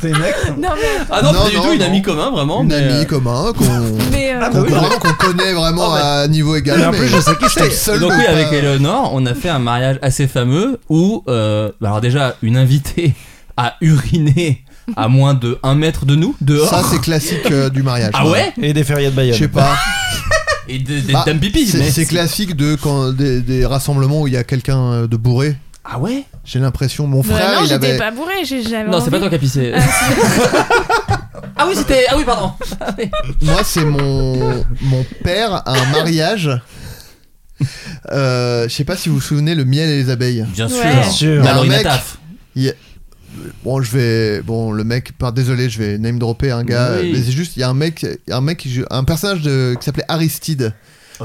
B: C'est une ex
G: Non mais.
F: Ah non,
H: Non,
F: pas du
H: non,
F: tout, une
H: non.
F: amie commun, vraiment.
H: Une
F: mais, euh,
H: amie commun qu'on
G: mais, euh,
B: Ah,
H: qu'on
B: bah oui,
H: vraiment qu'on connaît vraiment
F: Oh, bah.
H: à niveau égal.
B: Et en plus, je sais qui
H: j'étais
B: c'est.
H: le seul
F: Donc
H: de
F: oui,
H: pas-
F: avec Eleanor, on a fait un mariage assez fameux où, euh, bah alors déjà, une invitée a uriné à moins de 1 mètre de nous, dehors.
H: Ça, c'est classique euh, du mariage.
F: ah ouais
B: Et des férias de
H: Je
B: Bayonne.
H: sais pas.
F: Et des, des
H: Bah,
F: dames pipi,
H: c'est-
F: mais-
H: C'est classique de quand des, des rassemblements où il y a quelqu'un euh, de bourré.
F: Ah ouais
H: J'ai l'impression, mon
G: bah
H: frère,
G: non,
H: il
G: j'étais
H: avait.
G: pas bourré, j'ai- j'avais.
F: Non, c'est pas
G: envie.
F: toi qui as pissé. [LAUGHS] ah oui, c'était. Ah oui, pardon. Ah oui.
H: Moi, c'est mon mon père à un mariage. Euh, je sais pas si vous vous souvenez le miel et les abeilles.
F: Bien
G: Ouais.
F: sûr.
G: Bien
B: sûr.
H: Alors,
F: Alors, une
H: mec,
F: taf.
H: Bon, je vais. Bon, le mec. par- Désolé, je vais name dropper un gars.
F: Oui.
H: Mais c'est juste, il y a un mec, il y a un mec, qui joue- un personnage de- qui s'appelait Aristide.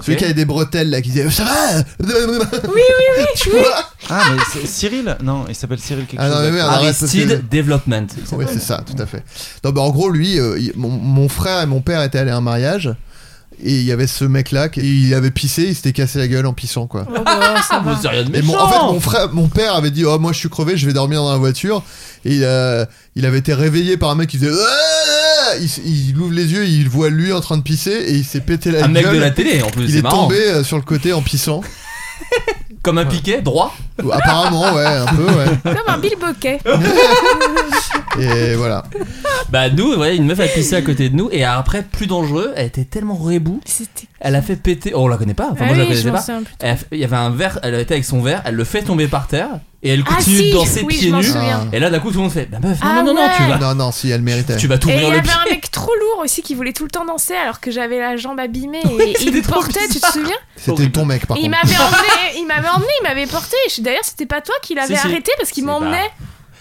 H: Celui qui avait des bretelles là, qui disait ça va. Oui, [LAUGHS] oui, oui. Tu vois
B: Ah, mais c'est Cyril Non, il s'appelle Cyril quelque
H: Ah non,
B: chose.
H: mais merde, arrête, parce que-
F: Aristide Development.
H: Oui, c'est ça, tout à fait. Non, bah, en gros, lui, euh, il- mon, mon frère et mon père étaient allés à un mariage. Et il y avait ce mec-là, qui- il avait pissé, il s'était cassé la gueule en pissant, quoi.
G: Oh, bah, ça va.
F: Vous seriez de
H: Et
F: méchant.
H: mon- en fait, mon, frère, mon père avait dit Oh, moi je suis crevé, je vais dormir dans la voiture. Et il, euh, il avait été réveillé par un mec qui faisait Ah il, s- il ouvre les yeux, il voit lui en train de pisser et il s'est pété la
F: Un
H: gueule.
F: mec de la télé en plus,
H: il
F: c'est
H: est
F: marrant.
H: tombé euh, sur le côté en pissant.
F: Comme un piquet, droit.
H: Apparemment, ouais, un peu, ouais.
G: Comme un bilboquet. [LAUGHS]
H: Et voilà.
F: Bah, nous, ouais, une meuf a pissé à côté de nous et après, plus dangereux, elle était tellement rebou,
G: C'était.
F: elle a fait péter. Oh, on la connaît pas. Enfin,
G: ah
F: moi, je la
G: oui, je
F: connaissais
G: m'en
F: pas.
G: souviens plus.
F: Elle a fait- Il y avait un verre, elle était avec son verre, elle le fait tomber par terre et elle
G: Ah,
F: continue
G: si,
F: de danser
G: oui,
F: pieds
G: je m'en
F: nus.
G: souviens.
F: Et là, d'un coup, tout le monde fait Bah, meuf, non,
G: Ah
F: non, non, non, tu
G: ouais.
F: vas.
H: Non, non, si, elle méritait.
F: Tu vas
G: Et il y
F: t'ouvrir
G: avait
F: le pied.
G: un mec trop lourd aussi qui voulait tout le temps danser alors que j'avais la jambe abîmée et il
F: c'était
G: me
F: trop
G: portait, tu te
F: bizarre.
G: souviens
H: C'était
F: horrible.
H: ton mec, par
G: Et il
H: contre.
G: m'avait emmené, il m'avait emmené, il m'avait porté. Je- D'ailleurs, c'était pas toi qui l'avais
F: Si, si.
G: arrêté parce qu'il
F: C'est
G: m'emmenait.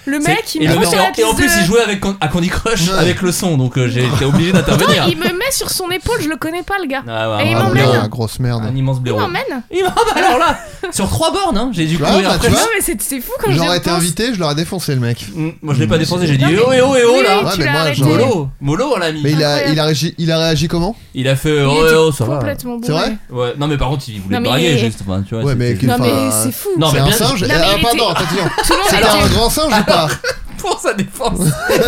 G: Le mec,
F: C'est-
G: il
F: et,
G: me
F: le
G: met
F: mec-
G: sur la
F: et en
G: piste
F: plus,
G: de-
F: il jouait avec, con- à Candy Crush
H: Ouais.
F: avec le son, donc euh, j'ai
G: [LAUGHS]
F: été obligé d'intervenir.
G: Non, il me met sur son épaule, je le connais pas, le gars.
F: Ah, ouais,
G: Et il
F: vraiment,
H: Ah,
G: m'emmène.
H: putain, grosse merde.
F: Un immense
G: Il
F: blaireau.
G: m'emmène
F: Il m'a- bah alors là, sur trois bornes, hein, j'ai dû
H: Tu vois,
F: courir
H: bah,
F: après.
H: tu vois.
G: Non, mais c'est c'est fou quand
H: J'aurais
G: j'y
H: été
G: repense.
H: invité, je l'aurais défoncé le mec.
F: Mm, Moi, je l'ai pas défoncé, j'ai dit
G: Non, mais-
F: eh oh, eh oh, eh oh
G: Oui,
F: là.
G: oui,
H: Ouais,
G: tu
H: mais
G: l'as
H: moi,
G: arrêté.
H: j'aurais-
F: Molo, Molo, on l'a mis.
H: Mais il a,
G: Incroyable.
H: il a réagi, il a réagi comment
F: Il a fait euh,
G: Il
F: oh,
G: était
F: eh oh, ça va.
G: complètement
H: C'est
G: bourré.
H: vrai
F: Ouais, non, mais par contre, il voulait
G: Non, mais-
F: braguer juste. Enfin, tu vois,
H: Ouais, mais
F: c'était-
H: que-
G: Non, mais
H: Enfin,
G: c'est fou.
F: Non,
H: C'est
F: mais
H: un
F: bien-
H: singe
G: Non, mais
H: Ah,
G: il
H: pardon,
G: était-
H: attention.
G: Tout le monde
H: C'était un
G: était-
H: grand singe ou pas
F: [LAUGHS] Pour sa
H: [LAUGHS]
F: défense,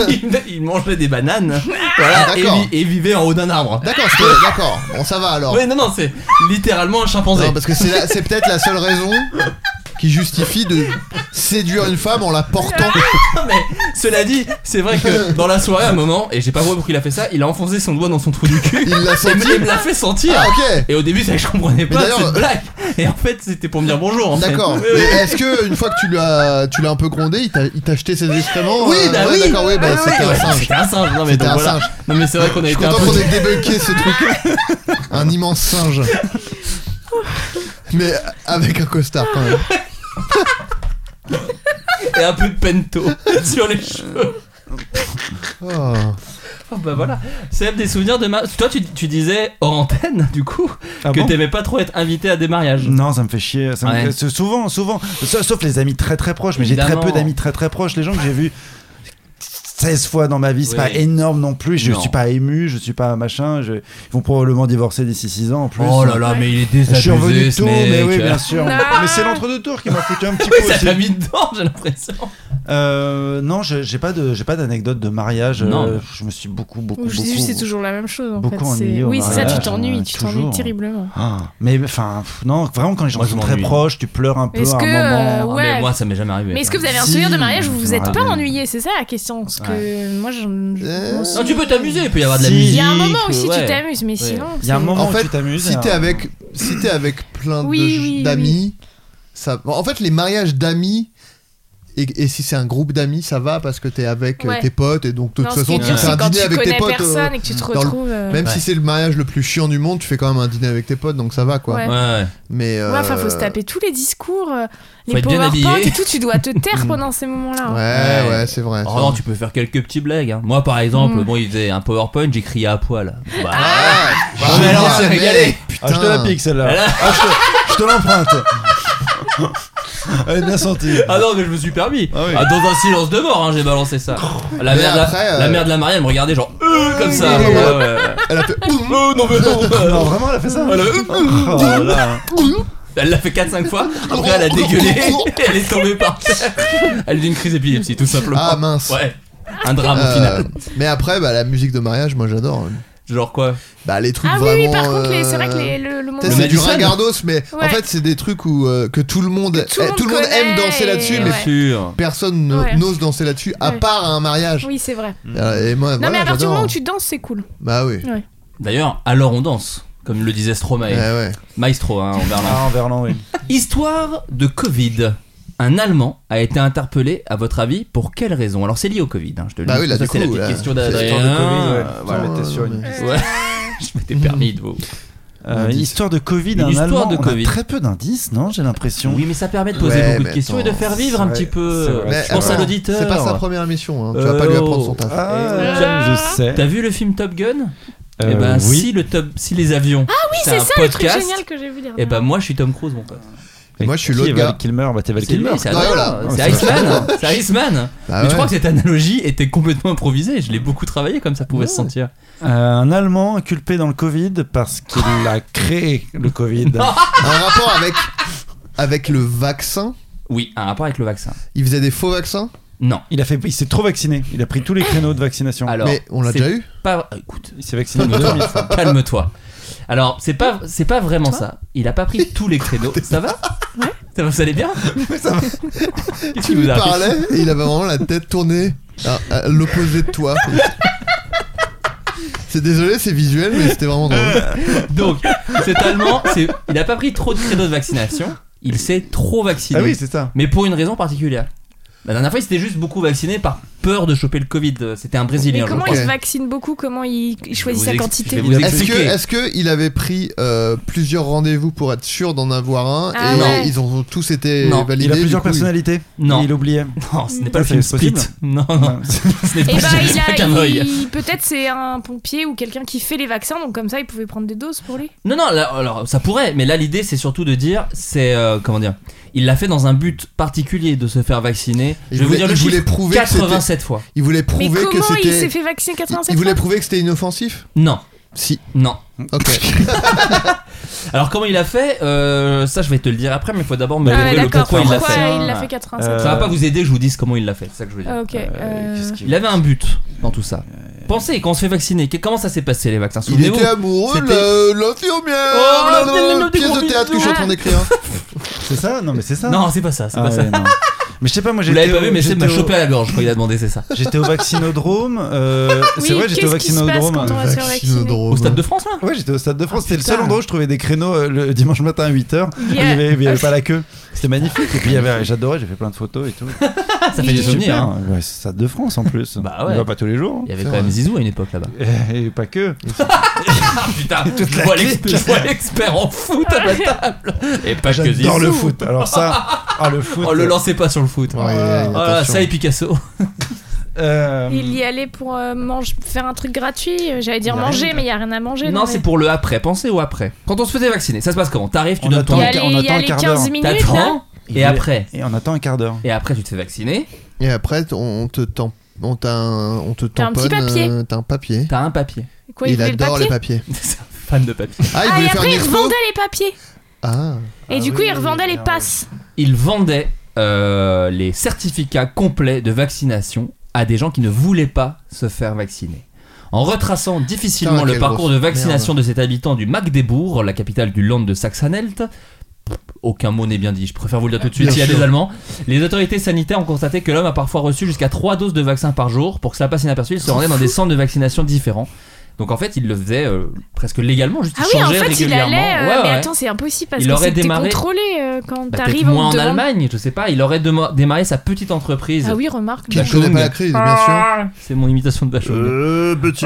F: il, il mangeait des bananes voilà,
H: Ah,
F: et,
H: d'accord.
F: vi- et vivait en haut d'un arbre.
H: D'accord, c'était- d'accord. Bon, ça va alors.
F: Ouais, non, non, c'est littéralement un chimpanzé.
H: Non, parce que c'est la- c'est peut-être la seule raison qui justifie de séduire une femme en la portant.
F: Ah, Mais cela dit, c'est vrai que dans la soirée, à un moment, et j'ai pas compris pourquoi il a fait ça, il a enfoncé son doigt dans son trou du cul.
H: Il l'a
F: Et
H: senti.
F: me- il me l'a fait sentir.
H: Ah, ok.
F: Et au début, c'est que je comprenais pas
H: d'ailleurs-
F: cette blague. Et en fait, c'était pour me dire bonjour. en fait.
H: D'accord.
F: Oui, oui.
H: Mais est-ce que une fois que tu l'as, tu l'as un peu grondé, il t'a- il t'a acheté ses excréments
F: Oui,
H: euh,
F: bah
H: ouais,
F: oui.
H: D'accord, oui, bah
F: Ah,
H: c'était
F: ouais,
H: un singe.
F: C'était un singe. Non, mais
H: C'était
F: donc
H: un
F: voilà.
H: singe.
F: Non, mais c'est vrai qu'on a
H: Je suis
F: été un
H: content
F: peu.
H: qu'on ait débunké ce
F: [LAUGHS]
H: truc. Un immense singe. Mais avec un costard quand même.
F: Et un peu de pento [LAUGHS] sur les cheveux.
H: Oh.
F: Oh, [LAUGHS] bah voilà. C'est des souvenirs de ma. Toi, tu, tu disais hors antenne, du coup,
B: Ah
F: que
B: bon
F: t'aimais pas trop être invité à des mariages.
B: Non, ça me fait chier. ça me-
F: Ouais.
B: c'est Souvent, souvent. Sa- Sauf les amis très très proches. Mais j'ai très
F: Évidemment.
B: peu d'amis très très proches. Les gens que j'ai vus 16 fois dans ma vie, c'est
C: Oui.
B: pas énorme non plus. Je
C: Non.
B: suis pas ému, je suis pas machin. je- Ils vont probablement divorcer d'ici 6 ans en plus.
F: Oh là là, mais il est désabusé,
B: Je suis revenu
F: ce
B: tôt,
F: mec.
B: mais oui, bien sûr.
F: Non.
B: Mais c'est l'entre-deux tours qui m'a foutu un petit
F: [LAUGHS] Oui,
B: peu.
F: ça t'a mis dedans, j'ai l'impression.
B: Euh, non, je- j'ai pas de, j'ai pas d'anecdote de mariage.
F: Non.
B: euh, je me suis beaucoup, beaucoup,
G: Ou je dis
B: beaucoup-
G: juste, c'est toujours la même chose. En
B: beaucoup
G: fait. C'est-
B: ennuyé au
G: Oui, c'est ça, tu
B: mariage,
G: t'ennuies,
B: ouais,
G: tu t'ennuies
B: toujours.
G: terriblement.
B: Ah, mais enfin, pff, non, vraiment quand les gens
F: Moi, je
B: sont très
F: m'ennuie.
B: proches, tu pleures un peu
G: Est-ce
B: à un
G: que, euh,
B: moment.
G: ouais. Mais moi,
F: ça m'est jamais arrivé.
G: Mais est-ce que vous avez un
B: Si,
G: souvenir de mariage où vous vous êtes pas
B: ouais.
G: ennuyé C'est ça la question. Parce que moi, je.
F: Non, Ah, tu peux t'amuser, il peut y avoir de la
B: Si.
F: musique.
G: Il y a un moment où
F: euh,
G: si tu
F: ouais.
G: t'amuses, mais
F: Ouais.
G: sinon.
B: Il y a un
G: c'est-
B: moment
H: en fait,
B: où tu t'amuses.
H: si
B: hein.
H: t'es avec, si t'es avec plein de-
G: Oui, oui,
H: d'amis, ça. En fait, les mariages d'amis. Et, et si c'est un groupe d'amis, ça va parce que t'es avec euh,
G: Ouais.
H: tes potes et donc de
G: Non,
H: toute
G: ce qui
H: façon
G: est
H: tu
G: dur,
H: fais
G: c'est
H: un
G: quand
H: dîner
G: tu
H: avec tes
G: connais
H: potes.
G: personne et que tu te
H: dans le-
G: retrouves, euh,
H: Même
F: Ouais.
H: si c'est le mariage le plus chiant du monde, tu fais quand même un dîner avec tes potes donc ça va quoi.
G: Ouais.
F: Ouais.
H: Mais euh,
G: Ouais, enfin, faut se taper tous les discours, euh,
F: Faut
G: les
F: être bien
G: PowerPoint
F: habillé.
G: et tout, tu dois te taire pendant ces moments-là.
H: Ouais,
G: hein.
H: ouais, c'est
B: Ah,
H: vrai.
F: Oh
H: c'est
F: non,
H: vrai.
F: tu peux faire quelques petites blagues. hein. Moi, par exemple,
G: Mm.
F: bon, il faisait un PowerPoint, j'écriais à poil. Bah,
H: Ah,
F: mais alors, c'est
H: merde,
F: régalé.
H: [LAUGHS]
B: Ah, je te la pique celle-là.
F: Voilà.
B: Ah, je te- je te l'emprunte. Elle est bien sentie.
F: Ah non, mais je me suis permis.
B: Ah oui. Oh,
F: Ah, dans un silence de mort, hein, j'ai balancé ça. La
H: Mais
F: mère, de la-
H: après, euh,
F: la mère de la mariée, elle me regardait genre euh, comme ça.
H: oui,
F: Ouais,
H: oui.
F: ouais, ouais.
H: Elle a fait
F: Euh, non, mais non. [LAUGHS]
B: Non, Ah, vraiment, elle a fait ça.
F: Elle a-
B: Oh là là.
F: Elle l'a fait 4-5 fois.
H: Ah,
F: Après,
H: oh,
F: elle a dégueulé. elle est tombée par terre. Elle est d'une crise épilepsie, tout simplement.
H: Ah, mince.
F: Ouais. Un drame au
H: Euh,
F: Ah, final.
H: mais après, bah, la musique de mariage, moi j'adore.
F: Genre quoi
H: Bah, les trucs
G: Ah oui, oui,
H: vraiment.
G: par contre, les- c'est vrai que
H: euh,
G: les- le, le moment.
H: tu sais, C'est du
F: Madison.
H: ringardos, mais en
G: Ouais.
H: fait, c'est des trucs où, euh, que tout le monde,
G: tout le
H: eh,
G: monde
H: monde aime
G: connaît
H: danser
G: et-
H: là-dessus, mais
G: Ouais.
F: sûr.
H: personne ne-
G: Ouais.
H: n'ose danser là-dessus, à
G: Ouais.
H: part à un mariage.
G: Oui, c'est vrai.
H: Euh, Et moi,
G: Non,
H: voilà,
G: mais à partir du
H: j'adore.
G: moment où tu danses, c'est cool.
H: Bah oui.
G: Ouais.
F: D'ailleurs, alors on danse, comme le disait Stromae.
H: Ouais, ouais.
F: Maestro, hein, en Berlin.
B: Ah, en Verlan, oui.
F: Histoire de Covid. Un Allemand a été interpellé, à votre avis, pour quelle raison Alors c'est lié au Covid, hein, je te le
H: Bah
F: dis.
H: oui, là,
F: Ça,
H: du
F: c'est
H: coup,
F: la petite
H: là,
F: question
H: c'est
F: d'Adrien.
H: l'histoire
B: Covid, ouais.
F: Euh, voilà.
B: Putain,
H: Putain,
B: t'es sur
H: euh,
B: une-
H: mais-
F: Ouais, [LAUGHS] je m'étais permis de vous.
B: Euh,
H: Indice.
B: histoire de Covid,
F: Une
B: un
F: histoire
B: Allemand,
F: de
B: on a
F: Covid.
B: très peu d'indices, non J'ai l'impression.
F: Oui, mais ça permet de poser
H: Ouais,
F: beaucoup de
H: mais
F: questions et de
H: attends,
F: faire vivre
B: c'est
F: un
B: vrai,
F: petit
B: c'est
F: peu.
B: vrai,
H: Mais
F: Je pense à
H: attends,
F: l'auditeur.
H: Eh, C'est pas sa première émission, hein. tu vas
F: Euh,
H: pas lui
F: oh.
H: apprendre son taf.
B: Ah, je sais.
F: T'as vu le film Top Gun
B: Euh,
F: Eh ben,
B: oui.
F: si le top, si les avions. Ah oui,
G: C'est ça le truc
F: podcast,
G: génial que j'ai vu dire.
F: Eh ben, moi, je suis Tom Cruise, mon pote.
H: Et moi, je suis
B: Qui
H: l'autre
B: est
H: gars.
B: Val Kilmer, bah t'es Val
F: C'est lui,
B: Kilmer. Ah
F: c'est
H: Ah,
F: Adam,
H: voilà. Ah,
F: c'est Iceman, c'est Iceman.
H: Bah
F: mais je
H: ouais.
F: crois que cette analogie était complètement improvisée. Je l'ai beaucoup travaillé comme ça pouvait se sentir.
B: Euh, un Allemand inculpé dans le Covid parce qu'il a créé le
F: [LAUGHS]
B: Covid.
H: Un rapport avec, avec le vaccin.
F: Oui, un rapport avec le vaccin.
H: Il faisait des faux vaccins,
F: Non.
B: Il a fait, il s'est trop vacciné. Il a pris tous les créneaux de vaccination.
F: Alors,
H: mais on l'a
F: c'est
H: déjà eu.
F: Pas. Écoute,
B: Il s'est vacciné deux mille
F: calme-toi,
B: fois.
F: calme-toi. Alors, c'est pas, c'est pas vraiment ça. Il a pas pris tous
B: [LAUGHS]
F: les créneaux. ça va Ça va, vous allez bien Qu'est-ce qui
H: Tu lui
F: vous a pris
H: parlais et il avait vraiment la tête tournée à, à l'opposé de
F: [LAUGHS]
H: toi. C'est désolé, c'est visuel, mais c'était vraiment
F: Euh,
H: drôle.
F: Donc, cet Allemand, c'est- il a pas pris trop de créneaux de vaccination. Il s'est trop vacciné.
B: Ah oui, c'est ça.
F: mais pour une raison particulière. La dernière fois, il s'était juste beaucoup vacciné par peur de choper le Covid. C'était un
G: Mais
F: Brésilien. je
G: comment
F: crois.
G: il se vaccine beaucoup Comment il, il choisit
F: vous
G: sa
F: ex- je vais
G: quantité
F: vous ex-
H: Est-ce que,
F: Expliquez.
H: est-ce que il avait pris euh, plusieurs rendez-vous pour être sûr d'en avoir un
G: Ah
H: et
G: ouais.
H: ils ont tous été
F: Non.
H: validés
B: Il a
H: du
B: plusieurs
H: coup, il-
B: personnalités.
F: Non. Euh,
B: Et Il
F: [LAUGHS]
B: oubliait.
F: Non, ce n'est
B: Ça,
F: pas le
B: c'est
F: film Split.
B: possible.
F: Non, non. ce n'est
G: Eh
F: [LAUGHS] pas,
G: ben,
F: ce
G: il
F: n'est
G: a-
F: qu'un œil.
G: il- peut-être c'est un pompier ou quelqu'un qui fait les vaccins, donc comme ça il pouvait prendre des doses pour lui.
F: Non, non, là, alors ça pourrait, mais là l'idée c'est surtout de dire, c'est euh, comment dire, il l'a fait dans un but particulier de se faire vacciner.
H: Il
F: Je vais vous
H: voulait-
F: dire le
H: il voulait
F: chiffre,
H: prouver que c'était-
F: 87 fois.
H: Il voulait
G: Mais
H: prouver que
G: comment il
H: c'était.
G: s'est fait vacciner
H: il-
G: 87
H: Il voulait
G: fois
H: prouver que c'était inoffensif.
F: Non,
H: Si.
F: non. [LAUGHS]
H: Ok.
F: Alors comment il a fait Euh, Ça je vais te le dire après, mais il faut d'abord
G: Ah
F: me
G: ouais,
F: débrouiller le
G: d'accord,
F: pourquoi il l'a
G: pourquoi
F: fait.
G: il l'a fait 87
B: Euh,
F: Ça va pas vous aider, je vous dise comment il l'a fait. C'est ça que je veux dire.
G: Ah, Ok. euh,
B: qu'est-ce qu'il-
F: Il avait un but dans tout ça. Pensez quand on se fait vacciner, que- comment ça s'est passé les vaccins
H: Il
F: Souvenez-vous.
H: était amoureux
F: C'était-
H: de l'infirmière.
F: Oh,
H: blablabla,
F: blablabla, des
H: Pièce
F: gros
H: de théâtre que je suis en train
G: bisous.
F: [LAUGHS]
H: d'écrire.
B: C'est ça Non, mais c'est ça.
F: Non, c'est pas ça, c'est
B: Ah
F: pas ça.
B: ouais, non. Mais je sais pas, moi
F: Vous
B: j'étais.
F: l'avez pas vu,
B: au-
F: mais c'est
B: j'étais
F: m'a
B: au-
F: chopé à la gorge quand il a demandé, c'est ça.
B: [LAUGHS] J'étais au vaccinodrome. euh, c'est
G: Oui,
B: vrai, j'étais au hein,
G: qu'est-ce qui se passe
B: vaccinodrome. euh,
G: quand on va se faire vacciner
F: Au stade de France, là
B: Ouais, j'étais au Stade de France.
F: Ah,
B: C'était le
F: putain.
B: seul endroit où je trouvais des créneaux euh, le dimanche matin à 8h. Il y
G: Yeah.
B: avait, il y avait pas la
F: [LAUGHS]
B: queue. C'était magnifique. Et puis il y avait, j'adorais, j'ai fait plein de photos et tout.
F: Ça fait des
B: Super.
F: souvenirs. hein.
B: Ouais, c'est Stade de France en plus.
F: Bah ouais.
B: On y va pas tous les jours. hein.
F: Il y avait
H: C'est
F: quand même
H: vrai.
F: Zizou à une époque là-bas.
B: Et, et pas que.
F: Ah putain, [LAUGHS] je vois l'ex- je vois l'expert en foot à la table. Et pas que Zizou.
B: J'adore le foot. Alors
F: [LAUGHS]
B: ça, ah, le foot.
F: Oh, le lancez pas sur le foot.
H: Ouais,
F: Oh là,
H: attention.
F: ça et Picasso.
B: Euh,
G: Il y allait pour euh, mange- faire un truc gratuit. euh, J'allais dire
B: Il y a
G: manger,
B: rien.
G: mais il y a rien à manger.
F: Non,
G: dans
F: c'est
G: les-
F: pour le après. Pensez au après. Quand on se faisait vacciner, ça se passe comment T'arrives, tu
B: On
F: donnes
B: attend
F: ton
G: Il y
B: un
G: allait,
B: quart- on
G: il y
B: attend un
G: allait
B: quart
G: 15
B: d'heure.
G: minutes. hein. là.
F: T'attends
B: Il
F: et
B: est-
F: après.
B: Et on attend un quart d'heure.
F: Et après, tu te fais vacciner.
H: Et après, t- on te t'en on, t'a un- on te
G: T'as un
H: tamponne.
G: petit papier.
H: euh, T'as un papier.
F: T'as un papier. [LAUGHS]
G: Quoi, il
H: il
G: voulait le
H: adore les
G: papier
H: papiers.
F: C'est un fan de papier.
H: Ah, il
G: Ah,
H: voulait
G: et
H: faire
G: après,
H: une
G: il
H: expo
G: revendait les papiers.
H: Ah.
G: Et
B: Ah
G: du coup,
B: oui,
G: il revendait les
B: bien,
G: passes.
F: Il vendait euh, les certificats complets de vaccination à des gens qui ne voulaient pas se faire vacciner. En retraçant difficilement
H: Putain,
F: le
H: quelle
F: parcours
H: grosse
F: de vaccination de cet habitant du Magdebourg, la capitale du Land de Saxe-Anhalt, aucun mot n'est bien dit, je préfère vous le dire tout de suite
H: Bien
F: s'il y a
H: sûr.
F: des Allemands. Les autorités sanitaires ont constaté que l'homme a parfois reçu jusqu'à 3 doses de vaccin par jour. Pour que cela passe inaperçu, il se rendait dans des centres de vaccination différents. Donc en fait, il le faisait euh, presque légalement, juste
G: Ah
F: il
G: oui, en
F: changeait
G: fait, il
F: régulièrement.
G: allait. euh,
F: Ouais,
G: mais
F: ouais.
G: attends, c'est impossible parce
F: Il
G: que
F: aurait
G: c'est que t'es
F: démarré-
G: contrôlé euh, quand
F: Bah, peut-être
G: t'arrives.
F: moins
G: on
F: en
G: te demande-
F: Allemagne, je sais pas. Il aurait dema- démarré sa petite entreprise.
G: Ah oui, remarque.
H: Qui
F: La
H: ne connaît
F: Chaude.
H: pas la crise, bien sûr.
F: C'est mon imitation de la chose.
B: Euh, petite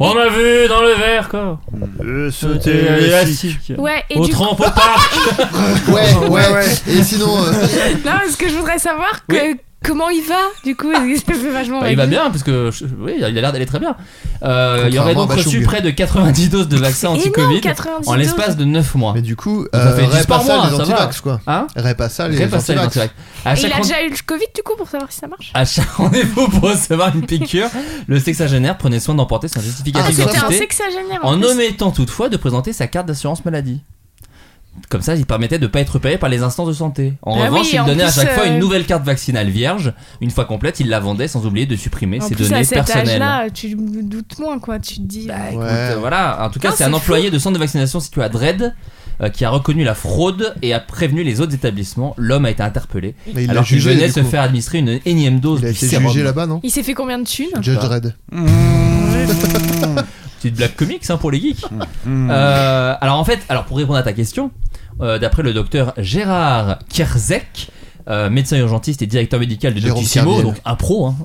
F: On a vu dans le verre quoi. Euh,
G: Ouais, et
F: Au
G: du coup,
F: trempe au parc.
H: Euh, [LAUGHS] Ouais, ouais, Et sinon, euh,
G: non, ce que je voudrais savoir, que, comment il va, du coup, ça fait vachement
F: Bah, il va bien parce que je- oui, il a l'air d'aller très bien. Euh, il aurait
H: Contrairement
F: donc
H: à
F: reçu
H: Bachung.
F: près de 90 doses de vaccins
G: Énorme,
F: anti-Covid
G: 90
F: en l'espace
G: doses.
F: de 9 mois.
H: mais du coup,
F: Ça
H: euh,
F: fait dix par
H: Repassa
F: mois,
H: les
F: ça va.
H: antivax quoi.
F: Hein
H: Repassa les
F: Repassez les
H: antivax.
F: antivax. hein, À
G: Et il
F: chaque
G: a
F: ren-
G: déjà eu le Covid, du coup, pour savoir si ça marche.
F: à chaque [LAUGHS] rendez-vous pour recevoir une piqûre, le sexagénaire prenait soin d'emporter son
H: Ah,
F: justificatif
G: C'était un
F: d'identité.
G: sexagénaire.
F: en
G: plus.
F: omettant toutefois de présenter sa carte d'assurance maladie. Comme ça, il permettait de ne pas être payé par les instances de santé. En
G: Bah
F: revanche,
G: oui,
F: il
G: en
F: donnait à
G: plus,
F: chaque fois
G: euh,
F: une nouvelle carte vaccinale vierge. Une fois complète, il la vendait sans oublier de supprimer
G: En
F: ses
G: plus,
F: données
G: à cet
F: personnelles.
G: âge-là, tu doutes moins, quoi. Tu te dis.
F: Bah, écoute,
H: Ouais.
F: euh, voilà. En tout cas,
G: Non,
F: c'est un
G: c'est
F: employé de centre de vaccination situé à Dred euh, qui a reconnu la fraude et a prévenu les autres établissements. L'homme a été interpellé
H: Mais il l'a
F: alors qu'il
H: jugé.
F: venait
H: du
F: se
H: coup.
F: faire administrer une énième dose
H: Il a
F: du
H: été
F: sérum.
H: jugé là-bas, non
G: Il s'est fait combien de thunes
H: Judge Dredd.
F: Petite blague comique, hein, pour les geeks. Euh, alors en fait, alors pour répondre à ta question, euh, d'après le docteur Gérard Kerzek, euh, médecin urgentiste et directeur médical de
H: Jérôme
F: Doctissimo,
H: Kerviel.
F: donc un pro, hein,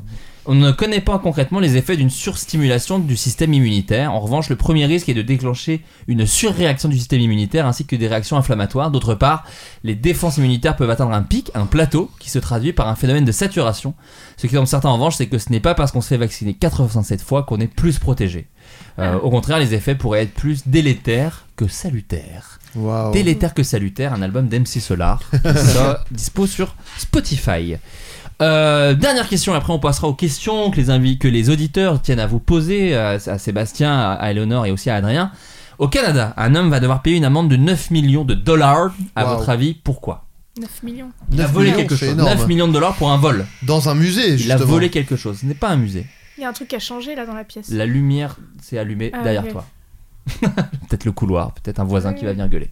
F: on ne connaît pas concrètement les effets d'une surstimulation du système immunitaire. En revanche, le premier risque est de déclencher une surréaction du système immunitaire ainsi que des réactions inflammatoires. D'autre part, les défenses immunitaires peuvent atteindre un pic, un plateau, qui se traduit par un phénomène de saturation. Ce qui tombe certain en revanche, c'est que ce n'est pas parce qu'on se fait vacciner 87 fois qu'on est plus protégé. Euh, au contraire, les effets pourraient être plus délétères que salutaires.
H: Waouh.
F: Délétère que salutaire, un album d'MC
H: [LAUGHS]
F: Solar. Ça, dispo sur Spotify. Euh, dernière question, après on passera aux questions que les, invi- que les auditeurs tiennent à vous poser, à, à Sébastien, à, à Eleonore et aussi à Adrien. Au Canada, un homme va devoir payer une amende de 9 millions de dollars. À
H: Wow.
F: votre avis, pourquoi
G: 9 millions.
F: Il a
H: 9
F: volé
H: millions,
F: quelque
H: c'est
F: chose.
H: énorme.
F: 9 millions de dollars pour un vol.
H: Dans un musée,
F: Il
H: justement.
F: a volé quelque chose. Ce n'est pas un musée.
G: Il y a un truc qui a changé là dans la pièce.
F: La lumière s'est allumée
G: Ah,
F: derrière
G: ok.
F: toi. [LAUGHS] peut-être le couloir, peut-être un voisin qui
G: Oui.
F: va venir gueuler.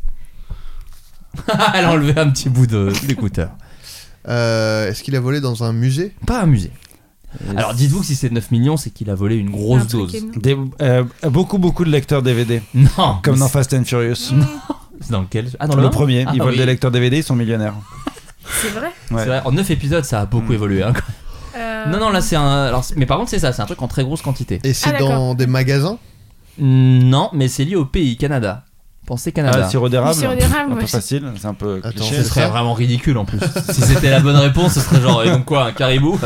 F: [LAUGHS] Elle a enlevé un petit bout de d'écouteur.
H: Euh, Est-ce qu'il a volé dans un musée
F: Pas un musée. Alors dites-vous que si c'est 9 millions, c'est qu'il a volé une
G: Il y a un
F: grosse
G: truc
F: dose.
G: énorme.
B: Des- euh, beaucoup, beaucoup de lecteurs DVD.
F: Non,
B: Comme
F: mais
B: dans Fast and Furious.
F: c'est dans lequel Ah, dans
B: Le,
F: le, un
B: premier,
F: Ah,
B: ils
F: bah
B: volent
F: oui.
B: des lecteurs DVD, ils sont millionnaires.
G: C'est vrai.
B: Ouais.
F: C'est vrai, en 9 épisodes, ça a
B: Hmm.
F: beaucoup évolué. hein.
G: Euh,
F: Non, non, là c'est un. Alors, c'est- mais par contre, c'est ça, c'est un truc en très grosse quantité.
H: Et c'est
G: Ah, d'accord.
H: dans des magasins
F: Non, mais c'est lié au pays, Canada. Pensez Canada.
B: Hmm. Ah, sirop d'érable.
G: Du sirop d'érable,
B: Un peu
G: ouais.
B: facile, c'est un peu
H: Attends,
B: cliché.
F: ce
H: c'est
F: serait
H: ça
F: vraiment ridicule en plus. [LAUGHS] si c'était la bonne réponse, ce serait genre, et donc quoi, un caribou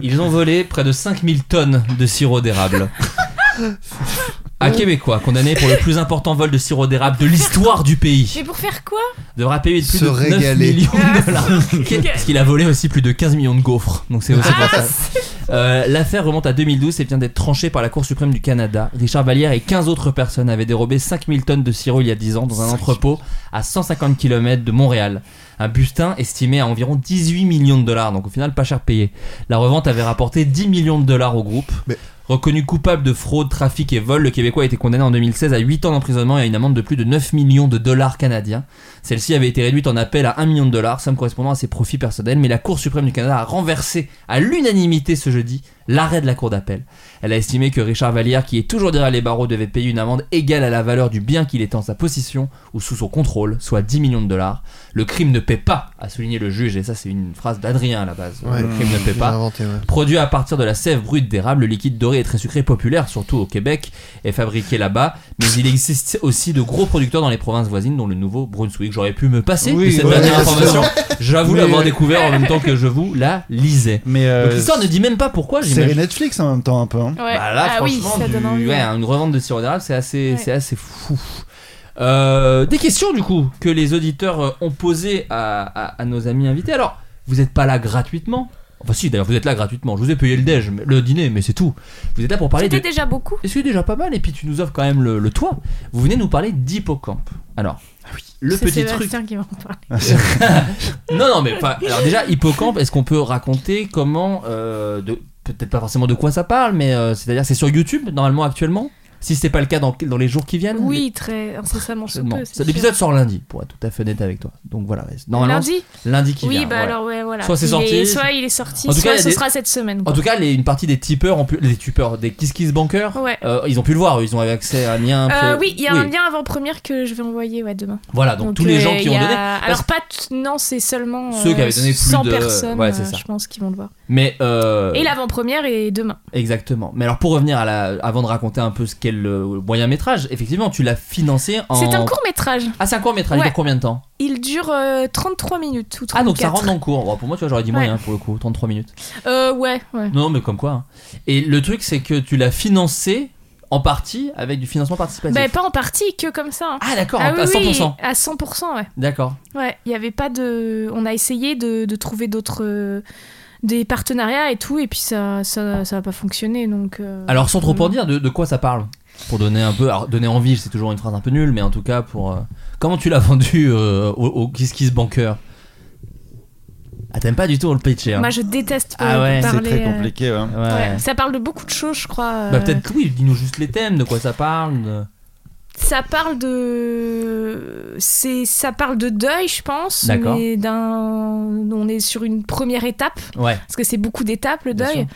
F: Ils ont volé près de 5000 tonnes de sirop d'érable. Un Québécois, condamné pour le plus important vol de sirop d'érable de l'histoire du pays,
G: Mais pour faire quoi
F: devra payer plus
H: Se
F: de 9
H: régaler.
F: millions de [LAUGHS] dollars. Parce qu'il a volé aussi plus de 15 millions de gaufres. Donc c'est aussi
G: Ah
F: pour Bah, ça. Euh, L'affaire remonte à 2012 et vient d'être tranchée par la Cour suprême du Canada. Richard Vallière et 15 autres personnes avaient dérobé 5000 tonnes de sirop il y a 10 ans dans un entrepôt à 150 km de Montréal. Un bustin estimé à environ 18 millions de dollars, donc au final pas cher payé. La revente avait rapporté 10 millions de dollars au groupe.
H: Mais-
F: Reconnu coupable de fraude, trafic et vol, le Québécois a été condamné en 2016 à 8 ans d'emprisonnement et à une amende de plus de 9 millions de dollars canadiens. Celle-ci avait été réduite en appel à 1 million de dollars, somme correspondant à ses profits personnels, mais la Cour suprême du Canada a renversé à l'unanimité ce jeudi l'arrêt de la Cour d'appel. Elle a estimé que Richard Vallière, qui est toujours derrière les barreaux, devait payer une amende égale à la valeur du bien qu'il était en sa possession ou sous son contrôle, soit 10 millions de dollars. Le crime ne paie pas, a souligné le juge, et ça c'est une phrase d'Adrien à la base.
H: Ouais. Mmh.
F: le crime ne paie
H: Il l'a
F: pas.
H: inventé, ouais.
F: Produit à partir de la sève brute d'érable, le liquide doré et très sucré populaire, surtout au Québec, est fabriqué là-bas. Mais il existe aussi de gros producteurs dans les provinces voisines, dont le nouveau Brunswick. J'aurais pu me passer
B: Oui,
F: de cette
B: ouais,
F: dernière
B: bien
F: information. J'avoue
B: Mais-
F: l'avoir découvert en même temps que je vous la lisais.
B: Mais [LAUGHS] euh,
F: Donc l'histoire ne dit même pas pourquoi,
B: série
F: j'imagine.
B: Netflix en même temps, un peu.
G: [LAUGHS]
B: hein.
G: Ouais.
F: Bah là,
G: ah oui,
F: franchement,
G: ça
F: du-
G: donne envie. hein.
F: ouais, une revente de sirop d'érable, c'est assez,
G: Ouais.
F: c'est assez fou. Euh, des questions du coup que les auditeurs euh, ont posées à, à- à nos amis invités. Alors, vous n'êtes pas là gratuitement. Enfin, si, d'ailleurs, vous êtes là gratuitement. Je vous ai payé le déj, mais- le dîner, mais c'est tout. Vous êtes là pour parler de.
G: C'était déjà beaucoup.
F: Et c'est déjà pas mal. Et puis, tu nous offres quand même le, le toit. Vous venez nous parler d'hippocampe. Alors, le
G: Ah C'est
F: petit truc.
G: Sébastien qui va en parler.
F: non, non, mais enfin, alors déjà, Hippocampe, est-ce qu'on peut raconter comment, euh, de- peut-être pas forcément de quoi ça parle, mais euh, c'est-à-dire c'est sur YouTube normalement actuellement Si c'est pas le cas dans, dans les jours qui viennent
G: Oui, très incessamment sous
F: Bon,
G: peu.
F: ça- L'épisode sort lundi, pour être tout à fait honnête avec toi. Donc voilà, mais normalement.
G: Lundi
F: c'est Lundi qui
G: Oui,
F: vient.
G: bah
F: ouais.
G: alors, ouais, voilà.
F: Soit c'est
G: Il
F: sorti.
G: est- soit il est sorti,
F: En tout cas,
G: soit
F: il y a
G: ce
F: des-
G: sera cette semaine.
F: En
G: quoi.
F: tout cas, les- une partie des tipeurs, ont pu, les tipeurs, des Kiss Kiss Bankers,
G: Ouais.
F: euh, ils ont pu le voir, ils ont eu accès à un lien.
G: Oh. Euh,
F: pré-
G: oui, il y a un lien avant-première que je vais envoyer ouais, demain.
F: Voilà, Ah, donc, tous les
G: euh,
F: gens qui
G: il y
F: ont
G: a-
F: donné. parce-
G: Alors, pas t- non, c'est seulement
F: Ceux qui
G: euh,
F: avaient donné plus
G: 100
F: de-
G: personnes,
F: ouais, c'est
G: euh,
F: ça.
G: je pense, qui vont le voir.
F: Mais. euh,
G: Et l'avant-première est demain.
F: Exactement. Mais alors pour revenir à la, avant de raconter un peu ce qu'est le moyen métrage, effectivement, tu l'as financé en.
G: C'est un court-métrage.
F: Ah, c'est un court métrage. Il
G: Ouais.
F: dure combien de temps
G: Il dure euh, 33 minutes ou 34.
F: Ah donc ça rentre en cours. Bon, pour moi, tu vois, j'aurais dit
G: Ouais.
F: moyen pour le coup, 33 minutes.
G: Euh, ouais, ouais.
F: Non, mais comme quoi. hein. Et le truc, c'est que tu l'as financé en partie avec du financement participatif.
G: Bah, pas en partie, que comme ça. hein.
F: Ah, d'accord,
G: ah,
F: à
G: oui, oui,
F: 100%.
G: à 100%, ouais.
F: D'accord.
G: Ouais, il y avait pas de. On a essayé de, de trouver d'autres. euh, des partenariats et tout, et puis ça ça, ça a pas fonctionné. Donc, euh,
F: Alors sans trop en dire, de, de quoi ça parle Pour donner un peu, alors donner envie, c'est toujours une phrase un peu nulle, mais en tout cas pour. euh, Comment tu l'as [LAUGHS] vendu euh, au, au Kiss Kiss Banker Ah, t'aimes pas du tout le pitcher. hein.
G: Moi, je déteste
F: Ah
G: euh,
F: ouais, c'est
G: parler.
F: très
G: euh,
F: compliqué, ouais.
G: ouais.
F: Ouais.
G: Ça parle de beaucoup de choses, je crois.
F: Bah
G: euh,
F: peut-être oui, dis-nous juste les thèmes, de quoi ça parle. de-
G: Ça parle de. C'est... Ça parle de deuil, je pense.
F: D'accord.
G: Mais d'un... On est sur une première étape.
F: Ouais.
G: Parce que c'est beaucoup d'étapes, le
F: Bien
G: deuil.
F: sûr.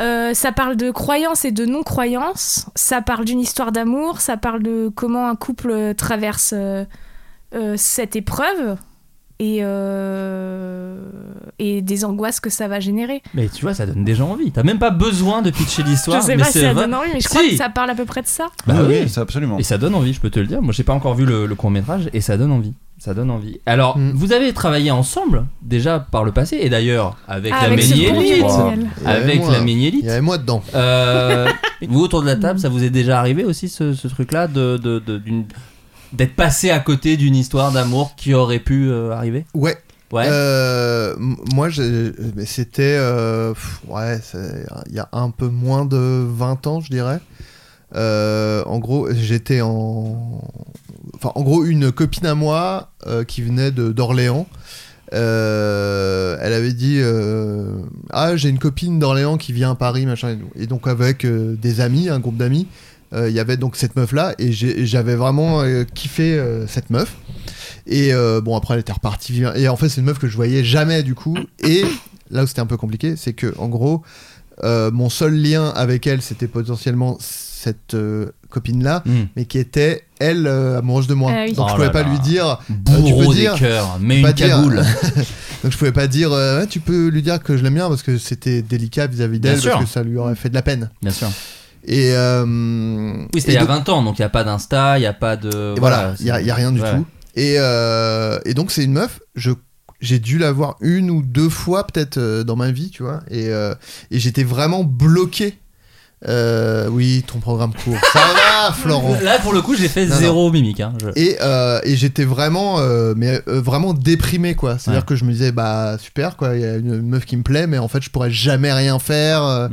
G: Euh, ça parle de croyance et de non-croyance. Ça parle d'une histoire d'amour. Ça parle de comment un couple traverse euh, euh, cette épreuve. Et, euh, et des angoisses que ça va générer.
F: Mais tu vois, ça donne déjà envie. T'as même pas besoin de pitcher l'histoire.
G: Je sais
F: mais
G: pas si
F: c'est
G: ça
F: vrai.
G: donne envie, mais je
F: Si.
G: crois que ça parle à peu près de ça.
F: Bah oui,
B: c'est Ah absolument.
F: Et ça donne envie, je peux te le dire. Moi, j'ai pas encore vu le, court métrage et ça donne envie. Ça donne envie. Alors, vous avez travaillé ensemble déjà par le passé et d'ailleurs avec
H: Ah,
F: la
H: avec ce
F: Méniélite.
H: bon Dieu, Daniel.
F: Wow. Avec
H: Il y avait
F: la
H: moi.
F: Méniélite. Il y
H: avait moi dedans.
G: [LAUGHS]
F: vous autour de la table, ça vous est déjà arrivé aussi ce, ce truc-là de de- de- d'une- d'être passé à côté d'une histoire d'amour qui aurait pu euh, arriver
H: Ouais.
F: Ouais.
H: Euh, m- moi, j'ai- mais c'était. euh, pff, ouais, c'est- il y a un peu moins de 20 ans, je dirais. Euh, en gros, j'étais en. Enfin, en gros, une copine à moi euh, qui venait de- d'Orléans. euh, elle avait dit euh, Ah, j'ai une copine d'Orléans qui vient à Paris, machin et tout. Et donc, avec euh, des amis, un groupe d'amis, euh, il y avait donc cette meuf-là. Et j'ai- j'avais vraiment euh, kiffé euh, cette meuf. Et euh, bon, après, elle était repartie. vivre. Et en fait, c'est une meuf que je voyais jamais du coup. Et là où c'était un peu compliqué, c'est que en gros, euh, mon seul lien avec elle, c'était potentiellement cette euh, copine-là, mais qui était elle euh, amoureuse de moi.
F: Ah oui.
H: Donc
F: Hmm.
H: je
F: Oh
H: pouvais
F: là
H: pas
F: là.
H: lui dire.
F: Bourreau
H: Euh, tu peux
F: des
H: dire,
F: cœurs, mais une
H: je peux pas dire- euh,
F: cagoule.
H: [LAUGHS] Donc je pouvais pas dire. euh, Ouais, tu peux lui dire que je l'aime bien parce que c'était délicat vis-à-vis
F: Bien
H: d'elle,
F: sûr.
H: parce que ça lui aurait fait de la peine.
F: Bien sûr.
H: Et euh,
F: Oui, c'était il
H: et
F: y a
H: donc-
F: 20 ans, donc il n'y a pas d'Insta, il n'y a pas de.
H: Et voilà, il
F: euh, c'est-
H: n'y a, rien du
F: ouais.
H: tout. Et, euh, et donc, c'est une meuf, je, j'ai dû la voir une ou deux fois peut-être euh, dans ma vie, tu vois. Et, euh, et j'étais vraiment bloqué. Euh, oui, ton programme court. Ça va, Florent
F: Là, pour le coup, j'ai fait
H: Non, non.
F: zéro mimique. hein, je-
H: et, euh, et j'étais vraiment euh, mais euh, vraiment déprimé quoi c'est à dire
F: Ouais.
H: que je me disais bah super quoi il y a une meuf qui me plaît mais en fait je pourrais jamais rien faire euh,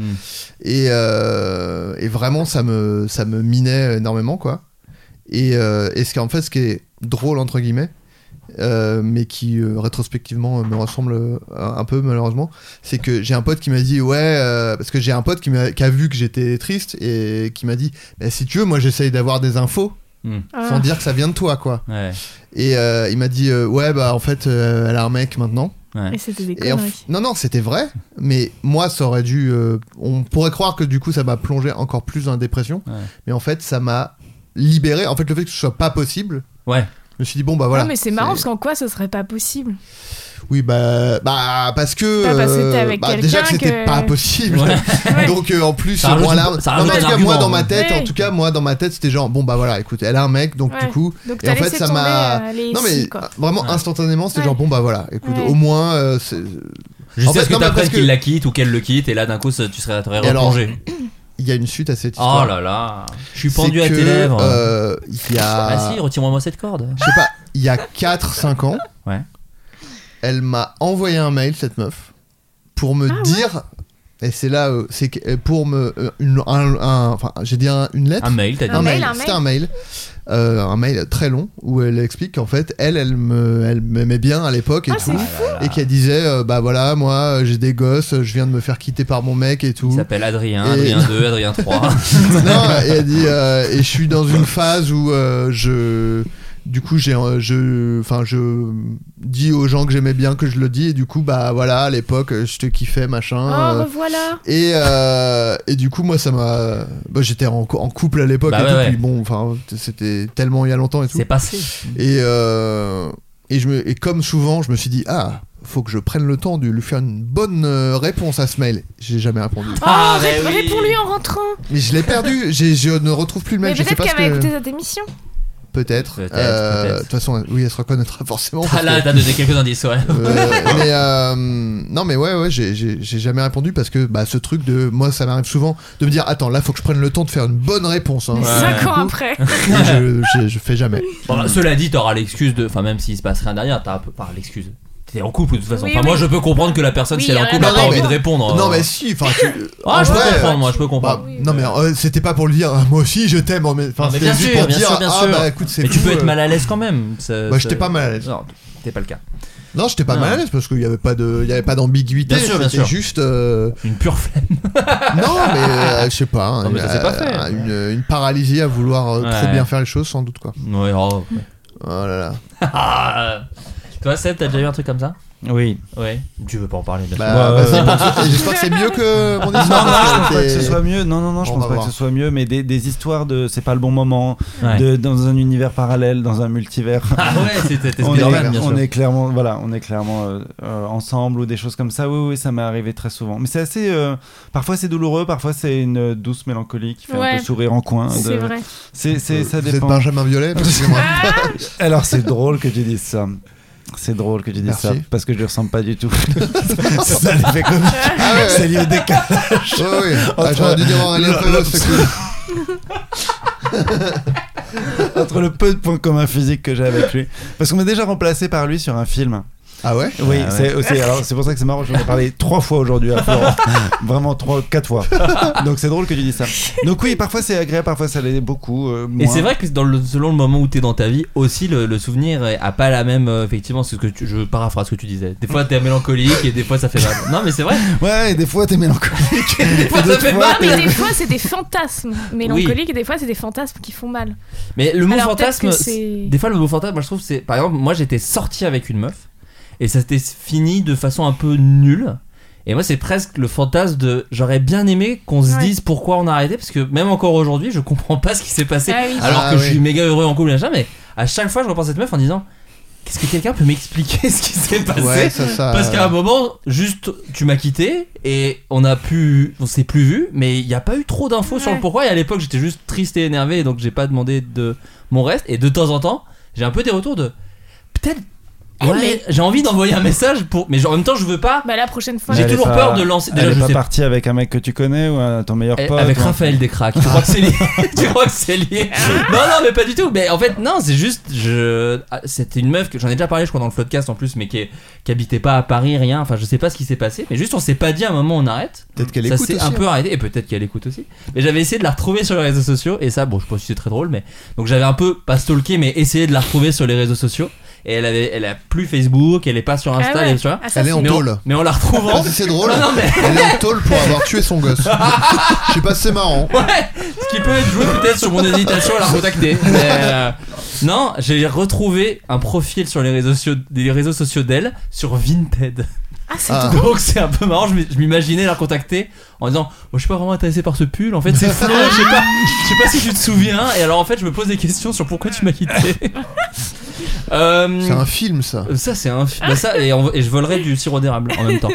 H: et, euh, et vraiment ça me ça me minait énormément quoi et, euh, et ce qui en fait ce qui est drôle entre guillemets euh, mais qui euh, rétrospectivement euh, me ressemble euh, un un peu malheureusement, c'est que j'ai un pote qui m'a dit ouais euh, parce que j'ai un pote qui, m'a- qui a vu que j'étais triste et qui m'a dit Bah, si tu veux moi j'essaye d'avoir des infos
F: Hmm.
H: sans
F: Ah.
H: dire que ça vient de toi quoi.
F: Ouais.
H: Et euh, il m'a dit euh, ouais bah en fait euh, elle a un mec maintenant.
F: Ouais.
G: Et c'était des
H: Et en
G: conneries.
H: f- Non non c'était vrai, mais moi ça aurait dû, euh, on pourrait croire que du coup ça m'a plongé encore plus dans la dépression,
F: Ouais.
H: mais en fait ça m'a libéré. En fait le fait que ce soit pas possible.
F: Ouais.
H: [LAUGHS] Je me suis dit bon bah voilà.
G: non, mais c'est marrant parce qu'en quoi ce serait pas possible
H: Oui, bah, bah parce que.
G: Bah, parce que t'es
H: euh,
G: avec
H: bah,
G: quelqu'un
H: déjà que c'était
G: que-
H: pas possible. [LAUGHS]
G: Ouais.
H: Donc euh, en plus,
F: Ça rajoute
H: moi, là,
F: un- ça
H: non,
F: rajoute un
H: mais en tout cas, moi
F: argument,
H: dans ma
F: ouais.
H: tête, en tout cas, moi dans ma tête, c'était genre bon bah voilà, écoute, elle a un mec, donc
G: Ouais.
H: du coup,
G: Donc,
H: et
G: t'as
H: en fait
G: laissé
H: ça
G: tomber,
H: m'a,
G: euh, les
H: non mais ah,
G: signes, quoi.
H: vraiment instantanément, c'était genre bon bah voilà, écoute, au moins, euh, c'est-
F: Juste
H: En fait,
F: parce que
H: non, mais
F: t'apprennes
H: parce que-
F: qu'il la quitte ou qu'elle le quitte, et là d'un coup, ça- tu serais, t'aurais
H: Et alors,
F: replongé.
H: il y a une suite à cette
F: Oh
H: histoire.
F: là là, je suis
H: C'est
F: pendu à
H: que,
F: tes lèvres.
H: euh, Il y a,
F: Ah si, retire-moi cette
H: [LAUGHS]
F: corde.
H: je sais pas, il y a 4-5 ans,
F: Ouais.
H: elle m'a envoyé un mail cette meuf pour me dire. Et c'est là, euh, c'est que- euh, pour me. euh, une- un- un- enfin, j'ai dit un- une lettre.
F: Un mail, t'as dit.
H: Un
F: Un
H: mail,
F: mail, un
H: C'était un mail. Euh, un mail très long où elle explique qu'en fait, elle, elle me- elle m'aimait bien à l'époque et
G: Ah,
H: tout.
G: c'est fou.
H: Et qu'elle disait, euh, bah voilà, moi, euh, j'ai des gosses, euh, je viens de me faire quitter par mon mec et tout.
F: Il s'appelle Adrien,
H: Et- [LAUGHS]
F: Adrien 2, Adrien 3.
H: non, et elle dit euh, et je suis dans une phase où euh, je du coup j'ai euh, je enfin je dis aux gens que j'aimais bien que je le dis et du coup bah voilà à l'époque euh, je te kiffais machin
G: Oh,
H: euh,
G: revoilà.
H: et, euh, et du coup moi ça m'a bah, j'étais en, cou- en couple à l'époque
F: Bah
H: et
F: ouais,
H: tout,
F: ouais.
H: puis bon enfin c'était tellement il y a longtemps et tout
F: C'est passé.
H: et euh, et je me et comme souvent je me suis dit ah faut que je prenne le temps de lui faire une bonne euh, réponse à ce mail j'ai jamais répondu
G: Oh,
F: Ah,
G: ré-
F: bah oui.
G: réponds-lui en rentrant.
H: mais je
G: [LAUGHS]
H: l'ai perdu, j'ai- je ne retrouve plus le
G: Mais
H: mail. je sais
G: peut-être
H: pas
G: qu'elle
H: ce
G: va
H: que...
G: écouter cette émission.
H: Peut-être.
F: Peut-être,
H: Euh, De
F: peut-être.
H: toute façon, oui, elle se reconnaîtra [LAUGHS] forcément.
F: Ah
H: parce
F: là,
H: que-
F: t'as donné quelques indices, ouais. [LAUGHS]
H: Euh, mais euh, non, mais ouais, ouais, j'ai- j'ai j'ai jamais répondu parce que bah, ce truc de moi, ça m'arrive souvent de me dire attends, là, faut que je prenne le temps de faire une bonne réponse. hein.
G: Mais
H: Du
G: cinq ans
H: coup,
G: après.
H: et je, je- je fais jamais.
F: Bon, cela dit, t'auras l'excuse de. Enfin, même s'il se passe rien derrière, t'as par l'excuse. T'es en couple de toute façon.
G: Oui,
F: enfin, moi,
G: oui.
F: je peux comprendre que la personne,
G: Oui,
F: si elle est en
G: euh,
F: couple,
G: non,
F: a pas
G: non,
F: envie
G: mais-
F: de répondre.
H: Non,
F: euh.
H: mais si, enfin, tu-
F: Ah,
H: en
F: je peux
H: vrai,
F: comprendre, moi, je peux
H: bah,
F: comprendre.
H: non mais euh, c'était pas pour le dire. [LAUGHS] ah, Moi aussi, je t'aime. en- mais- Enfin,
F: Non, mais
H: c'était
F: bien
H: juste
F: sûr,
H: pour
F: bien
H: dire
F: sûr, bien
H: ah
F: sûr.
H: bah écoute, c'est
F: Mais tu
H: fou,
F: peux être
H: euh.
F: mal à l'aise quand même. ça-
H: Bah,
F: ça-
H: j'étais pas mal à l'aise.
F: Non, t'es pas le cas.
H: Non, j'étais pas
F: Non.
H: mal à l'aise parce qu'il y avait pas de, il y avait pas d'ambiguïté.
F: Bien sûr, bien
H: C'était
F: sûr.
H: juste. euh,
F: Une pure flemme. [LAUGHS]
H: Non, mais euh, je sais pas. hein,
F: Non, mais ça
H: une-
F: s'est pas fait.
H: euh, Une, une paralysie à vouloir euh, trop
F: Ouais.
H: bien faire les choses, sans doute quoi.
F: Ouais, oh, ouais.
H: Oh là là.
F: Ah. Toi, Seb, t'as déjà eu un truc comme ça
B: Oui.
F: Ouais. Tu veux pas en parler, bien sûr.
H: Bah,
B: Ouais,
H: bah, c'est
B: ouais.
H: bon, c'est- J'espère que c'est mieux que mon
B: Non, non,
H: histoire. parce
B: je pense pas que
H: c'était-
B: ce soit mieux. Non, non, non, je
H: On
B: pense
F: bah
H: va
B: pas que
H: voir.
B: ce soit mieux, mais des, des histoires de c'est pas le bon moment,
F: Ouais.
B: de, dans un univers parallèle, dans un multivers.
F: Ah ouais, c'était
B: on,
F: Spider-Man,
B: est,
F: bien
B: on
F: sûr.
B: est clairement, voilà, on est clairement euh, euh, ensemble ou des choses comme ça. Oui, oui, ça m'est arrivé très souvent. Mais c'est assez. euh, parfois c'est douloureux, parfois c'est une douce mélancolie qui fait un
G: Ouais.
B: peu sourire en coin.
G: C'est
B: de-
G: vrai.
B: C'est, c'est- ça
H: Euh, Vous êtes
B: dépend.
H: Benjamin
F: [LAUGHS]
H: Violet excusez-moi.
B: Alors c'est drôle que tu dises ça. C'est drôle que tu dises
H: Merci.
B: ça parce que je ne ressemble pas du
H: [LAUGHS]
B: tout. ça l'effet comique.
H: Ah
B: [LAUGHS]
H: ouais,
B: C'est
H: ouais,
B: lié au décalage.
F: [LAUGHS]
H: ouais. Ah, J'aurais dû dire un
B: Le-
H: Léopoldo, c'est cool.
B: entre le peu de points communs physiques que j'ai avec lui. Parce qu'on m'a déjà remplacé par lui sur un film.
H: Ah ouais
B: Oui, c'est aussi- alors, c'est pour ça que c'est marrant, j'en ai parlé trois fois aujourd'hui à
F: [LAUGHS]
B: Florent. Vraiment trois, quatre fois. Donc c'est drôle que tu dis ça. Donc oui, parfois c'est agréable, parfois ça l'est beaucoup. euh,
F: Et
B: moins.
F: c'est vrai que dans le, selon le moment où t'es dans ta vie, aussi le, le souvenir euh, a pas la même. euh, effectivement, c'est ce que tu- je paraphrase ce que tu disais. Des fois t'es mélancolique et des fois ça fait mal. Non mais c'est vrai.
B: Ouais, et des fois t'es mélancolique.
F: Des fois ça
B: d'autres
F: fait
B: fois,
F: mal.
G: Ah, mais des fois, c'est des fantasmes mélancoliques et des fois, c'est des fantasmes qui font mal.
F: Mais le mot
G: Alors, peut-être
F: fantasme,
G: que c'est-
F: des fois le mot fantasme, moi je trouve c'est. Par exemple, moi j'étais sorti avec une meuf et ça s'était fini de façon un peu nulle. Et moi c'est presque le fantasme de j'aurais bien aimé qu'on se
G: Ouais.
F: dise pourquoi on a arrêté parce que même encore aujourd'hui je comprends pas ce qui s'est passé.
G: Ah oui.
F: Alors
H: Ah
F: que je
H: oui.
F: suis méga heureux en couple machin, mais à chaque fois je repense à cette meuf en disant qu'est-ce que quelqu'un peut m'expliquer [LAUGHS] ce qui s'est passé
H: Ouais, ça, ça. euh,
F: Parce qu'à un moment, juste tu m'as quitté et on a pu, on s'est plus vu, mais il n'y a pas eu trop d'infos sur le
G: Ouais.
F: pourquoi. Et à l'époque, j'étais juste triste et énervé, donc j'ai pas demandé de mon reste. Et de temps en temps, j'ai un peu des retours de peut-être.
G: Elle
F: ouais,
G: est-
F: j'ai envie d'envoyer un message pour, mais genre, en même temps, je veux pas.
G: Bah, la prochaine fois,
F: J'ai
B: Elle est
F: toujours
B: pas-
F: peur de lancer.
B: Elle
F: Déjà,
B: est
F: je
B: pas
F: sais
B: partie avec un mec que tu connais ou un- ton meilleur
F: Eh,
B: pote.
F: Avec
B: ou un-
F: Raphaël des cracks. Tu crois que c'est lié [LAUGHS] Tu crois que c'est [LAUGHS] lié Non, non, mais pas du tout. Mais en fait, non, c'est juste. Je... ah, C'était une meuf que j'en ai déjà parlé, je crois, dans le podcast en plus, mais qui, est- qui habitait pas à Paris, rien. Enfin, je sais pas ce qui s'est passé. Mais juste, on s'est pas dit à un moment on arrête.
H: Peut-être qu'elle
F: ça
H: écoute
F: s'est un
H: aussi, hein.
F: peu arrêté. Et peut-être qu'elle écoute aussi. Mais j'avais essayé de la retrouver sur les réseaux sociaux. Et ça, bon, je sais pas si c'est très drôle, mais. Donc j'avais un peu, pas stalké, mais essayé de la retrouver sur les réseaux sociaux. Et elle, avait, elle a plus Facebook, elle est pas sur Insta,
G: Ah ouais.
F: elle est- tu vois.
G: Ah, ça,
H: Elle est en
G: c'est-
F: Mais on-
H: tôle.
F: Mais on la retrouvant.
H: [LAUGHS] Ah, si c'est drôle.
F: Non, non, mais-
H: Elle est en tôle pour avoir tué son gosse. Je sais pas si c'est marrant.
F: Ce qui peut être joué peut-être sur mon hésitation à la contacter. Mais, euh, non, j'ai retrouvé un profil sur les réseaux sociaux, des réseaux sociaux d'elle sur Vinted.
G: Ah, c'est
H: Ah.
G: drôle.
F: Donc c'est un peu marrant, je m- je m'imaginais la contacter en disant Moi, Je suis pas vraiment intéressé par ce pull, en fait c'est Flo, je sais, pas, je sais pas si tu te souviens. Et alors en fait je me pose des questions sur pourquoi tu m'as quitté. Euh,
H: C'est un film, ça.
F: ça c'est un fi- bah, ça et, on- et je volerai du sirop d'érable en même temps.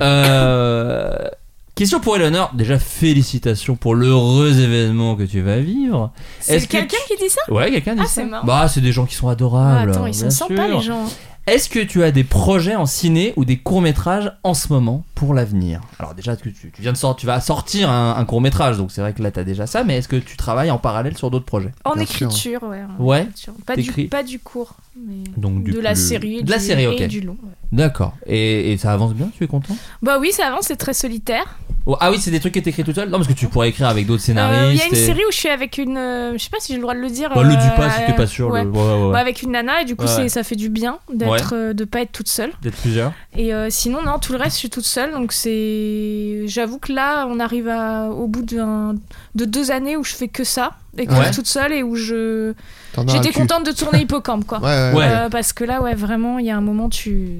F: Euh, Question pour Eleanor. Déjà félicitations pour l'heureux événement que tu vas vivre. Est-ce
G: C'est
F: que
G: quelqu'un qui dit ça
F: Ouais, quelqu'un dit
G: Ah,
F: ça.
G: c'est marrant.
F: Bah, c'est des gens qui sont adorables.
G: Attends, ils
F: Ah bien
G: sont sympas,
F: sûr.
G: les gens.
F: Est-ce que tu as des projets en ciné ou des courts-métrages en ce moment pour l'avenir Alors déjà, est-ce que tu, tu viens de sortir, tu vas sortir un, un court-métrage, donc c'est vrai que là t'as déjà ça, mais est-ce que tu travailles en parallèle sur d'autres projets
G: En
H: Bien sûr.
G: écriture, ouais. en
F: Ouais.
G: écriture. Pas du,
F: T'écris.
G: pas du cours, mais
F: Donc du
G: de la
F: plus-
G: série, et
F: De la
G: du-
F: série, ok.
G: et du long. ouais.
F: D'accord. Et, et ça avance bien, tu es content
G: Bah oui, ça avance, c'est très solitaire.
F: Oh, Ah oui, c'est des trucs qui étaient écrits tout seul Non, parce que tu pourrais écrire avec d'autres
G: Euh, Il y
F: scénaristes.
G: a une
F: et-
G: série où je suis avec une. euh, je sais pas si j'ai le droit de le dire.
F: Bah, le dis pas si
G: euh,
F: t'es pas sûr.
G: ouais.
F: le- ouais, ouais, ouais.
G: Bah, avec une nana, et du coup,
F: Ouais.
G: c'est- ça fait du bien d'être,
F: Ouais.
G: euh, de pas être toute seule.
F: D'être plusieurs.
G: Et euh, sinon, non, tout le reste, je suis toute seule. Donc, c'est. J'avoue que là, on arrive à- au bout d'un- de deux années où je fais que ça. Et que
H: Ouais.
G: je suis toute seule et où je.
H: T'en as ras
G: J'étais
H: le cul.
G: contente de tourner Hippocampe, quoi.
H: Ouais, ouais,
F: [LAUGHS] ouais.
G: Euh, parce que là, ouais, vraiment, il y a un moment, tu.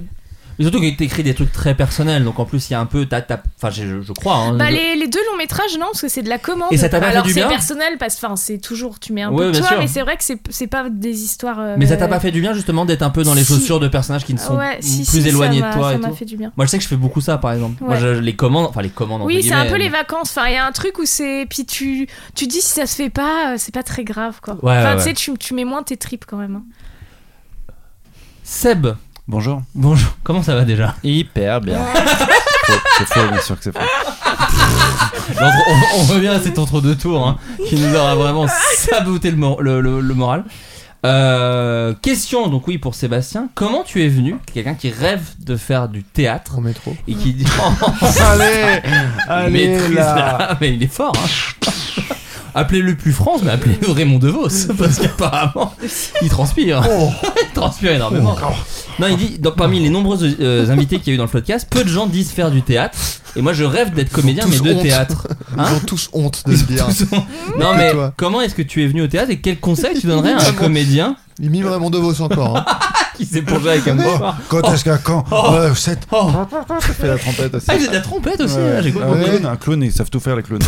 F: Mais surtout que t'écris des trucs très personnels, donc en plus il y a un peu ta ta. Enfin, je, je crois. hein,
G: Bah,
F: je-
G: les, les deux longs métrages, non, parce que c'est de la commande.
F: Et ça t'a pas fait
G: Alors,
F: du
G: c'est
F: bien
G: personnel, parce que enfin, c'est toujours, tu mets un
F: Ouais,
G: peu de
F: bien
G: toi,
F: sûr.
G: mais c'est vrai que c'est c'est pas des histoires. euh,
F: Mais ça t'a pas fait du bien justement d'être un peu dans les
G: si.
F: chaussures de personnages qui ne sont
G: Ouais, si, si,
F: plus
G: ça
F: éloignés
G: m'a-
F: de toi
G: ça
F: et
G: m'a
F: tout.
G: fait du bien.
F: Moi, je sais que je fais beaucoup ça, par exemple. Moi,
G: Ouais.
F: je, je les commande, enfin les commandes.
G: Oui,
F: entre
G: c'est un peu
F: guillemets. euh,
G: les vacances. Enfin, il y a un truc où c'est. Puis tu, tu dis si ça se fait pas, euh, c'est pas très grave, quoi.
F: Ouais,
G: enfin,
F: ouais,
G: tu sais,
F: ouais.
G: tu, tu mets moins tes tripes quand même. hein.
F: Seb.
B: Bonjour.
F: Bonjour. Comment ça va déjà
C: Hyper bien. c'est faux, bien sûr que
F: [LAUGHS]
C: c'est faux.
F: L'entre- on, on revient à cet entre-deux tours hein, qui nous aura vraiment saboté le, mor- le- le- le moral. Euh, question donc oui pour Sébastien, comment tu es venu, quelqu'un qui rêve de faire du théâtre
H: en métro
F: et qui dit oh,
B: [LAUGHS] Allez,
F: Il
B: allez,
F: maîtrise,
B: là.
F: là. mais il est fort. hein. [LAUGHS] appelez-le plus France, mais appelez-le Raymond DeVos [LAUGHS] parce qu'apparemment il transpire.
B: Oh.
F: [LAUGHS] il transpire énormément. Non, il dit donc, parmi les nombreux euh, invités qu'il y a eu dans le podcast, peu de gens disent faire du théâtre et moi je rêve d'être comédien mais
H: tous
F: de
H: honte.
F: théâtre. Hein
H: Ils ont tous honte de le dire.
F: non
B: Mmh.
H: Que
F: mais
H: toi.
F: comment est-ce que tu es venu au théâtre et quel conseil tu donnerais à
B: [LAUGHS]
F: un
H: Vraiment.
F: comédien
H: Il mime Raymond DeVos encore. hein.
F: qui s'est plongé avec un
B: Oh, [LAUGHS]
F: mouchoir
B: quand est-ce qu'à quand
F: [LAUGHS] Oh.
B: Ouais, cette-
F: Oh.
B: Ça fait la trompette aussi.
F: Ah, vous êtes de la trompette aussi,
B: Ouais.
F: hein, j'ai
B: un
F: compris.
B: clown, un clown, ils savent tout faire les clowns.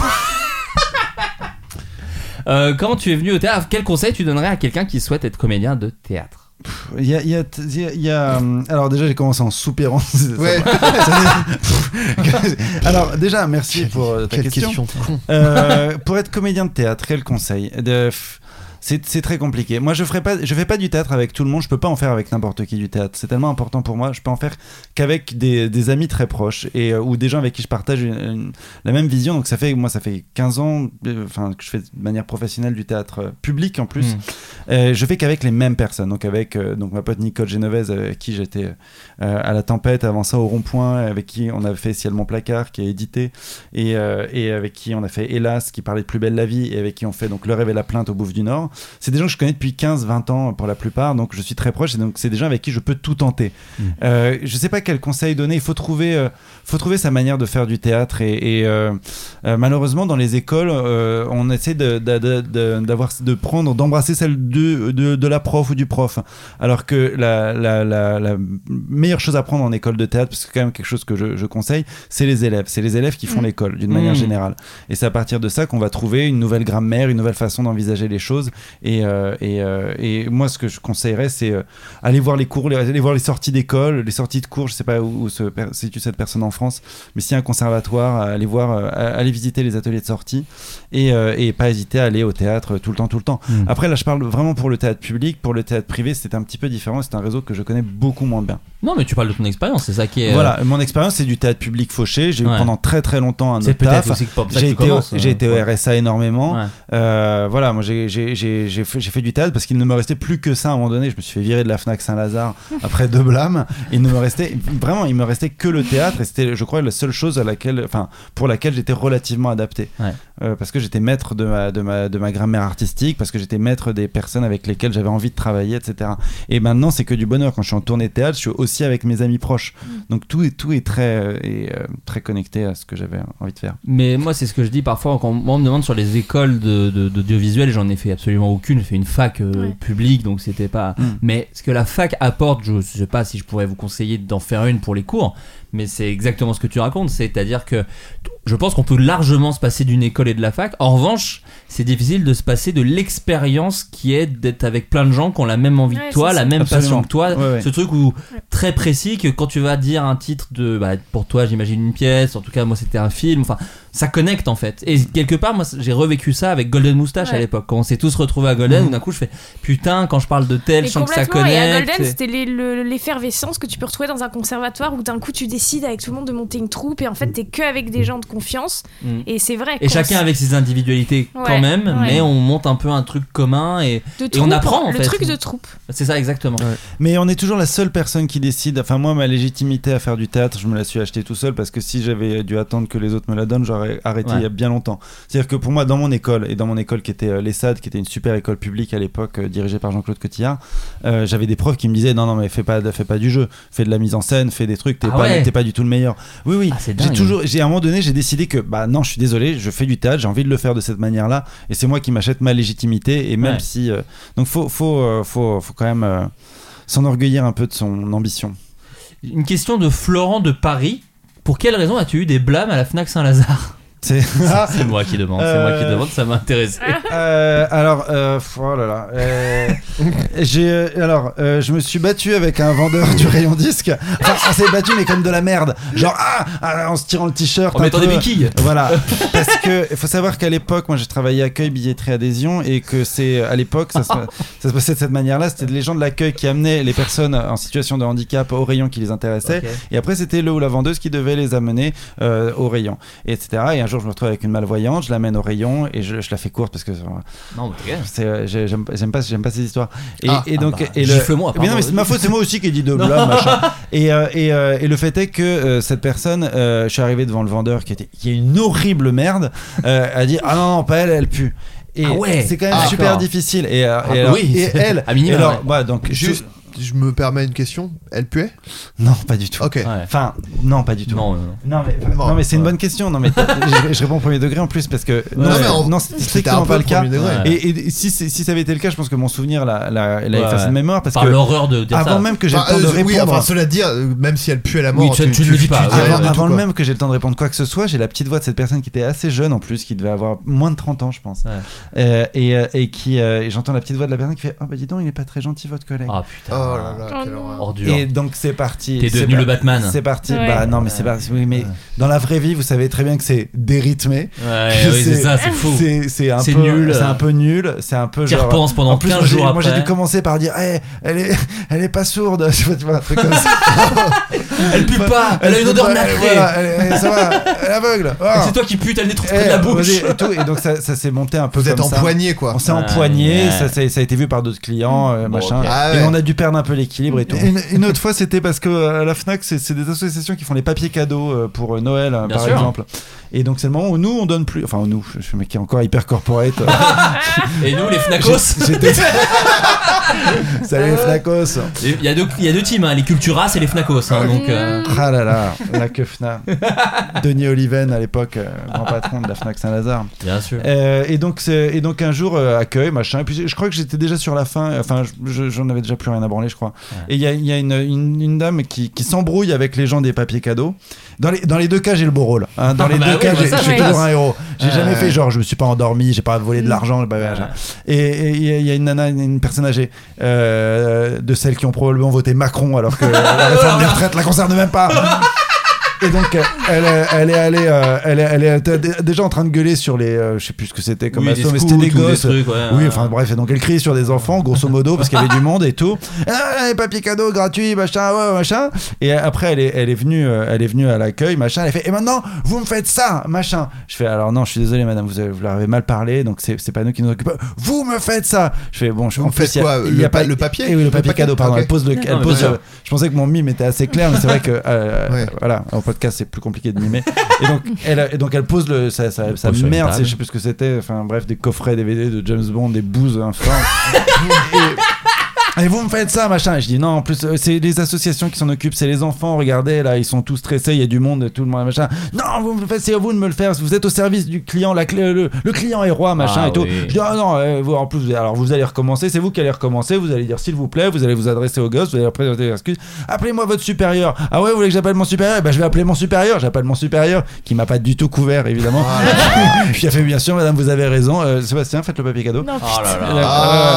F: Euh, Comment tu es venu au théâtre Quel conseil tu donnerais à quelqu'un qui souhaite être comédien de théâtre
B: Il y a, il y a- il y a- il y a, hum, alors déjà j'ai commencé en soupirant. [LAUGHS] c'est- ça
H: Ouais. [LAUGHS]
B: m'a- alors déjà merci pour euh, ta
H: Quelle
B: question.
H: question de con.
B: Euh, pour être comédien de théâtre, quel conseil De- pff, c'est, c'est très compliqué. Moi, je ferai pas, je fais pas du théâtre avec tout le monde. Je peux pas en faire avec n'importe qui du théâtre. C'est tellement important pour moi. Je peux en faire qu'avec des, des amis très proches et euh, ou des gens avec qui je partage une- une- la même vision. Donc ça fait, moi, ça fait 15 ans, euh, enfin, que je fais de manière professionnelle du théâtre euh, public en plus.
F: Mm.
B: Euh, je fais qu'avec les mêmes personnes. Donc avec euh, donc ma pote Nicole Genovese avec qui j'étais euh, à la tempête, avant ça au rond-point, avec qui on a fait Ciel mon placard qui est édité et, euh, et avec qui on a fait Hélas qui parlait de Plus belle la vie et avec qui on fait donc Le rêve et la plainte au Bouffe du Nord. C'est des gens que je connais depuis 15-20 ans pour la plupart, donc je suis très proche et donc c'est des gens avec qui je peux tout tenter.
F: Mm.
B: Euh, je sais pas quel conseil donner, il faut trouver, euh, faut trouver sa manière de faire du théâtre et, et, euh, euh, malheureusement dans les écoles euh, on essaie de, de- de- de- d'avoir, de prendre, d'embrasser celle de, de, de la prof ou du prof. Alors que la, la- la- la meilleure chose à prendre en école de théâtre, parce que c'est quand même quelque chose que je, je conseille, c'est les élèves. C'est les élèves qui font
G: Mm.
B: l'école d'une
F: Mm.
B: manière générale. Et c'est à partir de ça qu'on va trouver une nouvelle grammaire, une nouvelle façon d'envisager les choses. Et, euh, et, euh, et moi, ce que je conseillerais, c'est euh, aller voir les cours, les- aller voir les sorties d'école, les sorties de cours. Je sais pas où, où se per- situe cette personne en France, mais s'il y a un conservatoire, aller voir, euh, aller visiter les ateliers de sortie et, euh, et pas hésiter à aller au théâtre euh, tout le temps, tout le temps.
F: Mm.
B: Après, là, je parle vraiment pour le théâtre public. Pour le théâtre privé, c'est un petit peu différent. C'est un réseau que je connais beaucoup moins bien.
F: Non, mais tu parles de ton expérience, c'est ça qui est.
B: Voilà, mon expérience, c'est du théâtre public fauché. J'ai
F: euh, Ouais.
B: eu pendant très très longtemps un
F: C'est
B: autre
F: peut-être
B: taf.
F: aussi que pour ça que
B: J'ai
F: tu
B: été, au,
F: commences, euh,
B: j'ai été au
F: ouais.
B: RSA énormément.
F: Ouais.
B: Euh, voilà, moi j'ai, j'ai, j'ai, j'ai fait, j'ai fait du théâtre parce qu'il ne me restait plus que ça à un moment donné. Je me suis fait virer de la Fnac Saint-Lazare après deux blâmes. Il ne me restait vraiment, il me restait que le théâtre et c'était, je crois, la seule chose à laquelle, enfin, pour laquelle j'étais relativement adapté.
F: Ouais.
B: Euh, parce que j'étais maître de ma, de, ma, de ma grammaire artistique, parce que j'étais maître des personnes avec lesquelles j'avais envie de travailler, etc. Et maintenant, c'est que du bonheur. Quand je suis en tournée de théâtre, je suis aussi avec mes amis proches. Donc tout est, tout est très, euh, et, euh, très connecté à ce que j'avais envie de faire.
F: Mais moi, c'est ce que je dis parfois quand moi, on me demande sur les écoles de- de- d'audiovisuel, j'en ai fait absolument aucune. J'ai fait une fac euh,
G: Ouais.
F: publique, donc c'était pas.
B: Mm.
F: Mais ce que la fac apporte, je, je sais pas si je pourrais vous conseiller d'en faire une pour les cours, mais c'est exactement ce que tu racontes. C'est-à-dire que t- je pense qu'on peut largement se passer d'une école et de la fac. En revanche, c'est difficile de se passer de l'expérience qui est d'être avec plein de gens qui ont la même envie
G: Ouais,
F: que toi,
G: c'est
F: la
G: ça.
F: même passion
B: Absolument.
F: que toi.
B: Ouais, ouais.
F: Ce truc où très précis que quand tu vas dire un titre de bah, pour toi j'imagine une pièce en tout cas moi c'était un film enfin ça connecte en fait et quelque part moi j'ai revécu ça avec Golden Moustache à
G: Ouais.
F: l'époque quand on s'est tous retrouvés à Golden où d'un coup je fais putain quand je parle de tel
G: Et
F: je sens que ça
G: complètement, et à
F: connecte
G: Golden,
F: Et-
G: c'était les- le- l'effervescence que tu peux retrouver dans un conservatoire où d'un coup tu décides avec tout le monde de monter une troupe et en fait t'es que avec des gens de confiance.
F: Mm.
G: Et c'est vrai.
F: Et
G: qu'on
F: chacun
G: s-
F: avec ses individualités
G: Ouais,
F: quand même,
G: ouais.
F: mais on monte un peu un truc commun et,
G: De
F: et on
G: troupe,
F: apprend en
G: le
F: fait.
G: truc de troupe.
F: C'est ça exactement.
B: Mais on est toujours la seule personne qui décide. Enfin, moi, ma légitimité à faire du théâtre, je me la suis achetée tout seul parce que si j'avais dû attendre que les autres me la donnent, j'aurais arrêté
F: Ouais.
B: il y a bien longtemps. C'est-à-dire que pour moi, dans mon école, et dans mon école qui était euh, l'ESSAD, qui était une super école publique à l'époque, euh, dirigée par Jean-Claude Cotillard, euh, j'avais des profs qui me disaient Non, non, mais fais pas, fais pas du jeu, fais de la mise en scène, fais des trucs, t'es
F: Ah
B: pas,
F: ouais. Ah,
B: t'es pas du tout le meilleur. Oui, oui, j'ai
F: dingue.
B: toujours, j'ai à un moment donné, j'ai décidé que bah non, je suis désolé, je fais du théâtre, j'ai envie de le faire de cette manière-là, et c'est moi qui m'achète ma légitimité, et même
F: Ouais.
B: si euh, donc faut faut euh, faut faut quand même euh, s'enorgueillir un peu de son ambition.
F: Une question de Florent de Paris. Pour quelle raison as-tu eu des blâmes à la
B: [LAUGHS]
F: Fnac Saint-Lazare
B: C'est
F: c'est moi qui demande, c'est moi qui demande, ça m'intéresse.
G: Ah.
B: Euh, alors, euh, pff, oh là là, euh, j'ai euh, alors, euh, je me suis battu avec un vendeur du rayon disque. Enfin, on s'est battu mais comme de la merde, genre ah, ah, en se tirant le t-shirt,
F: En
B: un
F: mettant
B: peu.
F: des béquilles.
B: Voilà, parce que il faut savoir qu'à l'époque, moi, j'ai travaillé accueil, billetterie, adhésion, et que c'est à l'époque, ça, se- ça se passait de cette manière-là. C'était les gens de l'accueil qui amenaient les personnes en situation de handicap au rayon qui les intéressait,
F: Ok.
B: et après c'était le ou la vendeuse qui devait les amener euh, au rayon, etc. Et un jour, je me retrouve avec une malvoyante, je l'amène au rayon et je, je la fais courte parce que
F: Non, mais t'es gay.
B: c'est, euh, j'ai- j'aime j'aime pas j'aime pas ces histoires et,
F: Ah,
B: et donc
F: ah bah,
B: et le-
F: gifle-moi,
B: mais non
F: pardon.
B: mais c'est ma faute c'est moi aussi qui ai
F: [LAUGHS]
B: dit de
F: Non.
B: blâme machin et, euh, et, euh, et le fait est que euh, cette personne euh, je suis arrivé devant le vendeur qui était qui est une horrible merde euh, a dit ah non non pas elle elle pue et
F: Ah ouais.
B: c'est quand même
F: Ah,
B: super
F: d'accord.
B: difficile et, euh,
F: Ah,
B: et alors-
F: oui.
B: et elle
F: [LAUGHS] À minima,
B: et alors,
F: ouais.
B: voilà, donc
H: Juste, je me permets une question. Elle puait
B: non pas du tout
H: Ok.
B: enfin non pas du tout
F: Non, non, non.
B: non mais,
H: Bon,
B: non, mais c'est une
H: ouais.
B: bonne question. Non mais [LAUGHS] je, je réponds au premier degré en plus parce que non,
H: mais
B: c'est-
H: en-
B: non, c'est
H: c'était
B: strictement
H: un peu
B: pas le
H: le
B: cas.
H: premier degré.
B: Et, et si, c'est- si ça avait été le cas, je pense que mon souvenir l'a la, l'a
F: Ouais,
B: effacé
F: ouais.
B: de mémoire parce
F: Par
B: que
F: l'horreur de dire
B: avant
F: ça.
B: même que j'ai
H: Bah,
B: le temps de
H: euh, oui,
B: répondre.
H: enfin, cela dit, euh, même si elle pue à la
F: Oui,
H: mort,
F: tu- tu ne le dis pas, ouais,
H: tu dis rien
B: avant
H: du tout,
B: avant
H: quoi.
B: même que j'ai le temps de répondre quoi que ce soit, j'ai la petite voix de cette personne qui était assez jeune en plus, qui devait avoir moins de 30 ans, je pense.
F: Ouais.
B: Euh, et, euh, et qui euh, et j'entends la petite voix de la personne qui fait Oh bah dis donc, il est pas très gentil votre collègue.
F: Ah
H: Oh
F: putain.
H: là là, quelle
G: Oh non.
H: horreur.
F: Ordure.
B: Et donc c'est parti.
F: T'es
B: C'est
F: devenu
B: par-
F: le Batman.
B: C'est parti.
G: Ouais.
B: Bah non, mais c'est parti. Oui, mais dans la vraie vie, vous savez très bien que c'est dérythmé. [LAUGHS]
F: Ouais, oui, c'est ça, c'est fou.
B: C'est, c'est un
F: C'est
B: peu
F: nul.
B: C'est un peu nul. C'est un peu
F: T'y
B: genre.
F: repenses pendant
B: en plus,
F: 15
B: moi, j'ai-
F: jours
B: Moi, j'ai
F: après.
B: dû commencer par dire, Eh, elle est, [LAUGHS] elle est pas sourde. [LAUGHS] Je sais pas, tu vois, un truc
F: [LAUGHS]
B: comme ça.
F: Elle pue pas, elle a une
B: pue
F: odeur
B: pas,
F: nacrée.
B: voilà, elle- elle- ça va. Elle est aveugle. Oh.
F: [LAUGHS] C'est toi qui pue, t'as le nez trop près
B: Eh,
F: de la bouche.
B: vas-y, Et, tout. Et donc ça, ça s'est monté un peu
H: Vous êtes
B: comme ça.
H: empoigné quoi.
B: On s'est
F: Ouais,
B: empoigné,
F: ouais.
B: ça, s'est- ça a été vu par d'autres clients, euh, machin.
H: ok. Ah
B: Et
H: ouais.
B: on a dû perdre un peu l'équilibre et tout. Une, une autre fois, c'était parce que euh, à la Fnac, c'est c'est des associations qui font les papiers cadeaux euh, pour euh, Noël, euh,
F: Bien
B: par
F: sûr.
B: exemple. Et donc c'est le moment où nous, on donne plus. Enfin, nous, je suis le mec qui est encore hyper corporate. euh, [LAUGHS]
F: Et nous, les Fnacos,
B: J'étais. [LAUGHS] Salut les Fnacos.
F: [LAUGHS] il y, a deux- il y a deux teams, hein, les Culturas et les Fnacos. hein, donc, euh,
B: Ah là là, la que Fna. Denis Oliven à l'époque, euh, grand patron de la Fnac Saint-Lazare.
F: bien sûr.
B: Euh, et donc c'est- et donc un jour euh, accueil machin et puis je- je crois que j'étais déjà sur la fin enfin je- je- j'en avais déjà plus rien à branler je crois et il y a, il y a une, une- une dame qui, qui s'embrouille avec les gens des papiers cadeaux dans les, dans les deux cas j'ai le beau rôle hein. dans les
F: Bah
B: deux
F: oui,
B: cas
F: bah
B: j'ai-
F: ça,
B: je suis
G: ouais.
B: toujours un héros j'ai
F: Ouais. Mm.
B: jamais fait genre je me suis pas endormi j'ai pas volé de l'argent bah, machin. et et il y a- il y, a une nana une, une personne âgée euh, de celles qui ont probablement voté Macron alors que euh, la réforme des retraites la concerne même
F: [LAUGHS]
B: pas et donc, euh, elle, euh, elle est allée, euh, elle, est- elle est était dé- déjà en train de gueuler sur les, euh, je sais plus ce que c'était comme
F: Oui,
B: asso,
F: des
B: mais
F: scouts
B: c'était des
F: ou des
B: gosses.
F: trucs, ouais,
B: oui,
F: ouais.
B: enfin bref, et donc elle crie sur des enfants, grosso modo, parce qu'il y avait du monde et tout. Ah, les papiers cadeaux gratuits, machin, ouais, machin. Et après, elle est, elle est venue, euh, elle est venue à l'accueil, machin. Elle fait, et maintenant, vous me faites ça, machin. Je fais, alors non, je suis désolé, madame, vous, avez- vous leur avez mal parlé, donc c'est c'est pas nous qui nous occupons. Vous me faites ça. Je fais, bon, je
H: Vous
B: en
H: me
B: plus,
H: faites
B: il y a-
H: quoi,
B: il y
H: le
B: a
H: pa-
B: pas
H: le papier
B: Eh oui, le
H: Le
B: papier
H: paquet
B: cadeau, pardon.
H: Ok.
B: Elle pose le, elle
F: mais
B: pose
F: bien
B: le- je pensais que mon mime était assez clair, mais c'est vrai que euh,
H: Ouais.
B: voilà, en podcast c'est plus compliqué de mimer. et donc elle, et donc elle pose le, sa, sa, sa
F: pose sur une
B: merde,
F: table.
B: c'est- je sais plus ce que c'était. Enfin bref, des coffrets DVD de James Bond, des bouses infâmes. Et vous me faites ça, machin. Et je dis non, en plus, euh, c'est les associations qui s'en occupent, c'est les enfants. Regardez, là, ils sont tous stressés, il y a du monde, tout le monde, machin. Non, vous me faites, c'est à vous de me le faire. Vous êtes au service du client, la clé- le, le client est roi, machin
F: Ah
B: et tout.
F: oui.
B: Je dis ah non, euh, vous, en plus, vous- alors vous allez recommencer, c'est vous qui allez recommencer. Vous allez dire s'il vous plaît, vous allez vous adresser au gosse, vous allez leur présenter des excuses. Appelez-moi votre supérieur. Ah ouais, vous voulez que j'appelle mon supérieur Eh ben, je vais appeler mon supérieur. J'appelle mon supérieur qui m'a pas du tout couvert, évidemment.
F: Ah.
B: [LAUGHS] Puis il a fait bien sûr, madame, vous avez raison. Euh, Sébastien, faites le papier cadeau.
G: Non,
F: Oh là là.
B: Euh,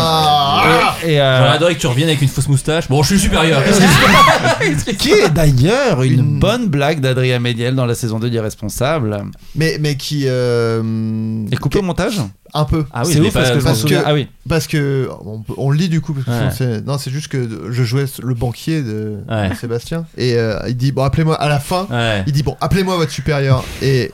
H: Ah
B: et, euh,
F: J'aurais adoré que tu reviennes avec une fausse moustache. Bon, je suis le supérieur. Qu'est-ce que je [LAUGHS] fais
B: Ah, Qui est d'ailleurs une,
H: Une-
B: bonne blague d'Adrien Médiel dans la saison 2 d'Irresponsable.
H: Mais mais qui euh,
B: Et coupé au montage
H: un peu.
F: Ah oui, je
B: c'est
F: l'ai
B: ouf parce
F: pas-
B: que je m'en
H: parce
B: souviens.
H: que-
B: Ah oui.
H: Parce que on, peut- on le lit du coup. Parce que
F: Ouais.
H: sinon, c'est- non, c'est juste que je jouais le banquier de
F: Ouais.
H: Sébastien et euh, il dit bon appelez-moi à la fin.
F: Ouais.
H: Il dit bon appelez-moi votre supérieur et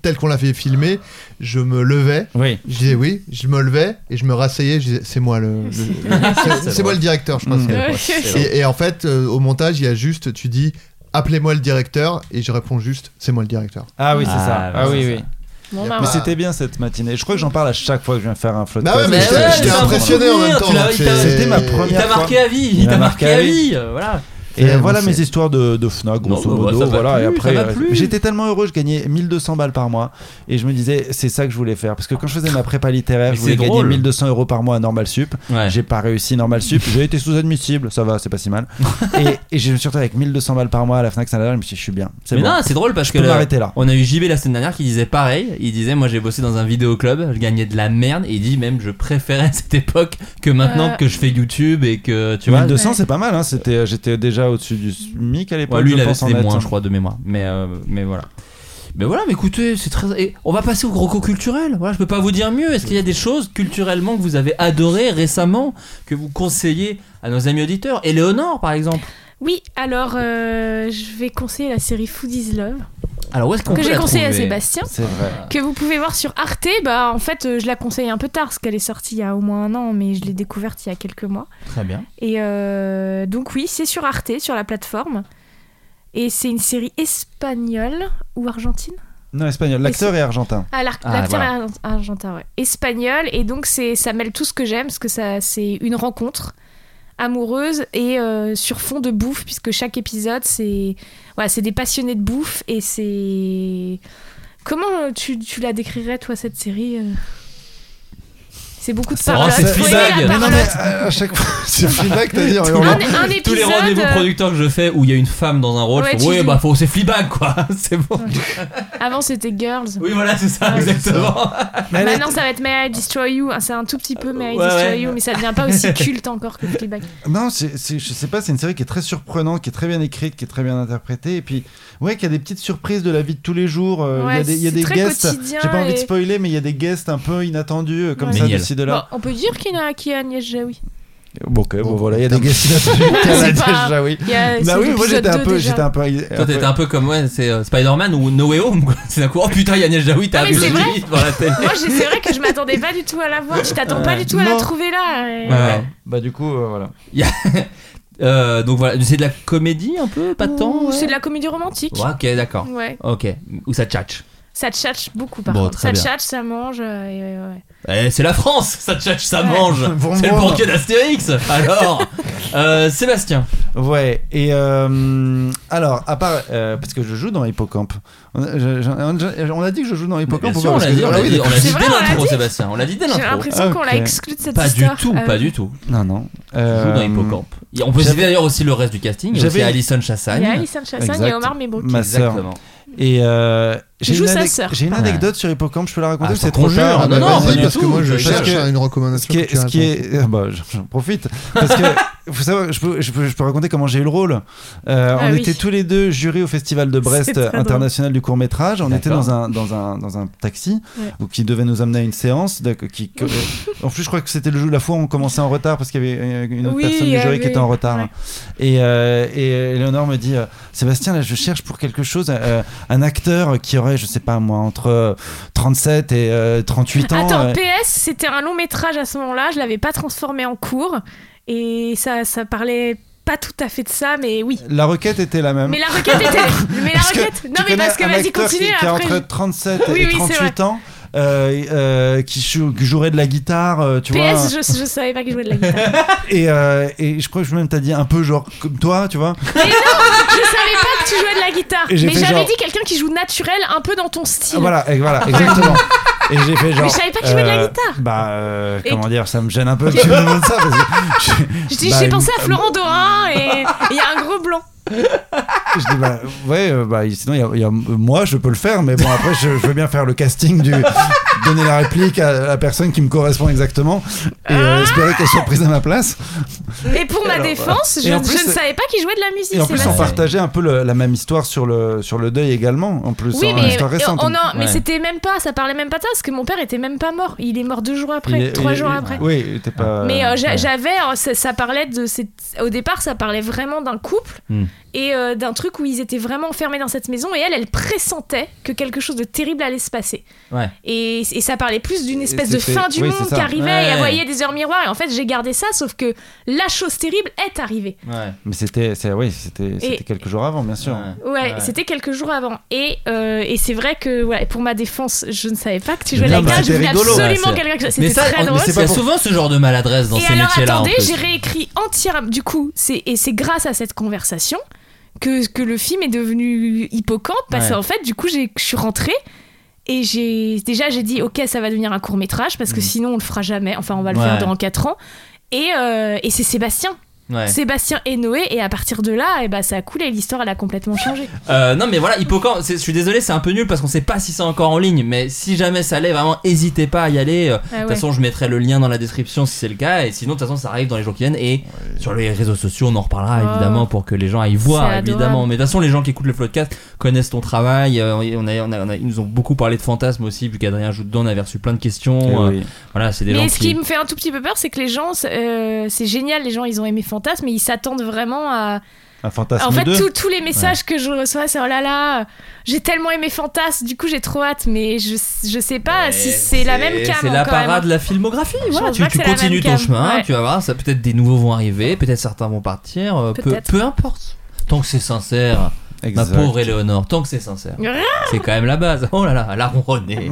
H: tel qu'on l'a fait filmer, je me levais,
B: oui.
H: je disais oui, je me levais et je me rasseyais, je disais c'est moi le, le- c'est- c'est
B: vrai.
H: moi le directeur, je pense.
B: Mm.
G: [LAUGHS]
H: que-
B: Ouais, c'est vrai.
H: Et, et en fait, euh, au montage, il y a juste, tu dis appelez-moi le directeur et je réponds juste c'est moi le directeur.
B: Ah oui, c'est ça. Ah oui, oui.
G: Bon, bah,
B: mais
G: voilà.
B: c'était bien cette matinée. Je crois que j'en parle à chaque fois que je viens faire un flot.
H: Bah ouais, mais j'étais- j'étais impressionné en même temps, donc c'est-
B: C'était ma première.
F: Il t'a
B: fois.
F: marqué à vie, il
B: m'a
F: t'a marqué à vie, euh, voilà.
B: Et
F: C'est-
B: voilà
F: c'est-
B: mes histoires de, de FNAC, grosso
F: Non, bah, bah,
B: modo.
F: ça va
B: voilà,
F: plus,
B: et après,
F: ça va plus.
B: j'étais tellement heureux, je gagnais 1200 balles par mois. Et je me disais, c'est ça que je voulais faire. Parce que quand je faisais ma prépa littéraire,
F: Mais
B: je voulais
F: c'est
B: gagner
F: drôle.
B: 1200 euros par mois à Normal Sup. J'ai pas réussi Normal Sup. J'ai été sous-admissible, ça va, c'est pas si [LAUGHS] mal. et, et je me suis retrouvé avec 1200 balles par mois à la Fnac Saint-Lazare. Je me suis dit, je suis bien.
F: mais
B: bon.
F: non, c'est drôle parce
B: Je
F: que
B: peux
F: le-
B: m'arrêter là.
F: on a eu JB la semaine dernière qui disait pareil. Il disait Moi j'ai bossé dans un vidéoclub, je gagnais de la merde. Et il dit même Je préférais [LAUGHS] cette époque que maintenant
B: Euh.
F: que je fais YouTube et que tu vois.
B: 1200, c'est pas mal. hein. C'était, j'étais déjà au-dessus du SMIC à l'époque.
F: Ouais, lui, il
B: je
F: avait
B: pense, en
F: c'était
B: net,
F: moins,
B: hein.
F: je crois, de mémoire. Mais, euh, mais voilà. Mais voilà, mais écoutez, c'est très. et on va passer au croco culturel. Voilà, je peux pas vous dire mieux. Est-ce qu'il y a des choses culturellement que vous avez adorées récemment, que vous conseillez à nos amis auditeurs Éléonore, par exemple.
G: Oui, alors euh, je vais conseiller la série Food is Love.
F: Alors, où est-ce qu'on
G: Que
F: peut
G: j'ai
F: la
G: conseillé à
F: trouver
G: Sébastien. C'est
B: vrai.
G: que vous pouvez voir sur Arte. Bah, en fait, euh, je la conseille un peu tard parce qu'elle est sortie il y a au moins un an, mais je l'ai découverte il y a quelques mois.
F: Très bien.
G: Et euh, donc, oui, c'est sur Arte, sur la plateforme. Et c'est une série espagnole ou argentine
B: Non, espagnol. L'acteur est argentin.
G: Ah, l'ar-
B: Ah,
G: l'acteur
B: voilà.
G: est argen- argentin, ouais. Espagnol, et donc c'est, ça mêle tout ce que j'aime, parce que ça, c'est une rencontre amoureuse et euh, sur fond de bouffe, puisque chaque épisode, c'est, voilà, c'est des passionnés de bouffe, et c'est... Comment tu, tu la décrirais, toi, cette série euh C'est beaucoup de
B: C'est-
G: paroles.
F: oh, c'est Fleabag. Mais non, mais,
B: à chaque fois,
H: [LAUGHS] c'est Fleabag, t'as dit.
F: Tous
H: on
F: les-
H: l'a-
F: Tous les
G: épisode,
F: rendez-vous
G: euh,
F: producteurs que je fais où il y a une femme dans un rôle,
G: Ouais,
F: je fais,
G: tu
F: ouais,
G: dis-
F: bah faut, c'est Fleabag quoi, [LAUGHS] c'est bon.
G: Avant, c'était Girls.
F: Oui, voilà, c'est ça, exactement.
G: Maintenant, ça va être May I Destroy You. Ah, C'est un tout petit peu May I
B: Ouais,
G: Destroy
B: ouais.
G: You, mais ça devient pas aussi culte encore que Fleabag.
B: [LAUGHS] Non, c'est- c'est- je sais pas, c'est une série qui est très surprenante, qui est très bien écrite, qui est très bien interprétée, et puis ouais, qui a des petites surprises de la vie de tous les jours. euh, Il y
G: Ouais,
B: a des, il y a
G: c'est
B: des
G: très
B: guests,
G: quotidien
B: j'ai pas envie de
G: et-
B: spoiler, mais il y a des guests un peu inattendus euh, comme
G: Ouais.
B: ça, de
G: Méniel.
B: ci, de là.
G: Bon, on peut dire qu'il y en a qui a Agnès Jaoui.
B: Bah, Bon, ok, bon, voilà, il y a des guests [LAUGHS] inattendus.
G: C'est
B: Canada,
G: pas-
B: déjà, oui.
G: il y a-
B: Bah
G: c'est
B: oui, moi
G: l'épisode
B: j'étais un
G: deux
B: peu,
G: déjà.
B: j'étais un peu.
F: Toi, t'étais un peu comme ouais, c'est euh, Spider-Man ou No Way Home quoi. [LAUGHS] C'est d'un coup, oh putain, Yannick Jaoui, t'as
G: Ah, mais
F: vu
G: c'est
F: le
G: vrai.
F: vite dans
G: [LAUGHS]
F: la télé.
G: Moi, j'ai- c'est vrai que je m'attendais pas du tout à la voir. Je t'attends pas
F: Ouais.
G: du tout à
F: Non.
G: la trouver là. et-
F: Ouais, ouais.
B: Bah du coup, euh, voilà.
F: Il y a- Euh, donc voilà, c'est de la comédie un peu, pas tant.
G: Ou
F: ouais.
G: C'est de la comédie romantique.
F: Ouais, ok, d'accord.
G: Ouais.
F: Ok, ou ça tchatche.
G: Ça tchatche beaucoup, par
F: Bon,
G: contre.
F: très
G: Ça
F: bien.
G: tchatche, ça mange. euh, et, euh, ouais.
F: Eh, c'est la France, ça tchatche, ça
G: Ouais. [LAUGHS]
F: mange.
B: Bon,
F: c'est le
B: bon.
F: banquier d'Astérix. Alors, euh, Sébastien.
B: Ouais, et euh, alors, à part. euh, parce que je joue dans Hippocampe. On a, je- je- on- on a dit que je joue dans Hippocampe
F: Bien
B: ou
F: sûr,
B: pas
F: on
B: Parce
F: l'a
B: que-
F: dit, on
B: Ah
F: l'a
B: oui,
F: dit, on l'a
B: d'accord.
F: dit dès l'intro, Sébastien. On l'a dit dès l'intro.
G: J'ai l'impression qu'on
B: Ok.
G: l'a exclu de cette
F: Pas du
G: histoire.
F: tout,
G: Ah
F: pas
G: oui.
F: du tout.
B: Non, non.
F: Je joue dans
B: Euh,
F: Hippocampe. Et on peut
B: j'avais-
F: citer d'ailleurs aussi le reste du casting. Il y a aussi
B: J'avais-
F: Alison Chassagne.
G: Il y a Alison Chassagne
B: Exact.
G: et Omar Mebrook.
B: Ma sœur.
F: Exactement.
B: Et euh,
G: Qui
B: j'ai
G: joue
B: une,
G: sa
B: anec-
G: sœur,
B: j'ai une
F: pardon.
B: anecdote sur Hippocampe, je peux la raconter
F: Ah,
B: ou
F: je t'en
B: c'est trop
F: conjure.
B: tard
F: [LAUGHS] Ah, bah,
H: vas-y,
F: du
H: parce que
F: tout.
H: moi, je
F: Parce
H: cherche
B: que-
H: une
B: Ce
H: recommandation.
B: qui est,
H: que tu
B: ce qui
H: racontes.
B: est- ah bah, j'en profite parce que
H: [LAUGHS]
B: faut savoir, je peux, je peux, je peux raconter comment j'ai eu le rôle. Euh,
F: Ah
B: on
F: oui.
B: était tous les deux jurés au festival de
F: C'est
B: Brest
F: très drôle.
B: international du court métrage. On était
F: D'accord.
B: dans un dans un dans un taxi
F: Ouais.
B: ou qui devait nous amener à une séance. de- qui,
F: [LAUGHS]
B: que- en plus, je crois que c'était le jour la fois où on commençait en retard parce qu'il y avait euh, une autre
F: Oui,
B: personne
F: il
B: du
F: y
B: jury qui
F: avait-
B: était en retard. Et euh, et euh, Léonore me dit euh, Sébastien, là, je cherche pour quelque chose euh, un acteur qui aurait, je sais pas moi, entre euh, 37 et euh, 38 ans.
G: Attends,
B: euh,
G: PS, c'était un long métrage à ce moment-là, je l'avais pas transformé en cours et ça, ça parlait pas tout à fait de ça, mais oui.
B: La requête était la même.
G: Mais la
B: [LAUGHS]
G: requête était. Mais la
B: Parce que
G: requête.
B: tu
G: Non, mais
B: connais
G: parce que
B: un
G: vas-y,
B: acteur
G: continue
B: Qui, qui a
G: après.
B: entre 37
G: Oui,
B: et
G: oui, c'est
B: 38
G: vrai.
B: ans, euh, euh, qui, jou- qui jouerait de la guitare, euh, tu vois.
G: PS, je, je savais pas qu'il jouait de la guitare.
B: Et, euh, et je crois que je même t'as dit un peu genre comme toi, tu vois.
G: mais non, je savais pas que tu jouais de la guitare.
B: Et j'ai
G: Mais
B: fait
G: j'avais
B: genre-
G: dit quelqu'un qui joue naturel, un peu dans ton style.
B: Ah, Voilà, et voilà, exactement.
G: [LAUGHS]
B: Et j'ai fait genre.
G: Mais je savais pas que tu jouais de la guitare.
B: Bah, euh,
G: Et-
B: comment dire, ça me gêne un peu que tu me demandes ça. Parce que
G: Je dis,
B: bah,
G: j'ai pensé à
B: euh,
G: Florent Dorin et et il y a un gros blanc.
B: Je dis, bah, ouais, euh, bah, sinon, il y a- il y a- moi, je peux le faire, mais bon, après, je, je veux bien faire le casting du. donner la réplique à la personne qui me correspond exactement et
G: Ah.
B: euh, espérer qu'elle soit prise à ma place.
G: Et pour ma
B: Alors,
G: défense, je,
B: voilà. Et en
G: je
B: plus,
G: ne savais pas qu'il jouait de la musique.
B: Et en plus, on
G: Sébastien.
B: partageait un peu le- la même histoire sur le, sur le deuil également, en plus,
G: Oui,
B: hein,
G: mais, euh,
B: histoire récente.
G: on en- mais
B: Ouais.
G: c'était même pas, ça parlait même pas de ça, parce que mon père était même pas mort. Il est mort deux jours après,
B: Il est-
G: trois
B: il-
G: jours
B: il-
G: après.
B: Oui, il était pas.
G: Mais euh, j'a-
B: ouais.
F: Hmm.
G: j'avais, euh, ça, ça parlait de, cette- au départ, ça parlait vraiment d'un couple. et euh, d'un truc où ils étaient vraiment enfermés dans cette maison et elle, elle pressentait que quelque chose de terrible allait se passer.
F: Ouais.
G: Et, et ça parlait plus d'une espèce de
F: c'était-
G: fin du
F: oui, c'est
G: monde
F: ça.
G: qui arrivait et
F: Ouais.
G: elle voyait des heures miroirs et en fait j'ai gardé ça sauf que la chose terrible est arrivée.
B: Mais c'était, c'est- oui, c'était, c'était
G: Et-
B: quelques jours avant, bien sûr.
G: Ouais, c'était quelques jours avant. Et, euh, et c'est vrai que ouais, pour ma défense, je ne savais pas que tu jouais
F: Non,
G: la
F: mais
G: guitare. Je
F: c'était
G: voulais
F: rigolo.
G: absolument
F: Ouais, c'est-
G: quelqu'un que
F: Mais
G: C'était
F: ça,
G: très
F: on-
G: drôle.
F: mais c'est pas Il y a pour- souvent ce genre de maladresse dans
G: et
F: ces
G: alors,
F: métiers-là, en
G: Attendez,
F: plus.
G: j'ai réécrit entièrement. Du coup, c'est et c'est grâce à cette conversation que, que le film est devenu hippocampe parce
I: Ouais.
G: qu'en fait, du coup, j'ai- je suis rentrée. Et j'ai déjà j'ai dit ok ça va devenir un court métrage
F: Mm.
G: parce que sinon on le fera jamais enfin on va le
I: Ouais.
G: faire dans 4 ans et, euh, et c'est Sébastien
F: Ouais.
G: Sébastien et Noé et à partir de là et bah ça a coulé l'histoire elle a complètement changé
F: Euh, non mais voilà, Hippocampe, c'est- je suis désolé, c'est un peu nul parce qu'on sait pas si c'est encore en ligne, mais si jamais ça l'est, vraiment hésitez pas à y aller. Euh, De
G: Ah
F: toute
G: ouais.
F: façon, je mettrai le lien dans la description si c'est le cas, et sinon de toute façon ça arrive dans les jours qui viennent et sur les réseaux sociaux on en reparlera
C: Oh.
F: évidemment pour que les gens aillent voir
C: C'est
F: évidemment.
C: adorable.
F: Mais de toute façon les gens qui écoutent le podcast connaissent ton travail. euh, et on a, on a- on a- ils nous ont beaucoup parlé de fantasmes aussi, vu qu'Adrien joue dedans, on avait reçu plein de questions.
C: Eh oui.
F: euh, Voilà, c'est des gens
G: Mais ce
F: qui.
G: qui me fait un tout petit peu peur, c'est que les gens, c'est- euh, c'est génial, les gens, ils ont aimé Fantasme, mais ils s'attendent vraiment à.
B: Un fantasme
G: en fait,
B: deux.
G: tous- tous les messages que je reçois, c'est oh là là, j'ai tellement aimé Fantasme, du coup j'ai trop hâte, mais je, je sais pas si c'est la même cam. hein,
F: C'est la
G: quand même.
F: parade de la filmographie.
G: Je
F: Voilà,
G: pense
F: tu
G: pas que
F: tu
G: c'est la
F: continues
G: même
F: ton
G: cam.
F: chemin,
G: Ouais.
F: tu vas voir, ça peut-être des nouveaux vont arriver, peut-être certains vont partir, euh, peu,
G: Peut-être.
F: peu importe. Tant que c'est sincère,
B: Exact.
F: ma pauvre Éléonore, tant que c'est sincère.
G: Ah
F: c'est quand même la base. Oh là là,
B: [LAUGHS]
F: la ronronnée.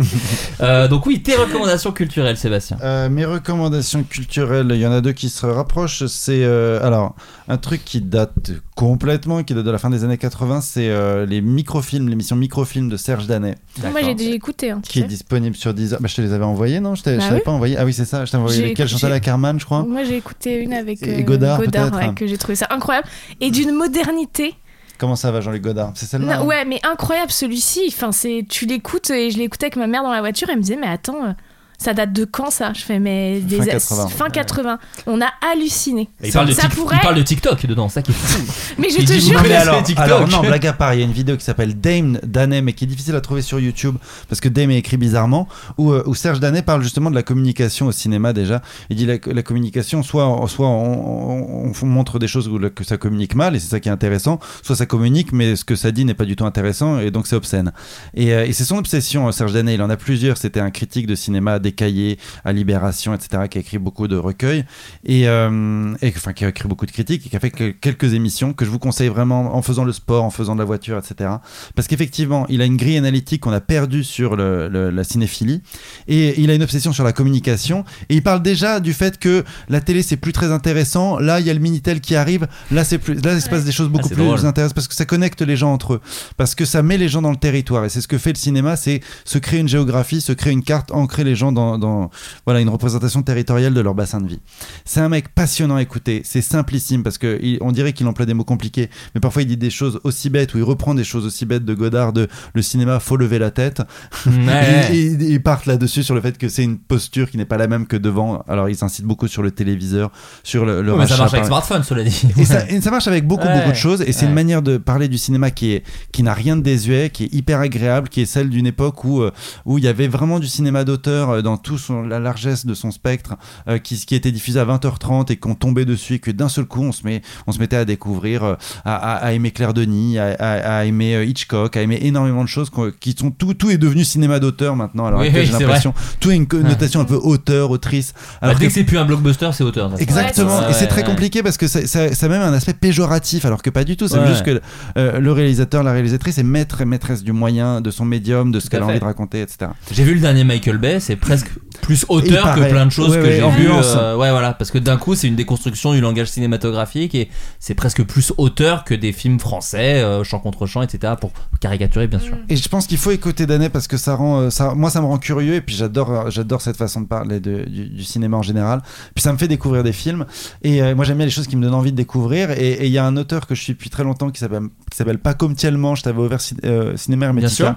F: Euh, donc oui, tes recommandations culturelles, Sébastien.
B: Euh, mes recommandations culturelles, il y en a deux qui se rapprochent. C'est euh, alors un truc qui date complètement, qui date de la fin des années 80, c'est euh, les microfilms, l'émission microfilm de Serge Danet,
G: Moi j'ai déjà écouté. hein, tu
B: qui est
G: sais.
B: disponible sur Deezer. Bah, je te les avais envoyés, non Je t'avais
G: Bah
B: je t'avais
G: oui.
B: pas envoyé. Ah oui, c'est ça. Je t'avais envoyé
G: J'ai-
B: lesquels Chantal
G: j'ai-
B: Ackerman, je crois.
G: Moi j'ai écouté une avec
B: Et
G: euh,
B: Godard, peut-être.
G: ouais, que j'ai trouvé ça incroyable. Et d'une modernité.
B: Comment ça va, Jean-Luc Godard C'est celle-là.
G: Non,
B: hein
G: ouais, mais incroyable celui-ci. Enfin, c'est tu l'écoutes et je l'écoutais avec ma mère dans la voiture. Elle me disait mais attends, euh, ça date de quand ça Je fais mais des
F: Fin 80.
G: fin 80. On a halluciné.
F: Il parle, de
G: ça
F: tic-
G: pourrait.
F: il parle de TikTok dedans, ça qui est fou.
G: Mais je
F: Il
G: te
F: dit, vous
G: jure.
F: me
B: Mais
F: laissez
B: alors,
F: TikTok.
B: alors, non, blague à part, il y a une vidéo qui s'appelle Dame Danet, mais qui est difficile à trouver sur YouTube parce que Dame est écrit bizarrement, où, euh, où Serge Danet parle justement de la communication au cinéma déjà. Il dit la, la communication, soit, soit on, on- on montre des choses où le- que ça communique mal, et c'est ça qui est intéressant, soit ça communique, mais ce que ça dit n'est pas du tout intéressant, et donc c'est obscène. Et, euh, et c'est son obsession, euh, Serge Danet, il en a plusieurs, c'était un critique de cinéma à des cahiers, à Libération, etc., qui a écrit beaucoup de recueils, et, euh, et enfin, qui a écrit beaucoup de critiques, et qui a fait que- quelques émissions que je vous conseille vraiment en faisant le sport, en faisant de la voiture, etc. Parce qu'effectivement, il a une grille analytique qu'on a perdue sur le- le- la cinéphilie, et il a une obsession sur la communication, et il parle déjà du fait que la télé, c'est plus très intéressant, là, il y a le Minitel qui arrive, là, c'est plus, là il se passe des choses beaucoup
C: Ah, c'est
B: plus
C: drôle.
B: intéressantes intéresse parce que ça connecte les gens entre eux, parce que ça met les gens dans le territoire. Et c'est ce que fait le cinéma, c'est se créer une géographie, se créer une carte, ancrer les gens dans, dans voilà une représentation territoriale de leur bassin de vie. C'est un mec passionnant à écouter. C'est simplissime parce que il- on dirait qu'il emploie des mots compliqués, mais parfois il dit des choses aussi bêtes ou il reprend des choses aussi bêtes de Godard de le cinéma faut lever la tête.
F: [LAUGHS] Ouais.
B: Et- et- ils, ils partent là-dessus sur le fait que c'est une posture qui n'est pas la même que devant. Alors ils incitent beaucoup sur le téléviseur, sur le, le
F: Ouais, mais ça
B: rachat,
F: marche avec
B: par-
F: smartphone, cela dit.
B: [LAUGHS] Et ça, et ça marche avec beaucoup
F: Ouais.
B: beaucoup de choses. Et c'est
F: Ouais.
B: une manière de parler du cinéma qui est qui n'a rien de désuet, qui est hyper agréable, qui est celle d'une époque où euh, où il y avait vraiment du cinéma d'auteur euh, dans tout son, la largesse de son spectre, euh, qui qui était diffusé à 20h30 et qu'on tombait dessus, et que d'un seul coup on se met on se mettait à découvrir, euh, à, à- à aimer Claire Denis, à, à- à aimer euh, Hitchcock, à aimer énormément de choses qu'on- qui sont tout tout est devenu cinéma d'auteur maintenant. Alors
F: Oui,
B: actuellement,
F: oui,
B: j'ai
F: c'est
B: l'impression tout est une
F: Ouais.
B: connotation un peu auteur autrice.
F: Bah,
B: Alors
F: dès
B: que-
F: que c'est plus un blockbuster, c'est auteur. de toute façon.
B: Exactement,
F: Ouais,
B: et c'est
F: ouais,
B: très
F: ouais.
B: compliqué parce que ça, ça- ça a même un aspect péjoratif, alors que pas du tout. C'est
F: Ouais.
B: juste que euh, le réalisateur, la réalisatrice est maître et maîtresse du moyen, de son médium, de ce qu'elle a
F: à
B: envie
F: fait.
B: de raconter, etc.
F: J'ai vu le dernier Michael Bay, c'est presque plus
B: Il
F: auteur que
B: paraît.
F: plein de choses
B: Ouais,
F: que
B: ouais,
F: j'ai vues.
B: ambulance.
F: euh, ouais, voilà, parce que d'un coup, c'est une déconstruction du langage cinématographique et c'est presque plus auteur que des films français, euh, chant contre chant, etc. Pour caricaturer, bien sûr.
B: Et je pense qu'il faut écouter Danet parce que ça rend, euh, ça, moi ça me rend curieux et puis j'adore, euh, j'adore cette façon de parler de- du, du cinéma en général. Puis ça me fait découvrir des films et euh, moi j'aime bien les choses qui me donnent envie de découvrir. Et et il y a un auteur que je suis depuis très longtemps qui s'appelle, qui s'appelle Pacôme Thielman. Je t'avais ouvert Cin- euh, Cinéma Hermetica,
F: Bien sûr.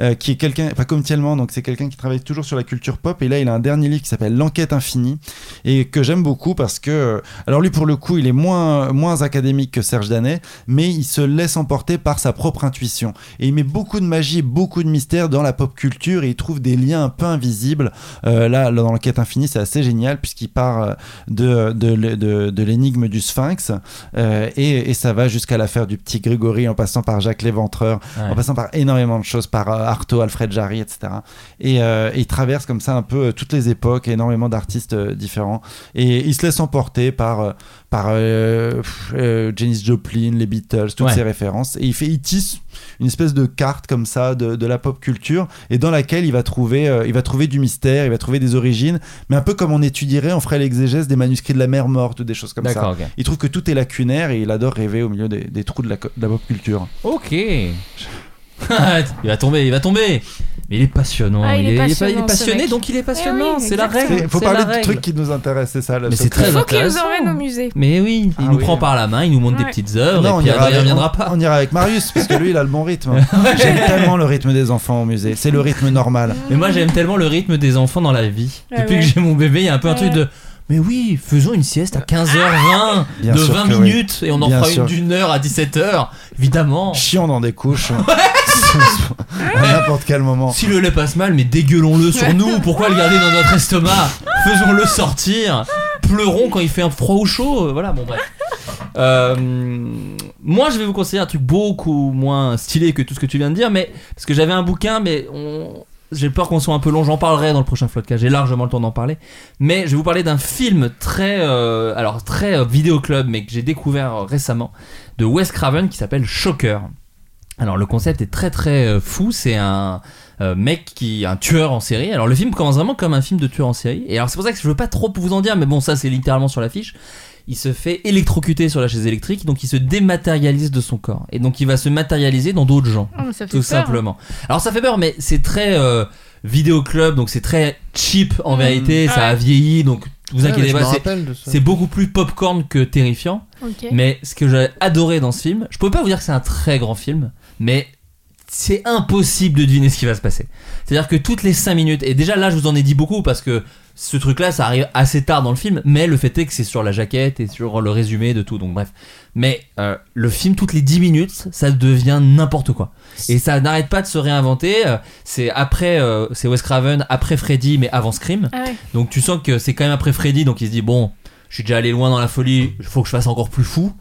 B: euh, qui est quelqu'un, Pacôme Thielman, donc c'est quelqu'un qui travaille toujours sur la culture culture pop. Et là, il a un dernier livre qui s'appelle L'enquête infinie et que j'aime beaucoup parce que, euh, alors lui, pour le coup, il est moins, moins académique que Serge Danet, mais il se laisse emporter par sa propre intuition. Et il met beaucoup de magie, beaucoup de mystère dans la pop culture et il trouve des liens un peu invisibles. Euh, là, dans L'enquête infinie, c'est assez génial puisqu'il part euh, de, de, de, de- de l'énigme du sphinx euh, et, et ça va jusqu'à l'affaire du petit Grégory en passant par Jacques Léventreur,
F: Ouais.
B: en passant par énormément de choses, par euh, Artaud, Alfred Jarry, etc. Et, euh, et il traverse comme ça un peu euh, toutes les époques, énormément d'artistes euh, différents. Et il se laisse emporter par, euh, par euh, pff, euh, Janis Joplin, les Beatles, toutes
F: Ouais.
B: ces références. Et il, fait, il tisse une espèce de carte comme ça de, de la pop culture et dans laquelle il va, trouver, euh, il va trouver du mystère, il va trouver des origines, mais un peu comme on étudierait, on ferait l'exégèse des manuscrits de la mer morte ou des choses comme ça.
F: D'accord, ok.
B: Il trouve que tout est lacunaire et il adore rêver au milieu des, des trous de la, co- de la pop culture.
F: Ok. [LAUGHS] il va tomber, il va tomber. Mais il est passionnant.
G: Ah, il est
F: il est
G: passionnant, ce
F: passionné,
G: mec.
F: donc il est
G: Eh oui,
F: passionnant. c'est la
G: exactement.
F: règle.
B: Il faut
F: c'est
B: parler
F: la
B: de
F: règle.
B: trucs qui nous intéressent, c'est ça. le
F: Mais c'est
B: secret.
F: très
G: Il faut qu'il nous
F: intéressant.
G: emmène au musée.
F: Mais oui, il
B: Ah
F: nous
B: oui.
F: prend par la main, il nous montre
G: Ouais.
F: des petites œuvres,
B: Non,
F: et puis après, il
B: avec-
F: reviendra pas.
B: on ira avec Marius, parce que lui, il a le bon [LAUGHS] rythme. J'aime tellement le rythme des enfants au musée. C'est le rythme normal.
F: Mais moi, j'aime tellement le rythme des enfants dans la vie.
G: Ah
F: Depuis
G: ouais.
F: que j'ai mon bébé, il y a un peu un truc
G: Ouais.
F: de. Mais oui, faisons une sieste à 15h20
B: Bien
F: de
B: sûr
F: 20
B: que oui.
F: minutes et on en
B: Bien
F: fera une
B: sûr.
F: d'une heure à 17h, évidemment.
B: Chiant dans des couches. [LAUGHS] à n'importe quel moment.
F: Si le lait passe mal, mais dégueulons-le sur nous. Pourquoi le garder dans notre estomac Faisons-le sortir. Pleurons quand il fait un froid ou chaud. Voilà, bon bref. Euh, moi, je vais vous conseiller un truc beaucoup moins stylé que tout ce que tu viens de dire, mais parce que j'avais un bouquin, mais on- j'ai peur qu'on soit un peu long. J'en parlerai dans le prochain Floodcast. J'ai largement le temps d'en parler, mais je vais vous parler d'un film très, euh, alors très euh, vidéoclub, mais que j'ai découvert euh, récemment de Wes Craven qui s'appelle Shocker. Alors le concept est très très euh, fou, c'est un euh, mec qui un tueur en série. Alors le film commence vraiment comme un film de tueur en série. Et alors c'est pour ça que je veux pas trop vous en dire, mais bon ça c'est littéralement sur l'affiche. Il se fait électrocuter sur la chaise électrique, donc il se dématérialise de son corps. Et donc il va se matérialiser dans d'autres gens
G: Oh, mais ça fait
H: hein.
F: tout
G: peur.
F: simplement. Alors ça fait peur, mais c'est très euh, vidéo club, donc c'est très cheap en vérité. Ça a vieilli, donc vous
H: Mm. Ah Ouais, mais
F: inquiétez
H: je me
F: pas. c'est-
H: rappelle de ça.
F: C'est beaucoup plus popcorn que terrifiant.
G: Ok.
F: Mais ce que j'ai adoré dans ce film, je peux pas vous dire que c'est un très grand film, mais c'est impossible de deviner ce qui va se passer. C'est-à-dire que toutes les 5 minutes, et déjà là je vous en ai dit beaucoup parce que ce truc-là ça arrive assez tard dans le film, mais le fait est que c'est sur la jaquette et sur le résumé de tout, donc bref. Mais euh, le film, toutes les 10 minutes, ça devient n'importe quoi. Et ça n'arrête pas de se réinventer. Euh, C'est après, euh, c'est Wes Craven, après Freddy, mais avant Scream.
G: Ah ouais.
F: Donc tu sens que c'est quand même après Freddy, donc il se dit bon, je suis déjà allé loin dans la folie, il faut que je fasse encore plus fou.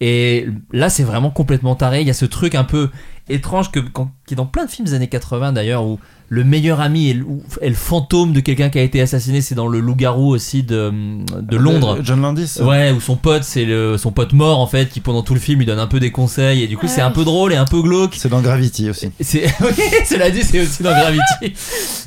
F: Et là, c'est vraiment complètement taré. Il y a ce truc un peu étrange que, quand- qui est dans plein de films des années 80 d'ailleurs, où le meilleur ami est le, ou- est le fantôme de quelqu'un qui a été assassiné. C'est dans le loup-garou aussi de,
B: Ah,
F: de Londres.
B: John Landis.
F: Ouais, où son pote, c'est le- son pote mort en fait, qui pendant tout le film lui donne un peu des conseils, et du coup
G: Ouais.
F: c'est un peu drôle et un peu glauque.
B: C'est dans Gravity aussi.
F: C'est [LAUGHS] ok, cela dit, c'est aussi dans Gravity.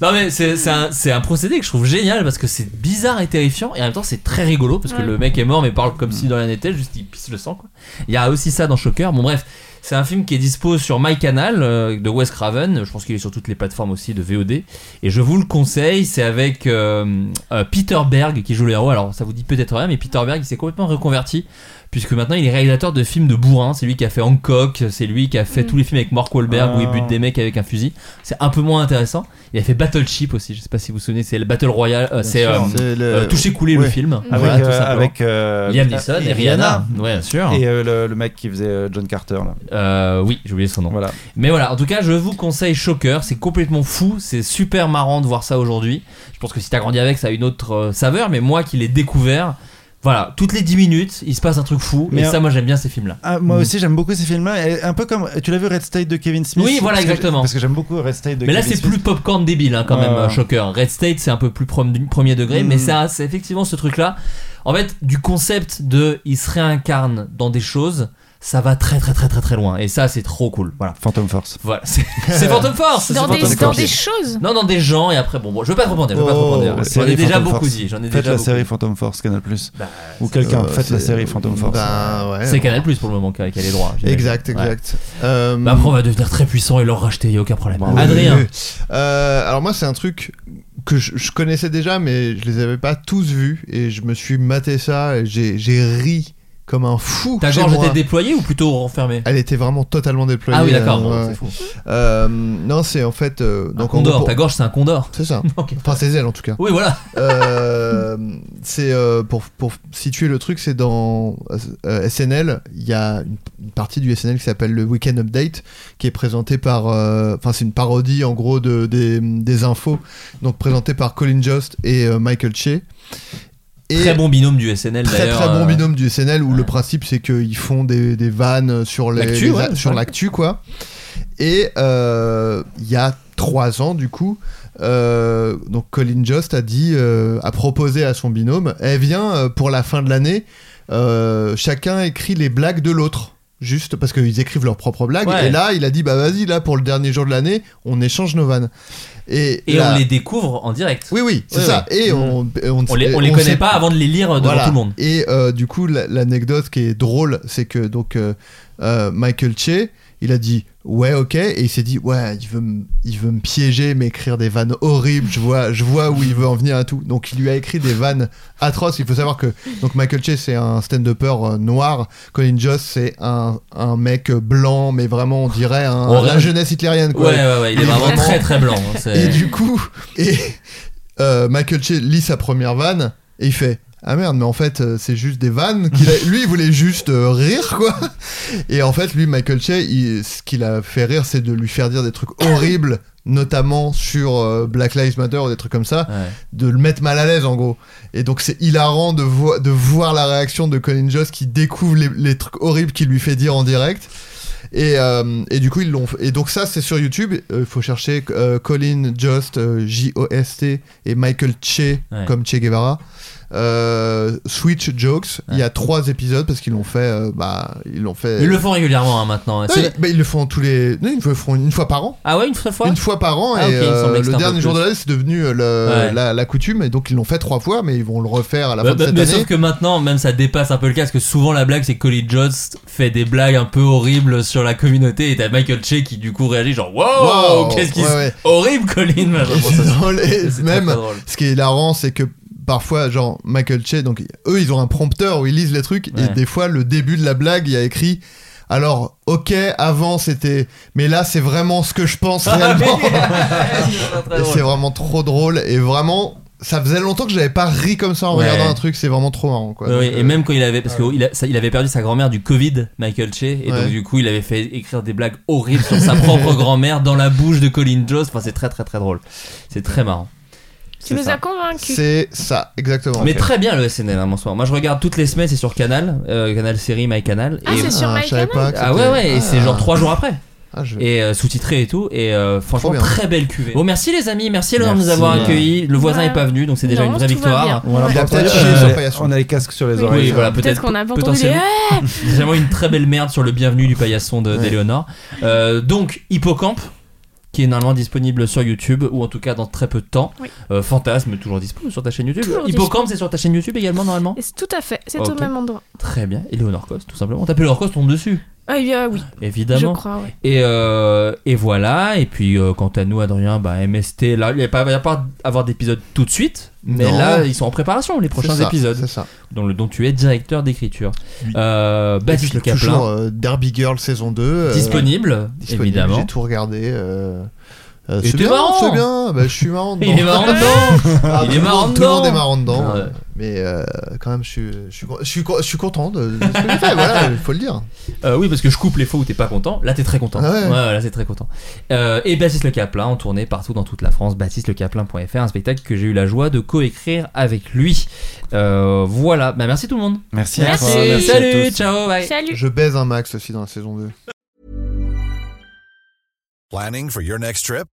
F: Non mais c'est c'est un, c'est un procédé que je trouve génial parce que c'est bizarre et terrifiant et en même temps c'est très rigolo parce que
G: Ouais.
F: le mec est mort mais parle comme si dans la était juste il pisse le sang quoi. Il y a aussi ça dans Shocker. Bon bref, c'est un film qui est dispo sur My Canal euh, de Wes Craven. Je pense qu'il est sur toutes les plateformes aussi de VOD et je vous le conseille. C'est avec euh, euh, Peter Berg qui joue le héros. Alors ça vous dit peut-être rien mais Peter Berg il s'est complètement reconverti puisque maintenant il est réalisateur de films de bourrin. C'est lui qui a fait Hancock, c'est lui qui a fait tous les films avec Mark Wahlberg où il bute des mecs avec un fusil. C'est un peu moins intéressant. Il a fait Battleship aussi, je sais pas si vous vous souvenez, c'est le Battle Royale, euh, c'est
B: sûr,
F: euh,
B: c'est le-
F: euh, Toucher Couler le
B: Ouais.
F: film.
B: Avec,
F: Voilà, tout
B: euh,
F: simplement.
B: avec, euh,
F: Liam Neeson et Rihanna. Ouais, bien sûr.
B: Et euh, le, le mec qui faisait euh, John Carter. Là.
F: Euh, oui, j'ai oublié son nom.
B: Voilà.
F: Mais voilà, en tout cas, je vous conseille Shocker. C'est complètement fou. C'est super marrant de voir ça aujourd'hui. Je pense que si t'as grandi avec, ça a une autre euh, saveur. Mais moi qui l'ai découvert, voilà, toutes les 10 minutes, il se passe un truc fou.
B: Mais,
F: et ça,
B: euh,
F: moi, j'aime bien ces films-là.
B: Ah, moi
F: Mm.
B: aussi, j'aime beaucoup ces films-là. et Un peu comme. Tu l'as vu Red State de Kevin Smith
F: Oui, voilà,
B: Parce que-
F: exactement.
B: Parce que j'aime beaucoup Red State de
F: Mais là,
B: Kevin
F: c'est
B: Smith.
F: plus popcorn débile hein, quand
B: Ouais,
F: même,
B: ouais.
F: euh, Shocker. Red State, c'est un peu plus prom- du premier degré,
B: Mm.
F: mais ça, c'est effectivement ce truc-là. En fait, du concept de il se réincarne dans des choses, ça va très très très très très loin. Et ça, c'est trop cool. Voilà.
B: Phantom Force.
F: Voilà, [LAUGHS] c'est c'est Phantom Force.
G: Dans
F: c'est
G: des,
F: Phantom
G: dans
F: Force.
G: des choses.
F: Non, dans des gens, et après, bon, bon je veux pas trop en dire, je veux pas
H: Oh,
F: trop en dire.
B: Oh, la
F: J'en ai
B: série
F: déjà
B: Phantom
F: beaucoup
B: Force.
F: dit, j'en ai
B: Faites
F: déjà
B: la
F: beaucoup
B: série
F: dit.
B: Phantom Force, Canal Plus.
F: Bah,
B: Ou quelqu'un,
H: Euh,
B: faites la
H: c'est-
B: série Phantom Force.
H: Ben ouais.
F: C'est Canal Plus pour le moment qui a qui a les droits. j'imagine.
H: Exact,
F: Ouais.
H: exact. Euh,
F: Bah, après, on va devenir très puissant et leur racheter, y a aucun problème.
H: Bah oui,
F: Adrien.
H: oui. Euh, alors moi, c'est un truc que je, je connaissais déjà, mais je les avais pas tous vus et je me suis maté ça et j'ai j'ai ri comme un fou.
F: Ta
H: chez
F: gorge
H: moi.
F: était déployée ou plutôt renfermée
H: Elle était vraiment totalement déployée.
F: Ah oui, d'accord,
H: hein,
F: bon,
H: ouais.
F: c'est fou.
H: Euh, non, c'est en fait. euh, donc en
F: condor,
H: gros,
F: ta gorge c'est un condor.
H: C'est ça. Enfin, ses ailes en tout cas.
F: Oui, voilà.
H: Euh, c'est euh, pour, pour situer le truc, c'est dans euh, SNL, il y a une, une partie du SNL qui s'appelle le Weekend Update, qui est présentée par, euh, enfin c'est une parodie en gros de, des, des infos, donc présentée par Colin Jost et euh, Michael Che. Et-
F: Très bon binôme du SNL
H: Très
F: d'ailleurs.
H: très bon
F: euh,
H: binôme du SNL où le principe c'est qu'ils font des, des vannes sur les-
F: L'actu,
H: les-
F: ouais,
H: sur
F: ouais.
H: l'actu quoi. Et euh, il y a trois ans du coup, euh, donc Colin Jost a dit euh, a proposé à son binôme, eh viens euh, pour la fin de l'année, euh, chacun écrit les blagues de l'autre. Juste parce qu'ils écrivent leurs propres blagues.
F: Ouais.
H: Et là, il a dit, bah vas-y, là, pour le dernier jour de l'année, on échange nos vannes. Et,
F: Et
H: là-
F: on les découvre en direct.
H: Oui, oui, c'est
F: Ouais,
H: ça.
F: ouais.
H: Et on, et on,
F: On les- on les connaît pas avant de les lire devant tout le monde.
H: Et euh, du coup, la- l'anecdote qui est drôle, c'est que donc euh, euh, Michael Che, il a dit ouais, ok, et il s'est dit ouais, il veut, me- il veut me piéger, m'écrire des vannes horribles. Je vois, je vois où il veut en venir à tout. Donc il lui a écrit des vannes atroces. Il faut savoir que donc Michael Che, c'est un stand-upper euh, noir. Colin Jost, c'est un, un mec blanc, mais vraiment on dirait un,
F: On
H: la
F: rêve-
H: jeunesse hitlérienne. Quoi.
F: Ouais, ouais, ouais, il est vraiment très, très blanc, hein, c'est-
H: [LAUGHS] Et du coup, et euh, Michael Che lit sa première vanne et il fait ah merde mais en fait euh, c'est juste des vannes qu'il a- lui il voulait juste euh, rire quoi et en fait lui Michael Che il- ce qu'il a fait rire c'est de lui faire dire des trucs horribles notamment sur euh, Black Lives Matter ou des trucs comme ça de le mettre mal à l'aise en gros et donc c'est hilarant de, vo- de voir la réaction de Colin Jost qui découvre les, les trucs horribles qu'il lui fait dire en direct et, euh, et du coup, ils l'ont. f- Et donc, ça, c'est sur YouTube. Euh, Il faut chercher euh, Colin Jost, euh, J-O-S-T, et Michael Che,
F: Ouais.
H: comme Che Guevara. Euh, Switch Jokes. Il y a trois épisodes parce qu'ils l'ont fait. euh, bah, ils l'ont fait.
F: Ils le font régulièrement hein, maintenant. hein.
H: Ouais,
F: C'est-
H: bah, ils le font tous les. Non, ils le font une fois par an.
F: Ah ouais, une seule fois
H: Une fois par an.
F: Ah,
H: et
F: ok, il me
H: euh,
F: semblait que
H: le
F: c'était un peu
H: dernier jour
F: plus.
H: de l'année, c'est devenu euh, le-
F: Ouais.
H: la, la coutume. Et donc, ils l'ont fait trois fois, mais ils vont le refaire à la
F: Bah,
H: fin de
F: bah,
H: cette
F: mais
H: année.
F: sauf que maintenant, même ça dépasse un peu le cas, parce que souvent la blague, c'est que Colin Jones fait des blagues un peu horribles sur la communauté, et t'as Michael Che qui du coup réagit genre Wow,
H: Wow,
F: qu'est-ce qui
H: ouais,
F: se-
H: ouais.
F: horrible, Colin machin.
H: Et
F: bah, Bon,
H: c'est
F: ça, c'est-
H: drôle. [LAUGHS] Et
F: c'est
H: même,
F: très, très drôle.
H: ce qui est hilarant, c'est que parfois, genre, Michael Che, donc, eux, ils ont un prompteur où ils lisent les trucs, et
F: Ouais.
H: des fois, le début de la blague, il y a écrit. Alors, ok, avant c'était. Mais là, c'est vraiment ce que je pense [LAUGHS]
F: Ah,
H: [LAUGHS] réellement. Et c'est vraiment trop drôle. Et vraiment, ça faisait longtemps que j'avais pas ri comme ça en
F: Ouais.
H: regardant un truc. C'est vraiment trop marrant, quoi.
F: Ouais,
H: Donc,
F: ouais, et
H: euh,
F: même quand il avait, parce qu'il il avait perdu sa grand-mère du Covid, Michael Che, et
H: Ouais.
F: donc du coup il avait fait écrire des blagues horribles sur sa propre grand-mère dans la bouche de Colin Jones. Enfin, c'est très très très drôle. C'est très marrant.
G: Tu
F: C'est
G: nous
F: ça.
G: as convaincus.
H: euh, C'est ça, exactement.
F: Mais
H: Ok.
F: très bien le SNL, hein, bonsoir. Moi je regarde toutes les semaines, c'est sur Canal, euh, Canal Série, My Canal.
G: Ah,
F: et-
G: c'est sur
H: Ah,
G: My
H: je savais
G: Canal.
H: pas que
F: Ah ouais,
H: c'était-
F: ouais, et c'est
H: Ah.
F: genre trois jours après.
H: Ah, je-
F: Et euh, sous-titré et tout. Et euh, franchement,
H: bien.
F: très belle cuvée. Bon, merci les amis, merci alors de nous
C: Merci.
F: avoir accueillis. Le voisin
G: Ouais.
F: est pas venu, donc c'est déjà
G: Non,
F: une vraie
G: tout va
F: victoire.
G: bien.
B: On a,
H: Il a peut-être
B: euh,
H: chié sur Paillasson.
B: on a les casques sur les
G: Oui.
B: oreilles.
F: Oui, voilà,
G: Peut-être
F: peut-être
G: qu'on a pas entendu les
F: potentiellement.
G: Eh
F: C'est vraiment une très belle merde sur le bienvenu du paillasson de- d'Éléonore. Euh, donc, Hippocampe, qui est normalement disponible sur YouTube, ou en tout cas dans très peu de temps.
G: Oui.
F: Euh, Fantasme, toujours disponible sur ta chaîne YouTube.
G: Toujours
F: Hippocampe, c'est sur ta chaîne YouTube également, normalement
G: Et c'est tout à fait, c'est au
F: Ok.
G: même endroit.
F: Très bien. Éléonore Cos, tout simplement. T'appelles Cos, tombe dessus,
G: Ah, eh bien, oui,
F: évidemment.
G: je crois, ouais.
F: Et, euh, et voilà, et puis euh, quant à nous, Adrien, bah, MST, là, il n'y a pas, il va pas avoir d'épisode tout de suite, mais
H: Non.
F: là, ils sont en préparation, les
H: c'est
F: prochains
H: ça,
F: épisodes,
H: C'est ça.
F: dont, le, dont tu es directeur d'écriture.
H: Oui.
F: Euh, Baptiste
H: Et
F: Le
H: puis,
F: Caplin,
H: toujours, euh, Derby Girl saison 2. euh,
F: disponible,
H: disponible.
F: évidemment.
H: J'ai tout regardé. euh, euh,
F: Et
H: c'est
F: t'es
H: bien,
F: marrant.
H: c'est bien. Bah, je suis marrant dedans.
F: [LAUGHS] Il est marrant dedans
H: [LAUGHS] Ah,
F: Il
H: tout
F: est
H: le monde-
F: marrant
H: Tout le monde
F: dedans.
H: est marrant dedans.
F: Ouais.
H: Mais euh, quand même, je suis, je suis, con- je suis, con- je suis content de, de ce que j'ai fait. Voilà, il faut
G: [LAUGHS]
H: le dire.
F: Euh, oui, parce que je coupe les fois où t'es pas content. Là, t'es très content.
H: Ah ouais.
F: là, c'est très content. Euh, et Baptiste Le Caplin, en tournée partout dans toute la France. BaptisteLeCaplin.fr, un spectacle que j'ai eu la joie de coécrire avec lui. Euh, voilà. Bah, merci tout le monde.
B: Merci, à toi,
G: Merci.
B: merci à
F: Salut,
B: tous.
F: ciao, bye.
G: Salut
H: Je baise un max aussi dans la saison 2.
I: Planning for your next trip?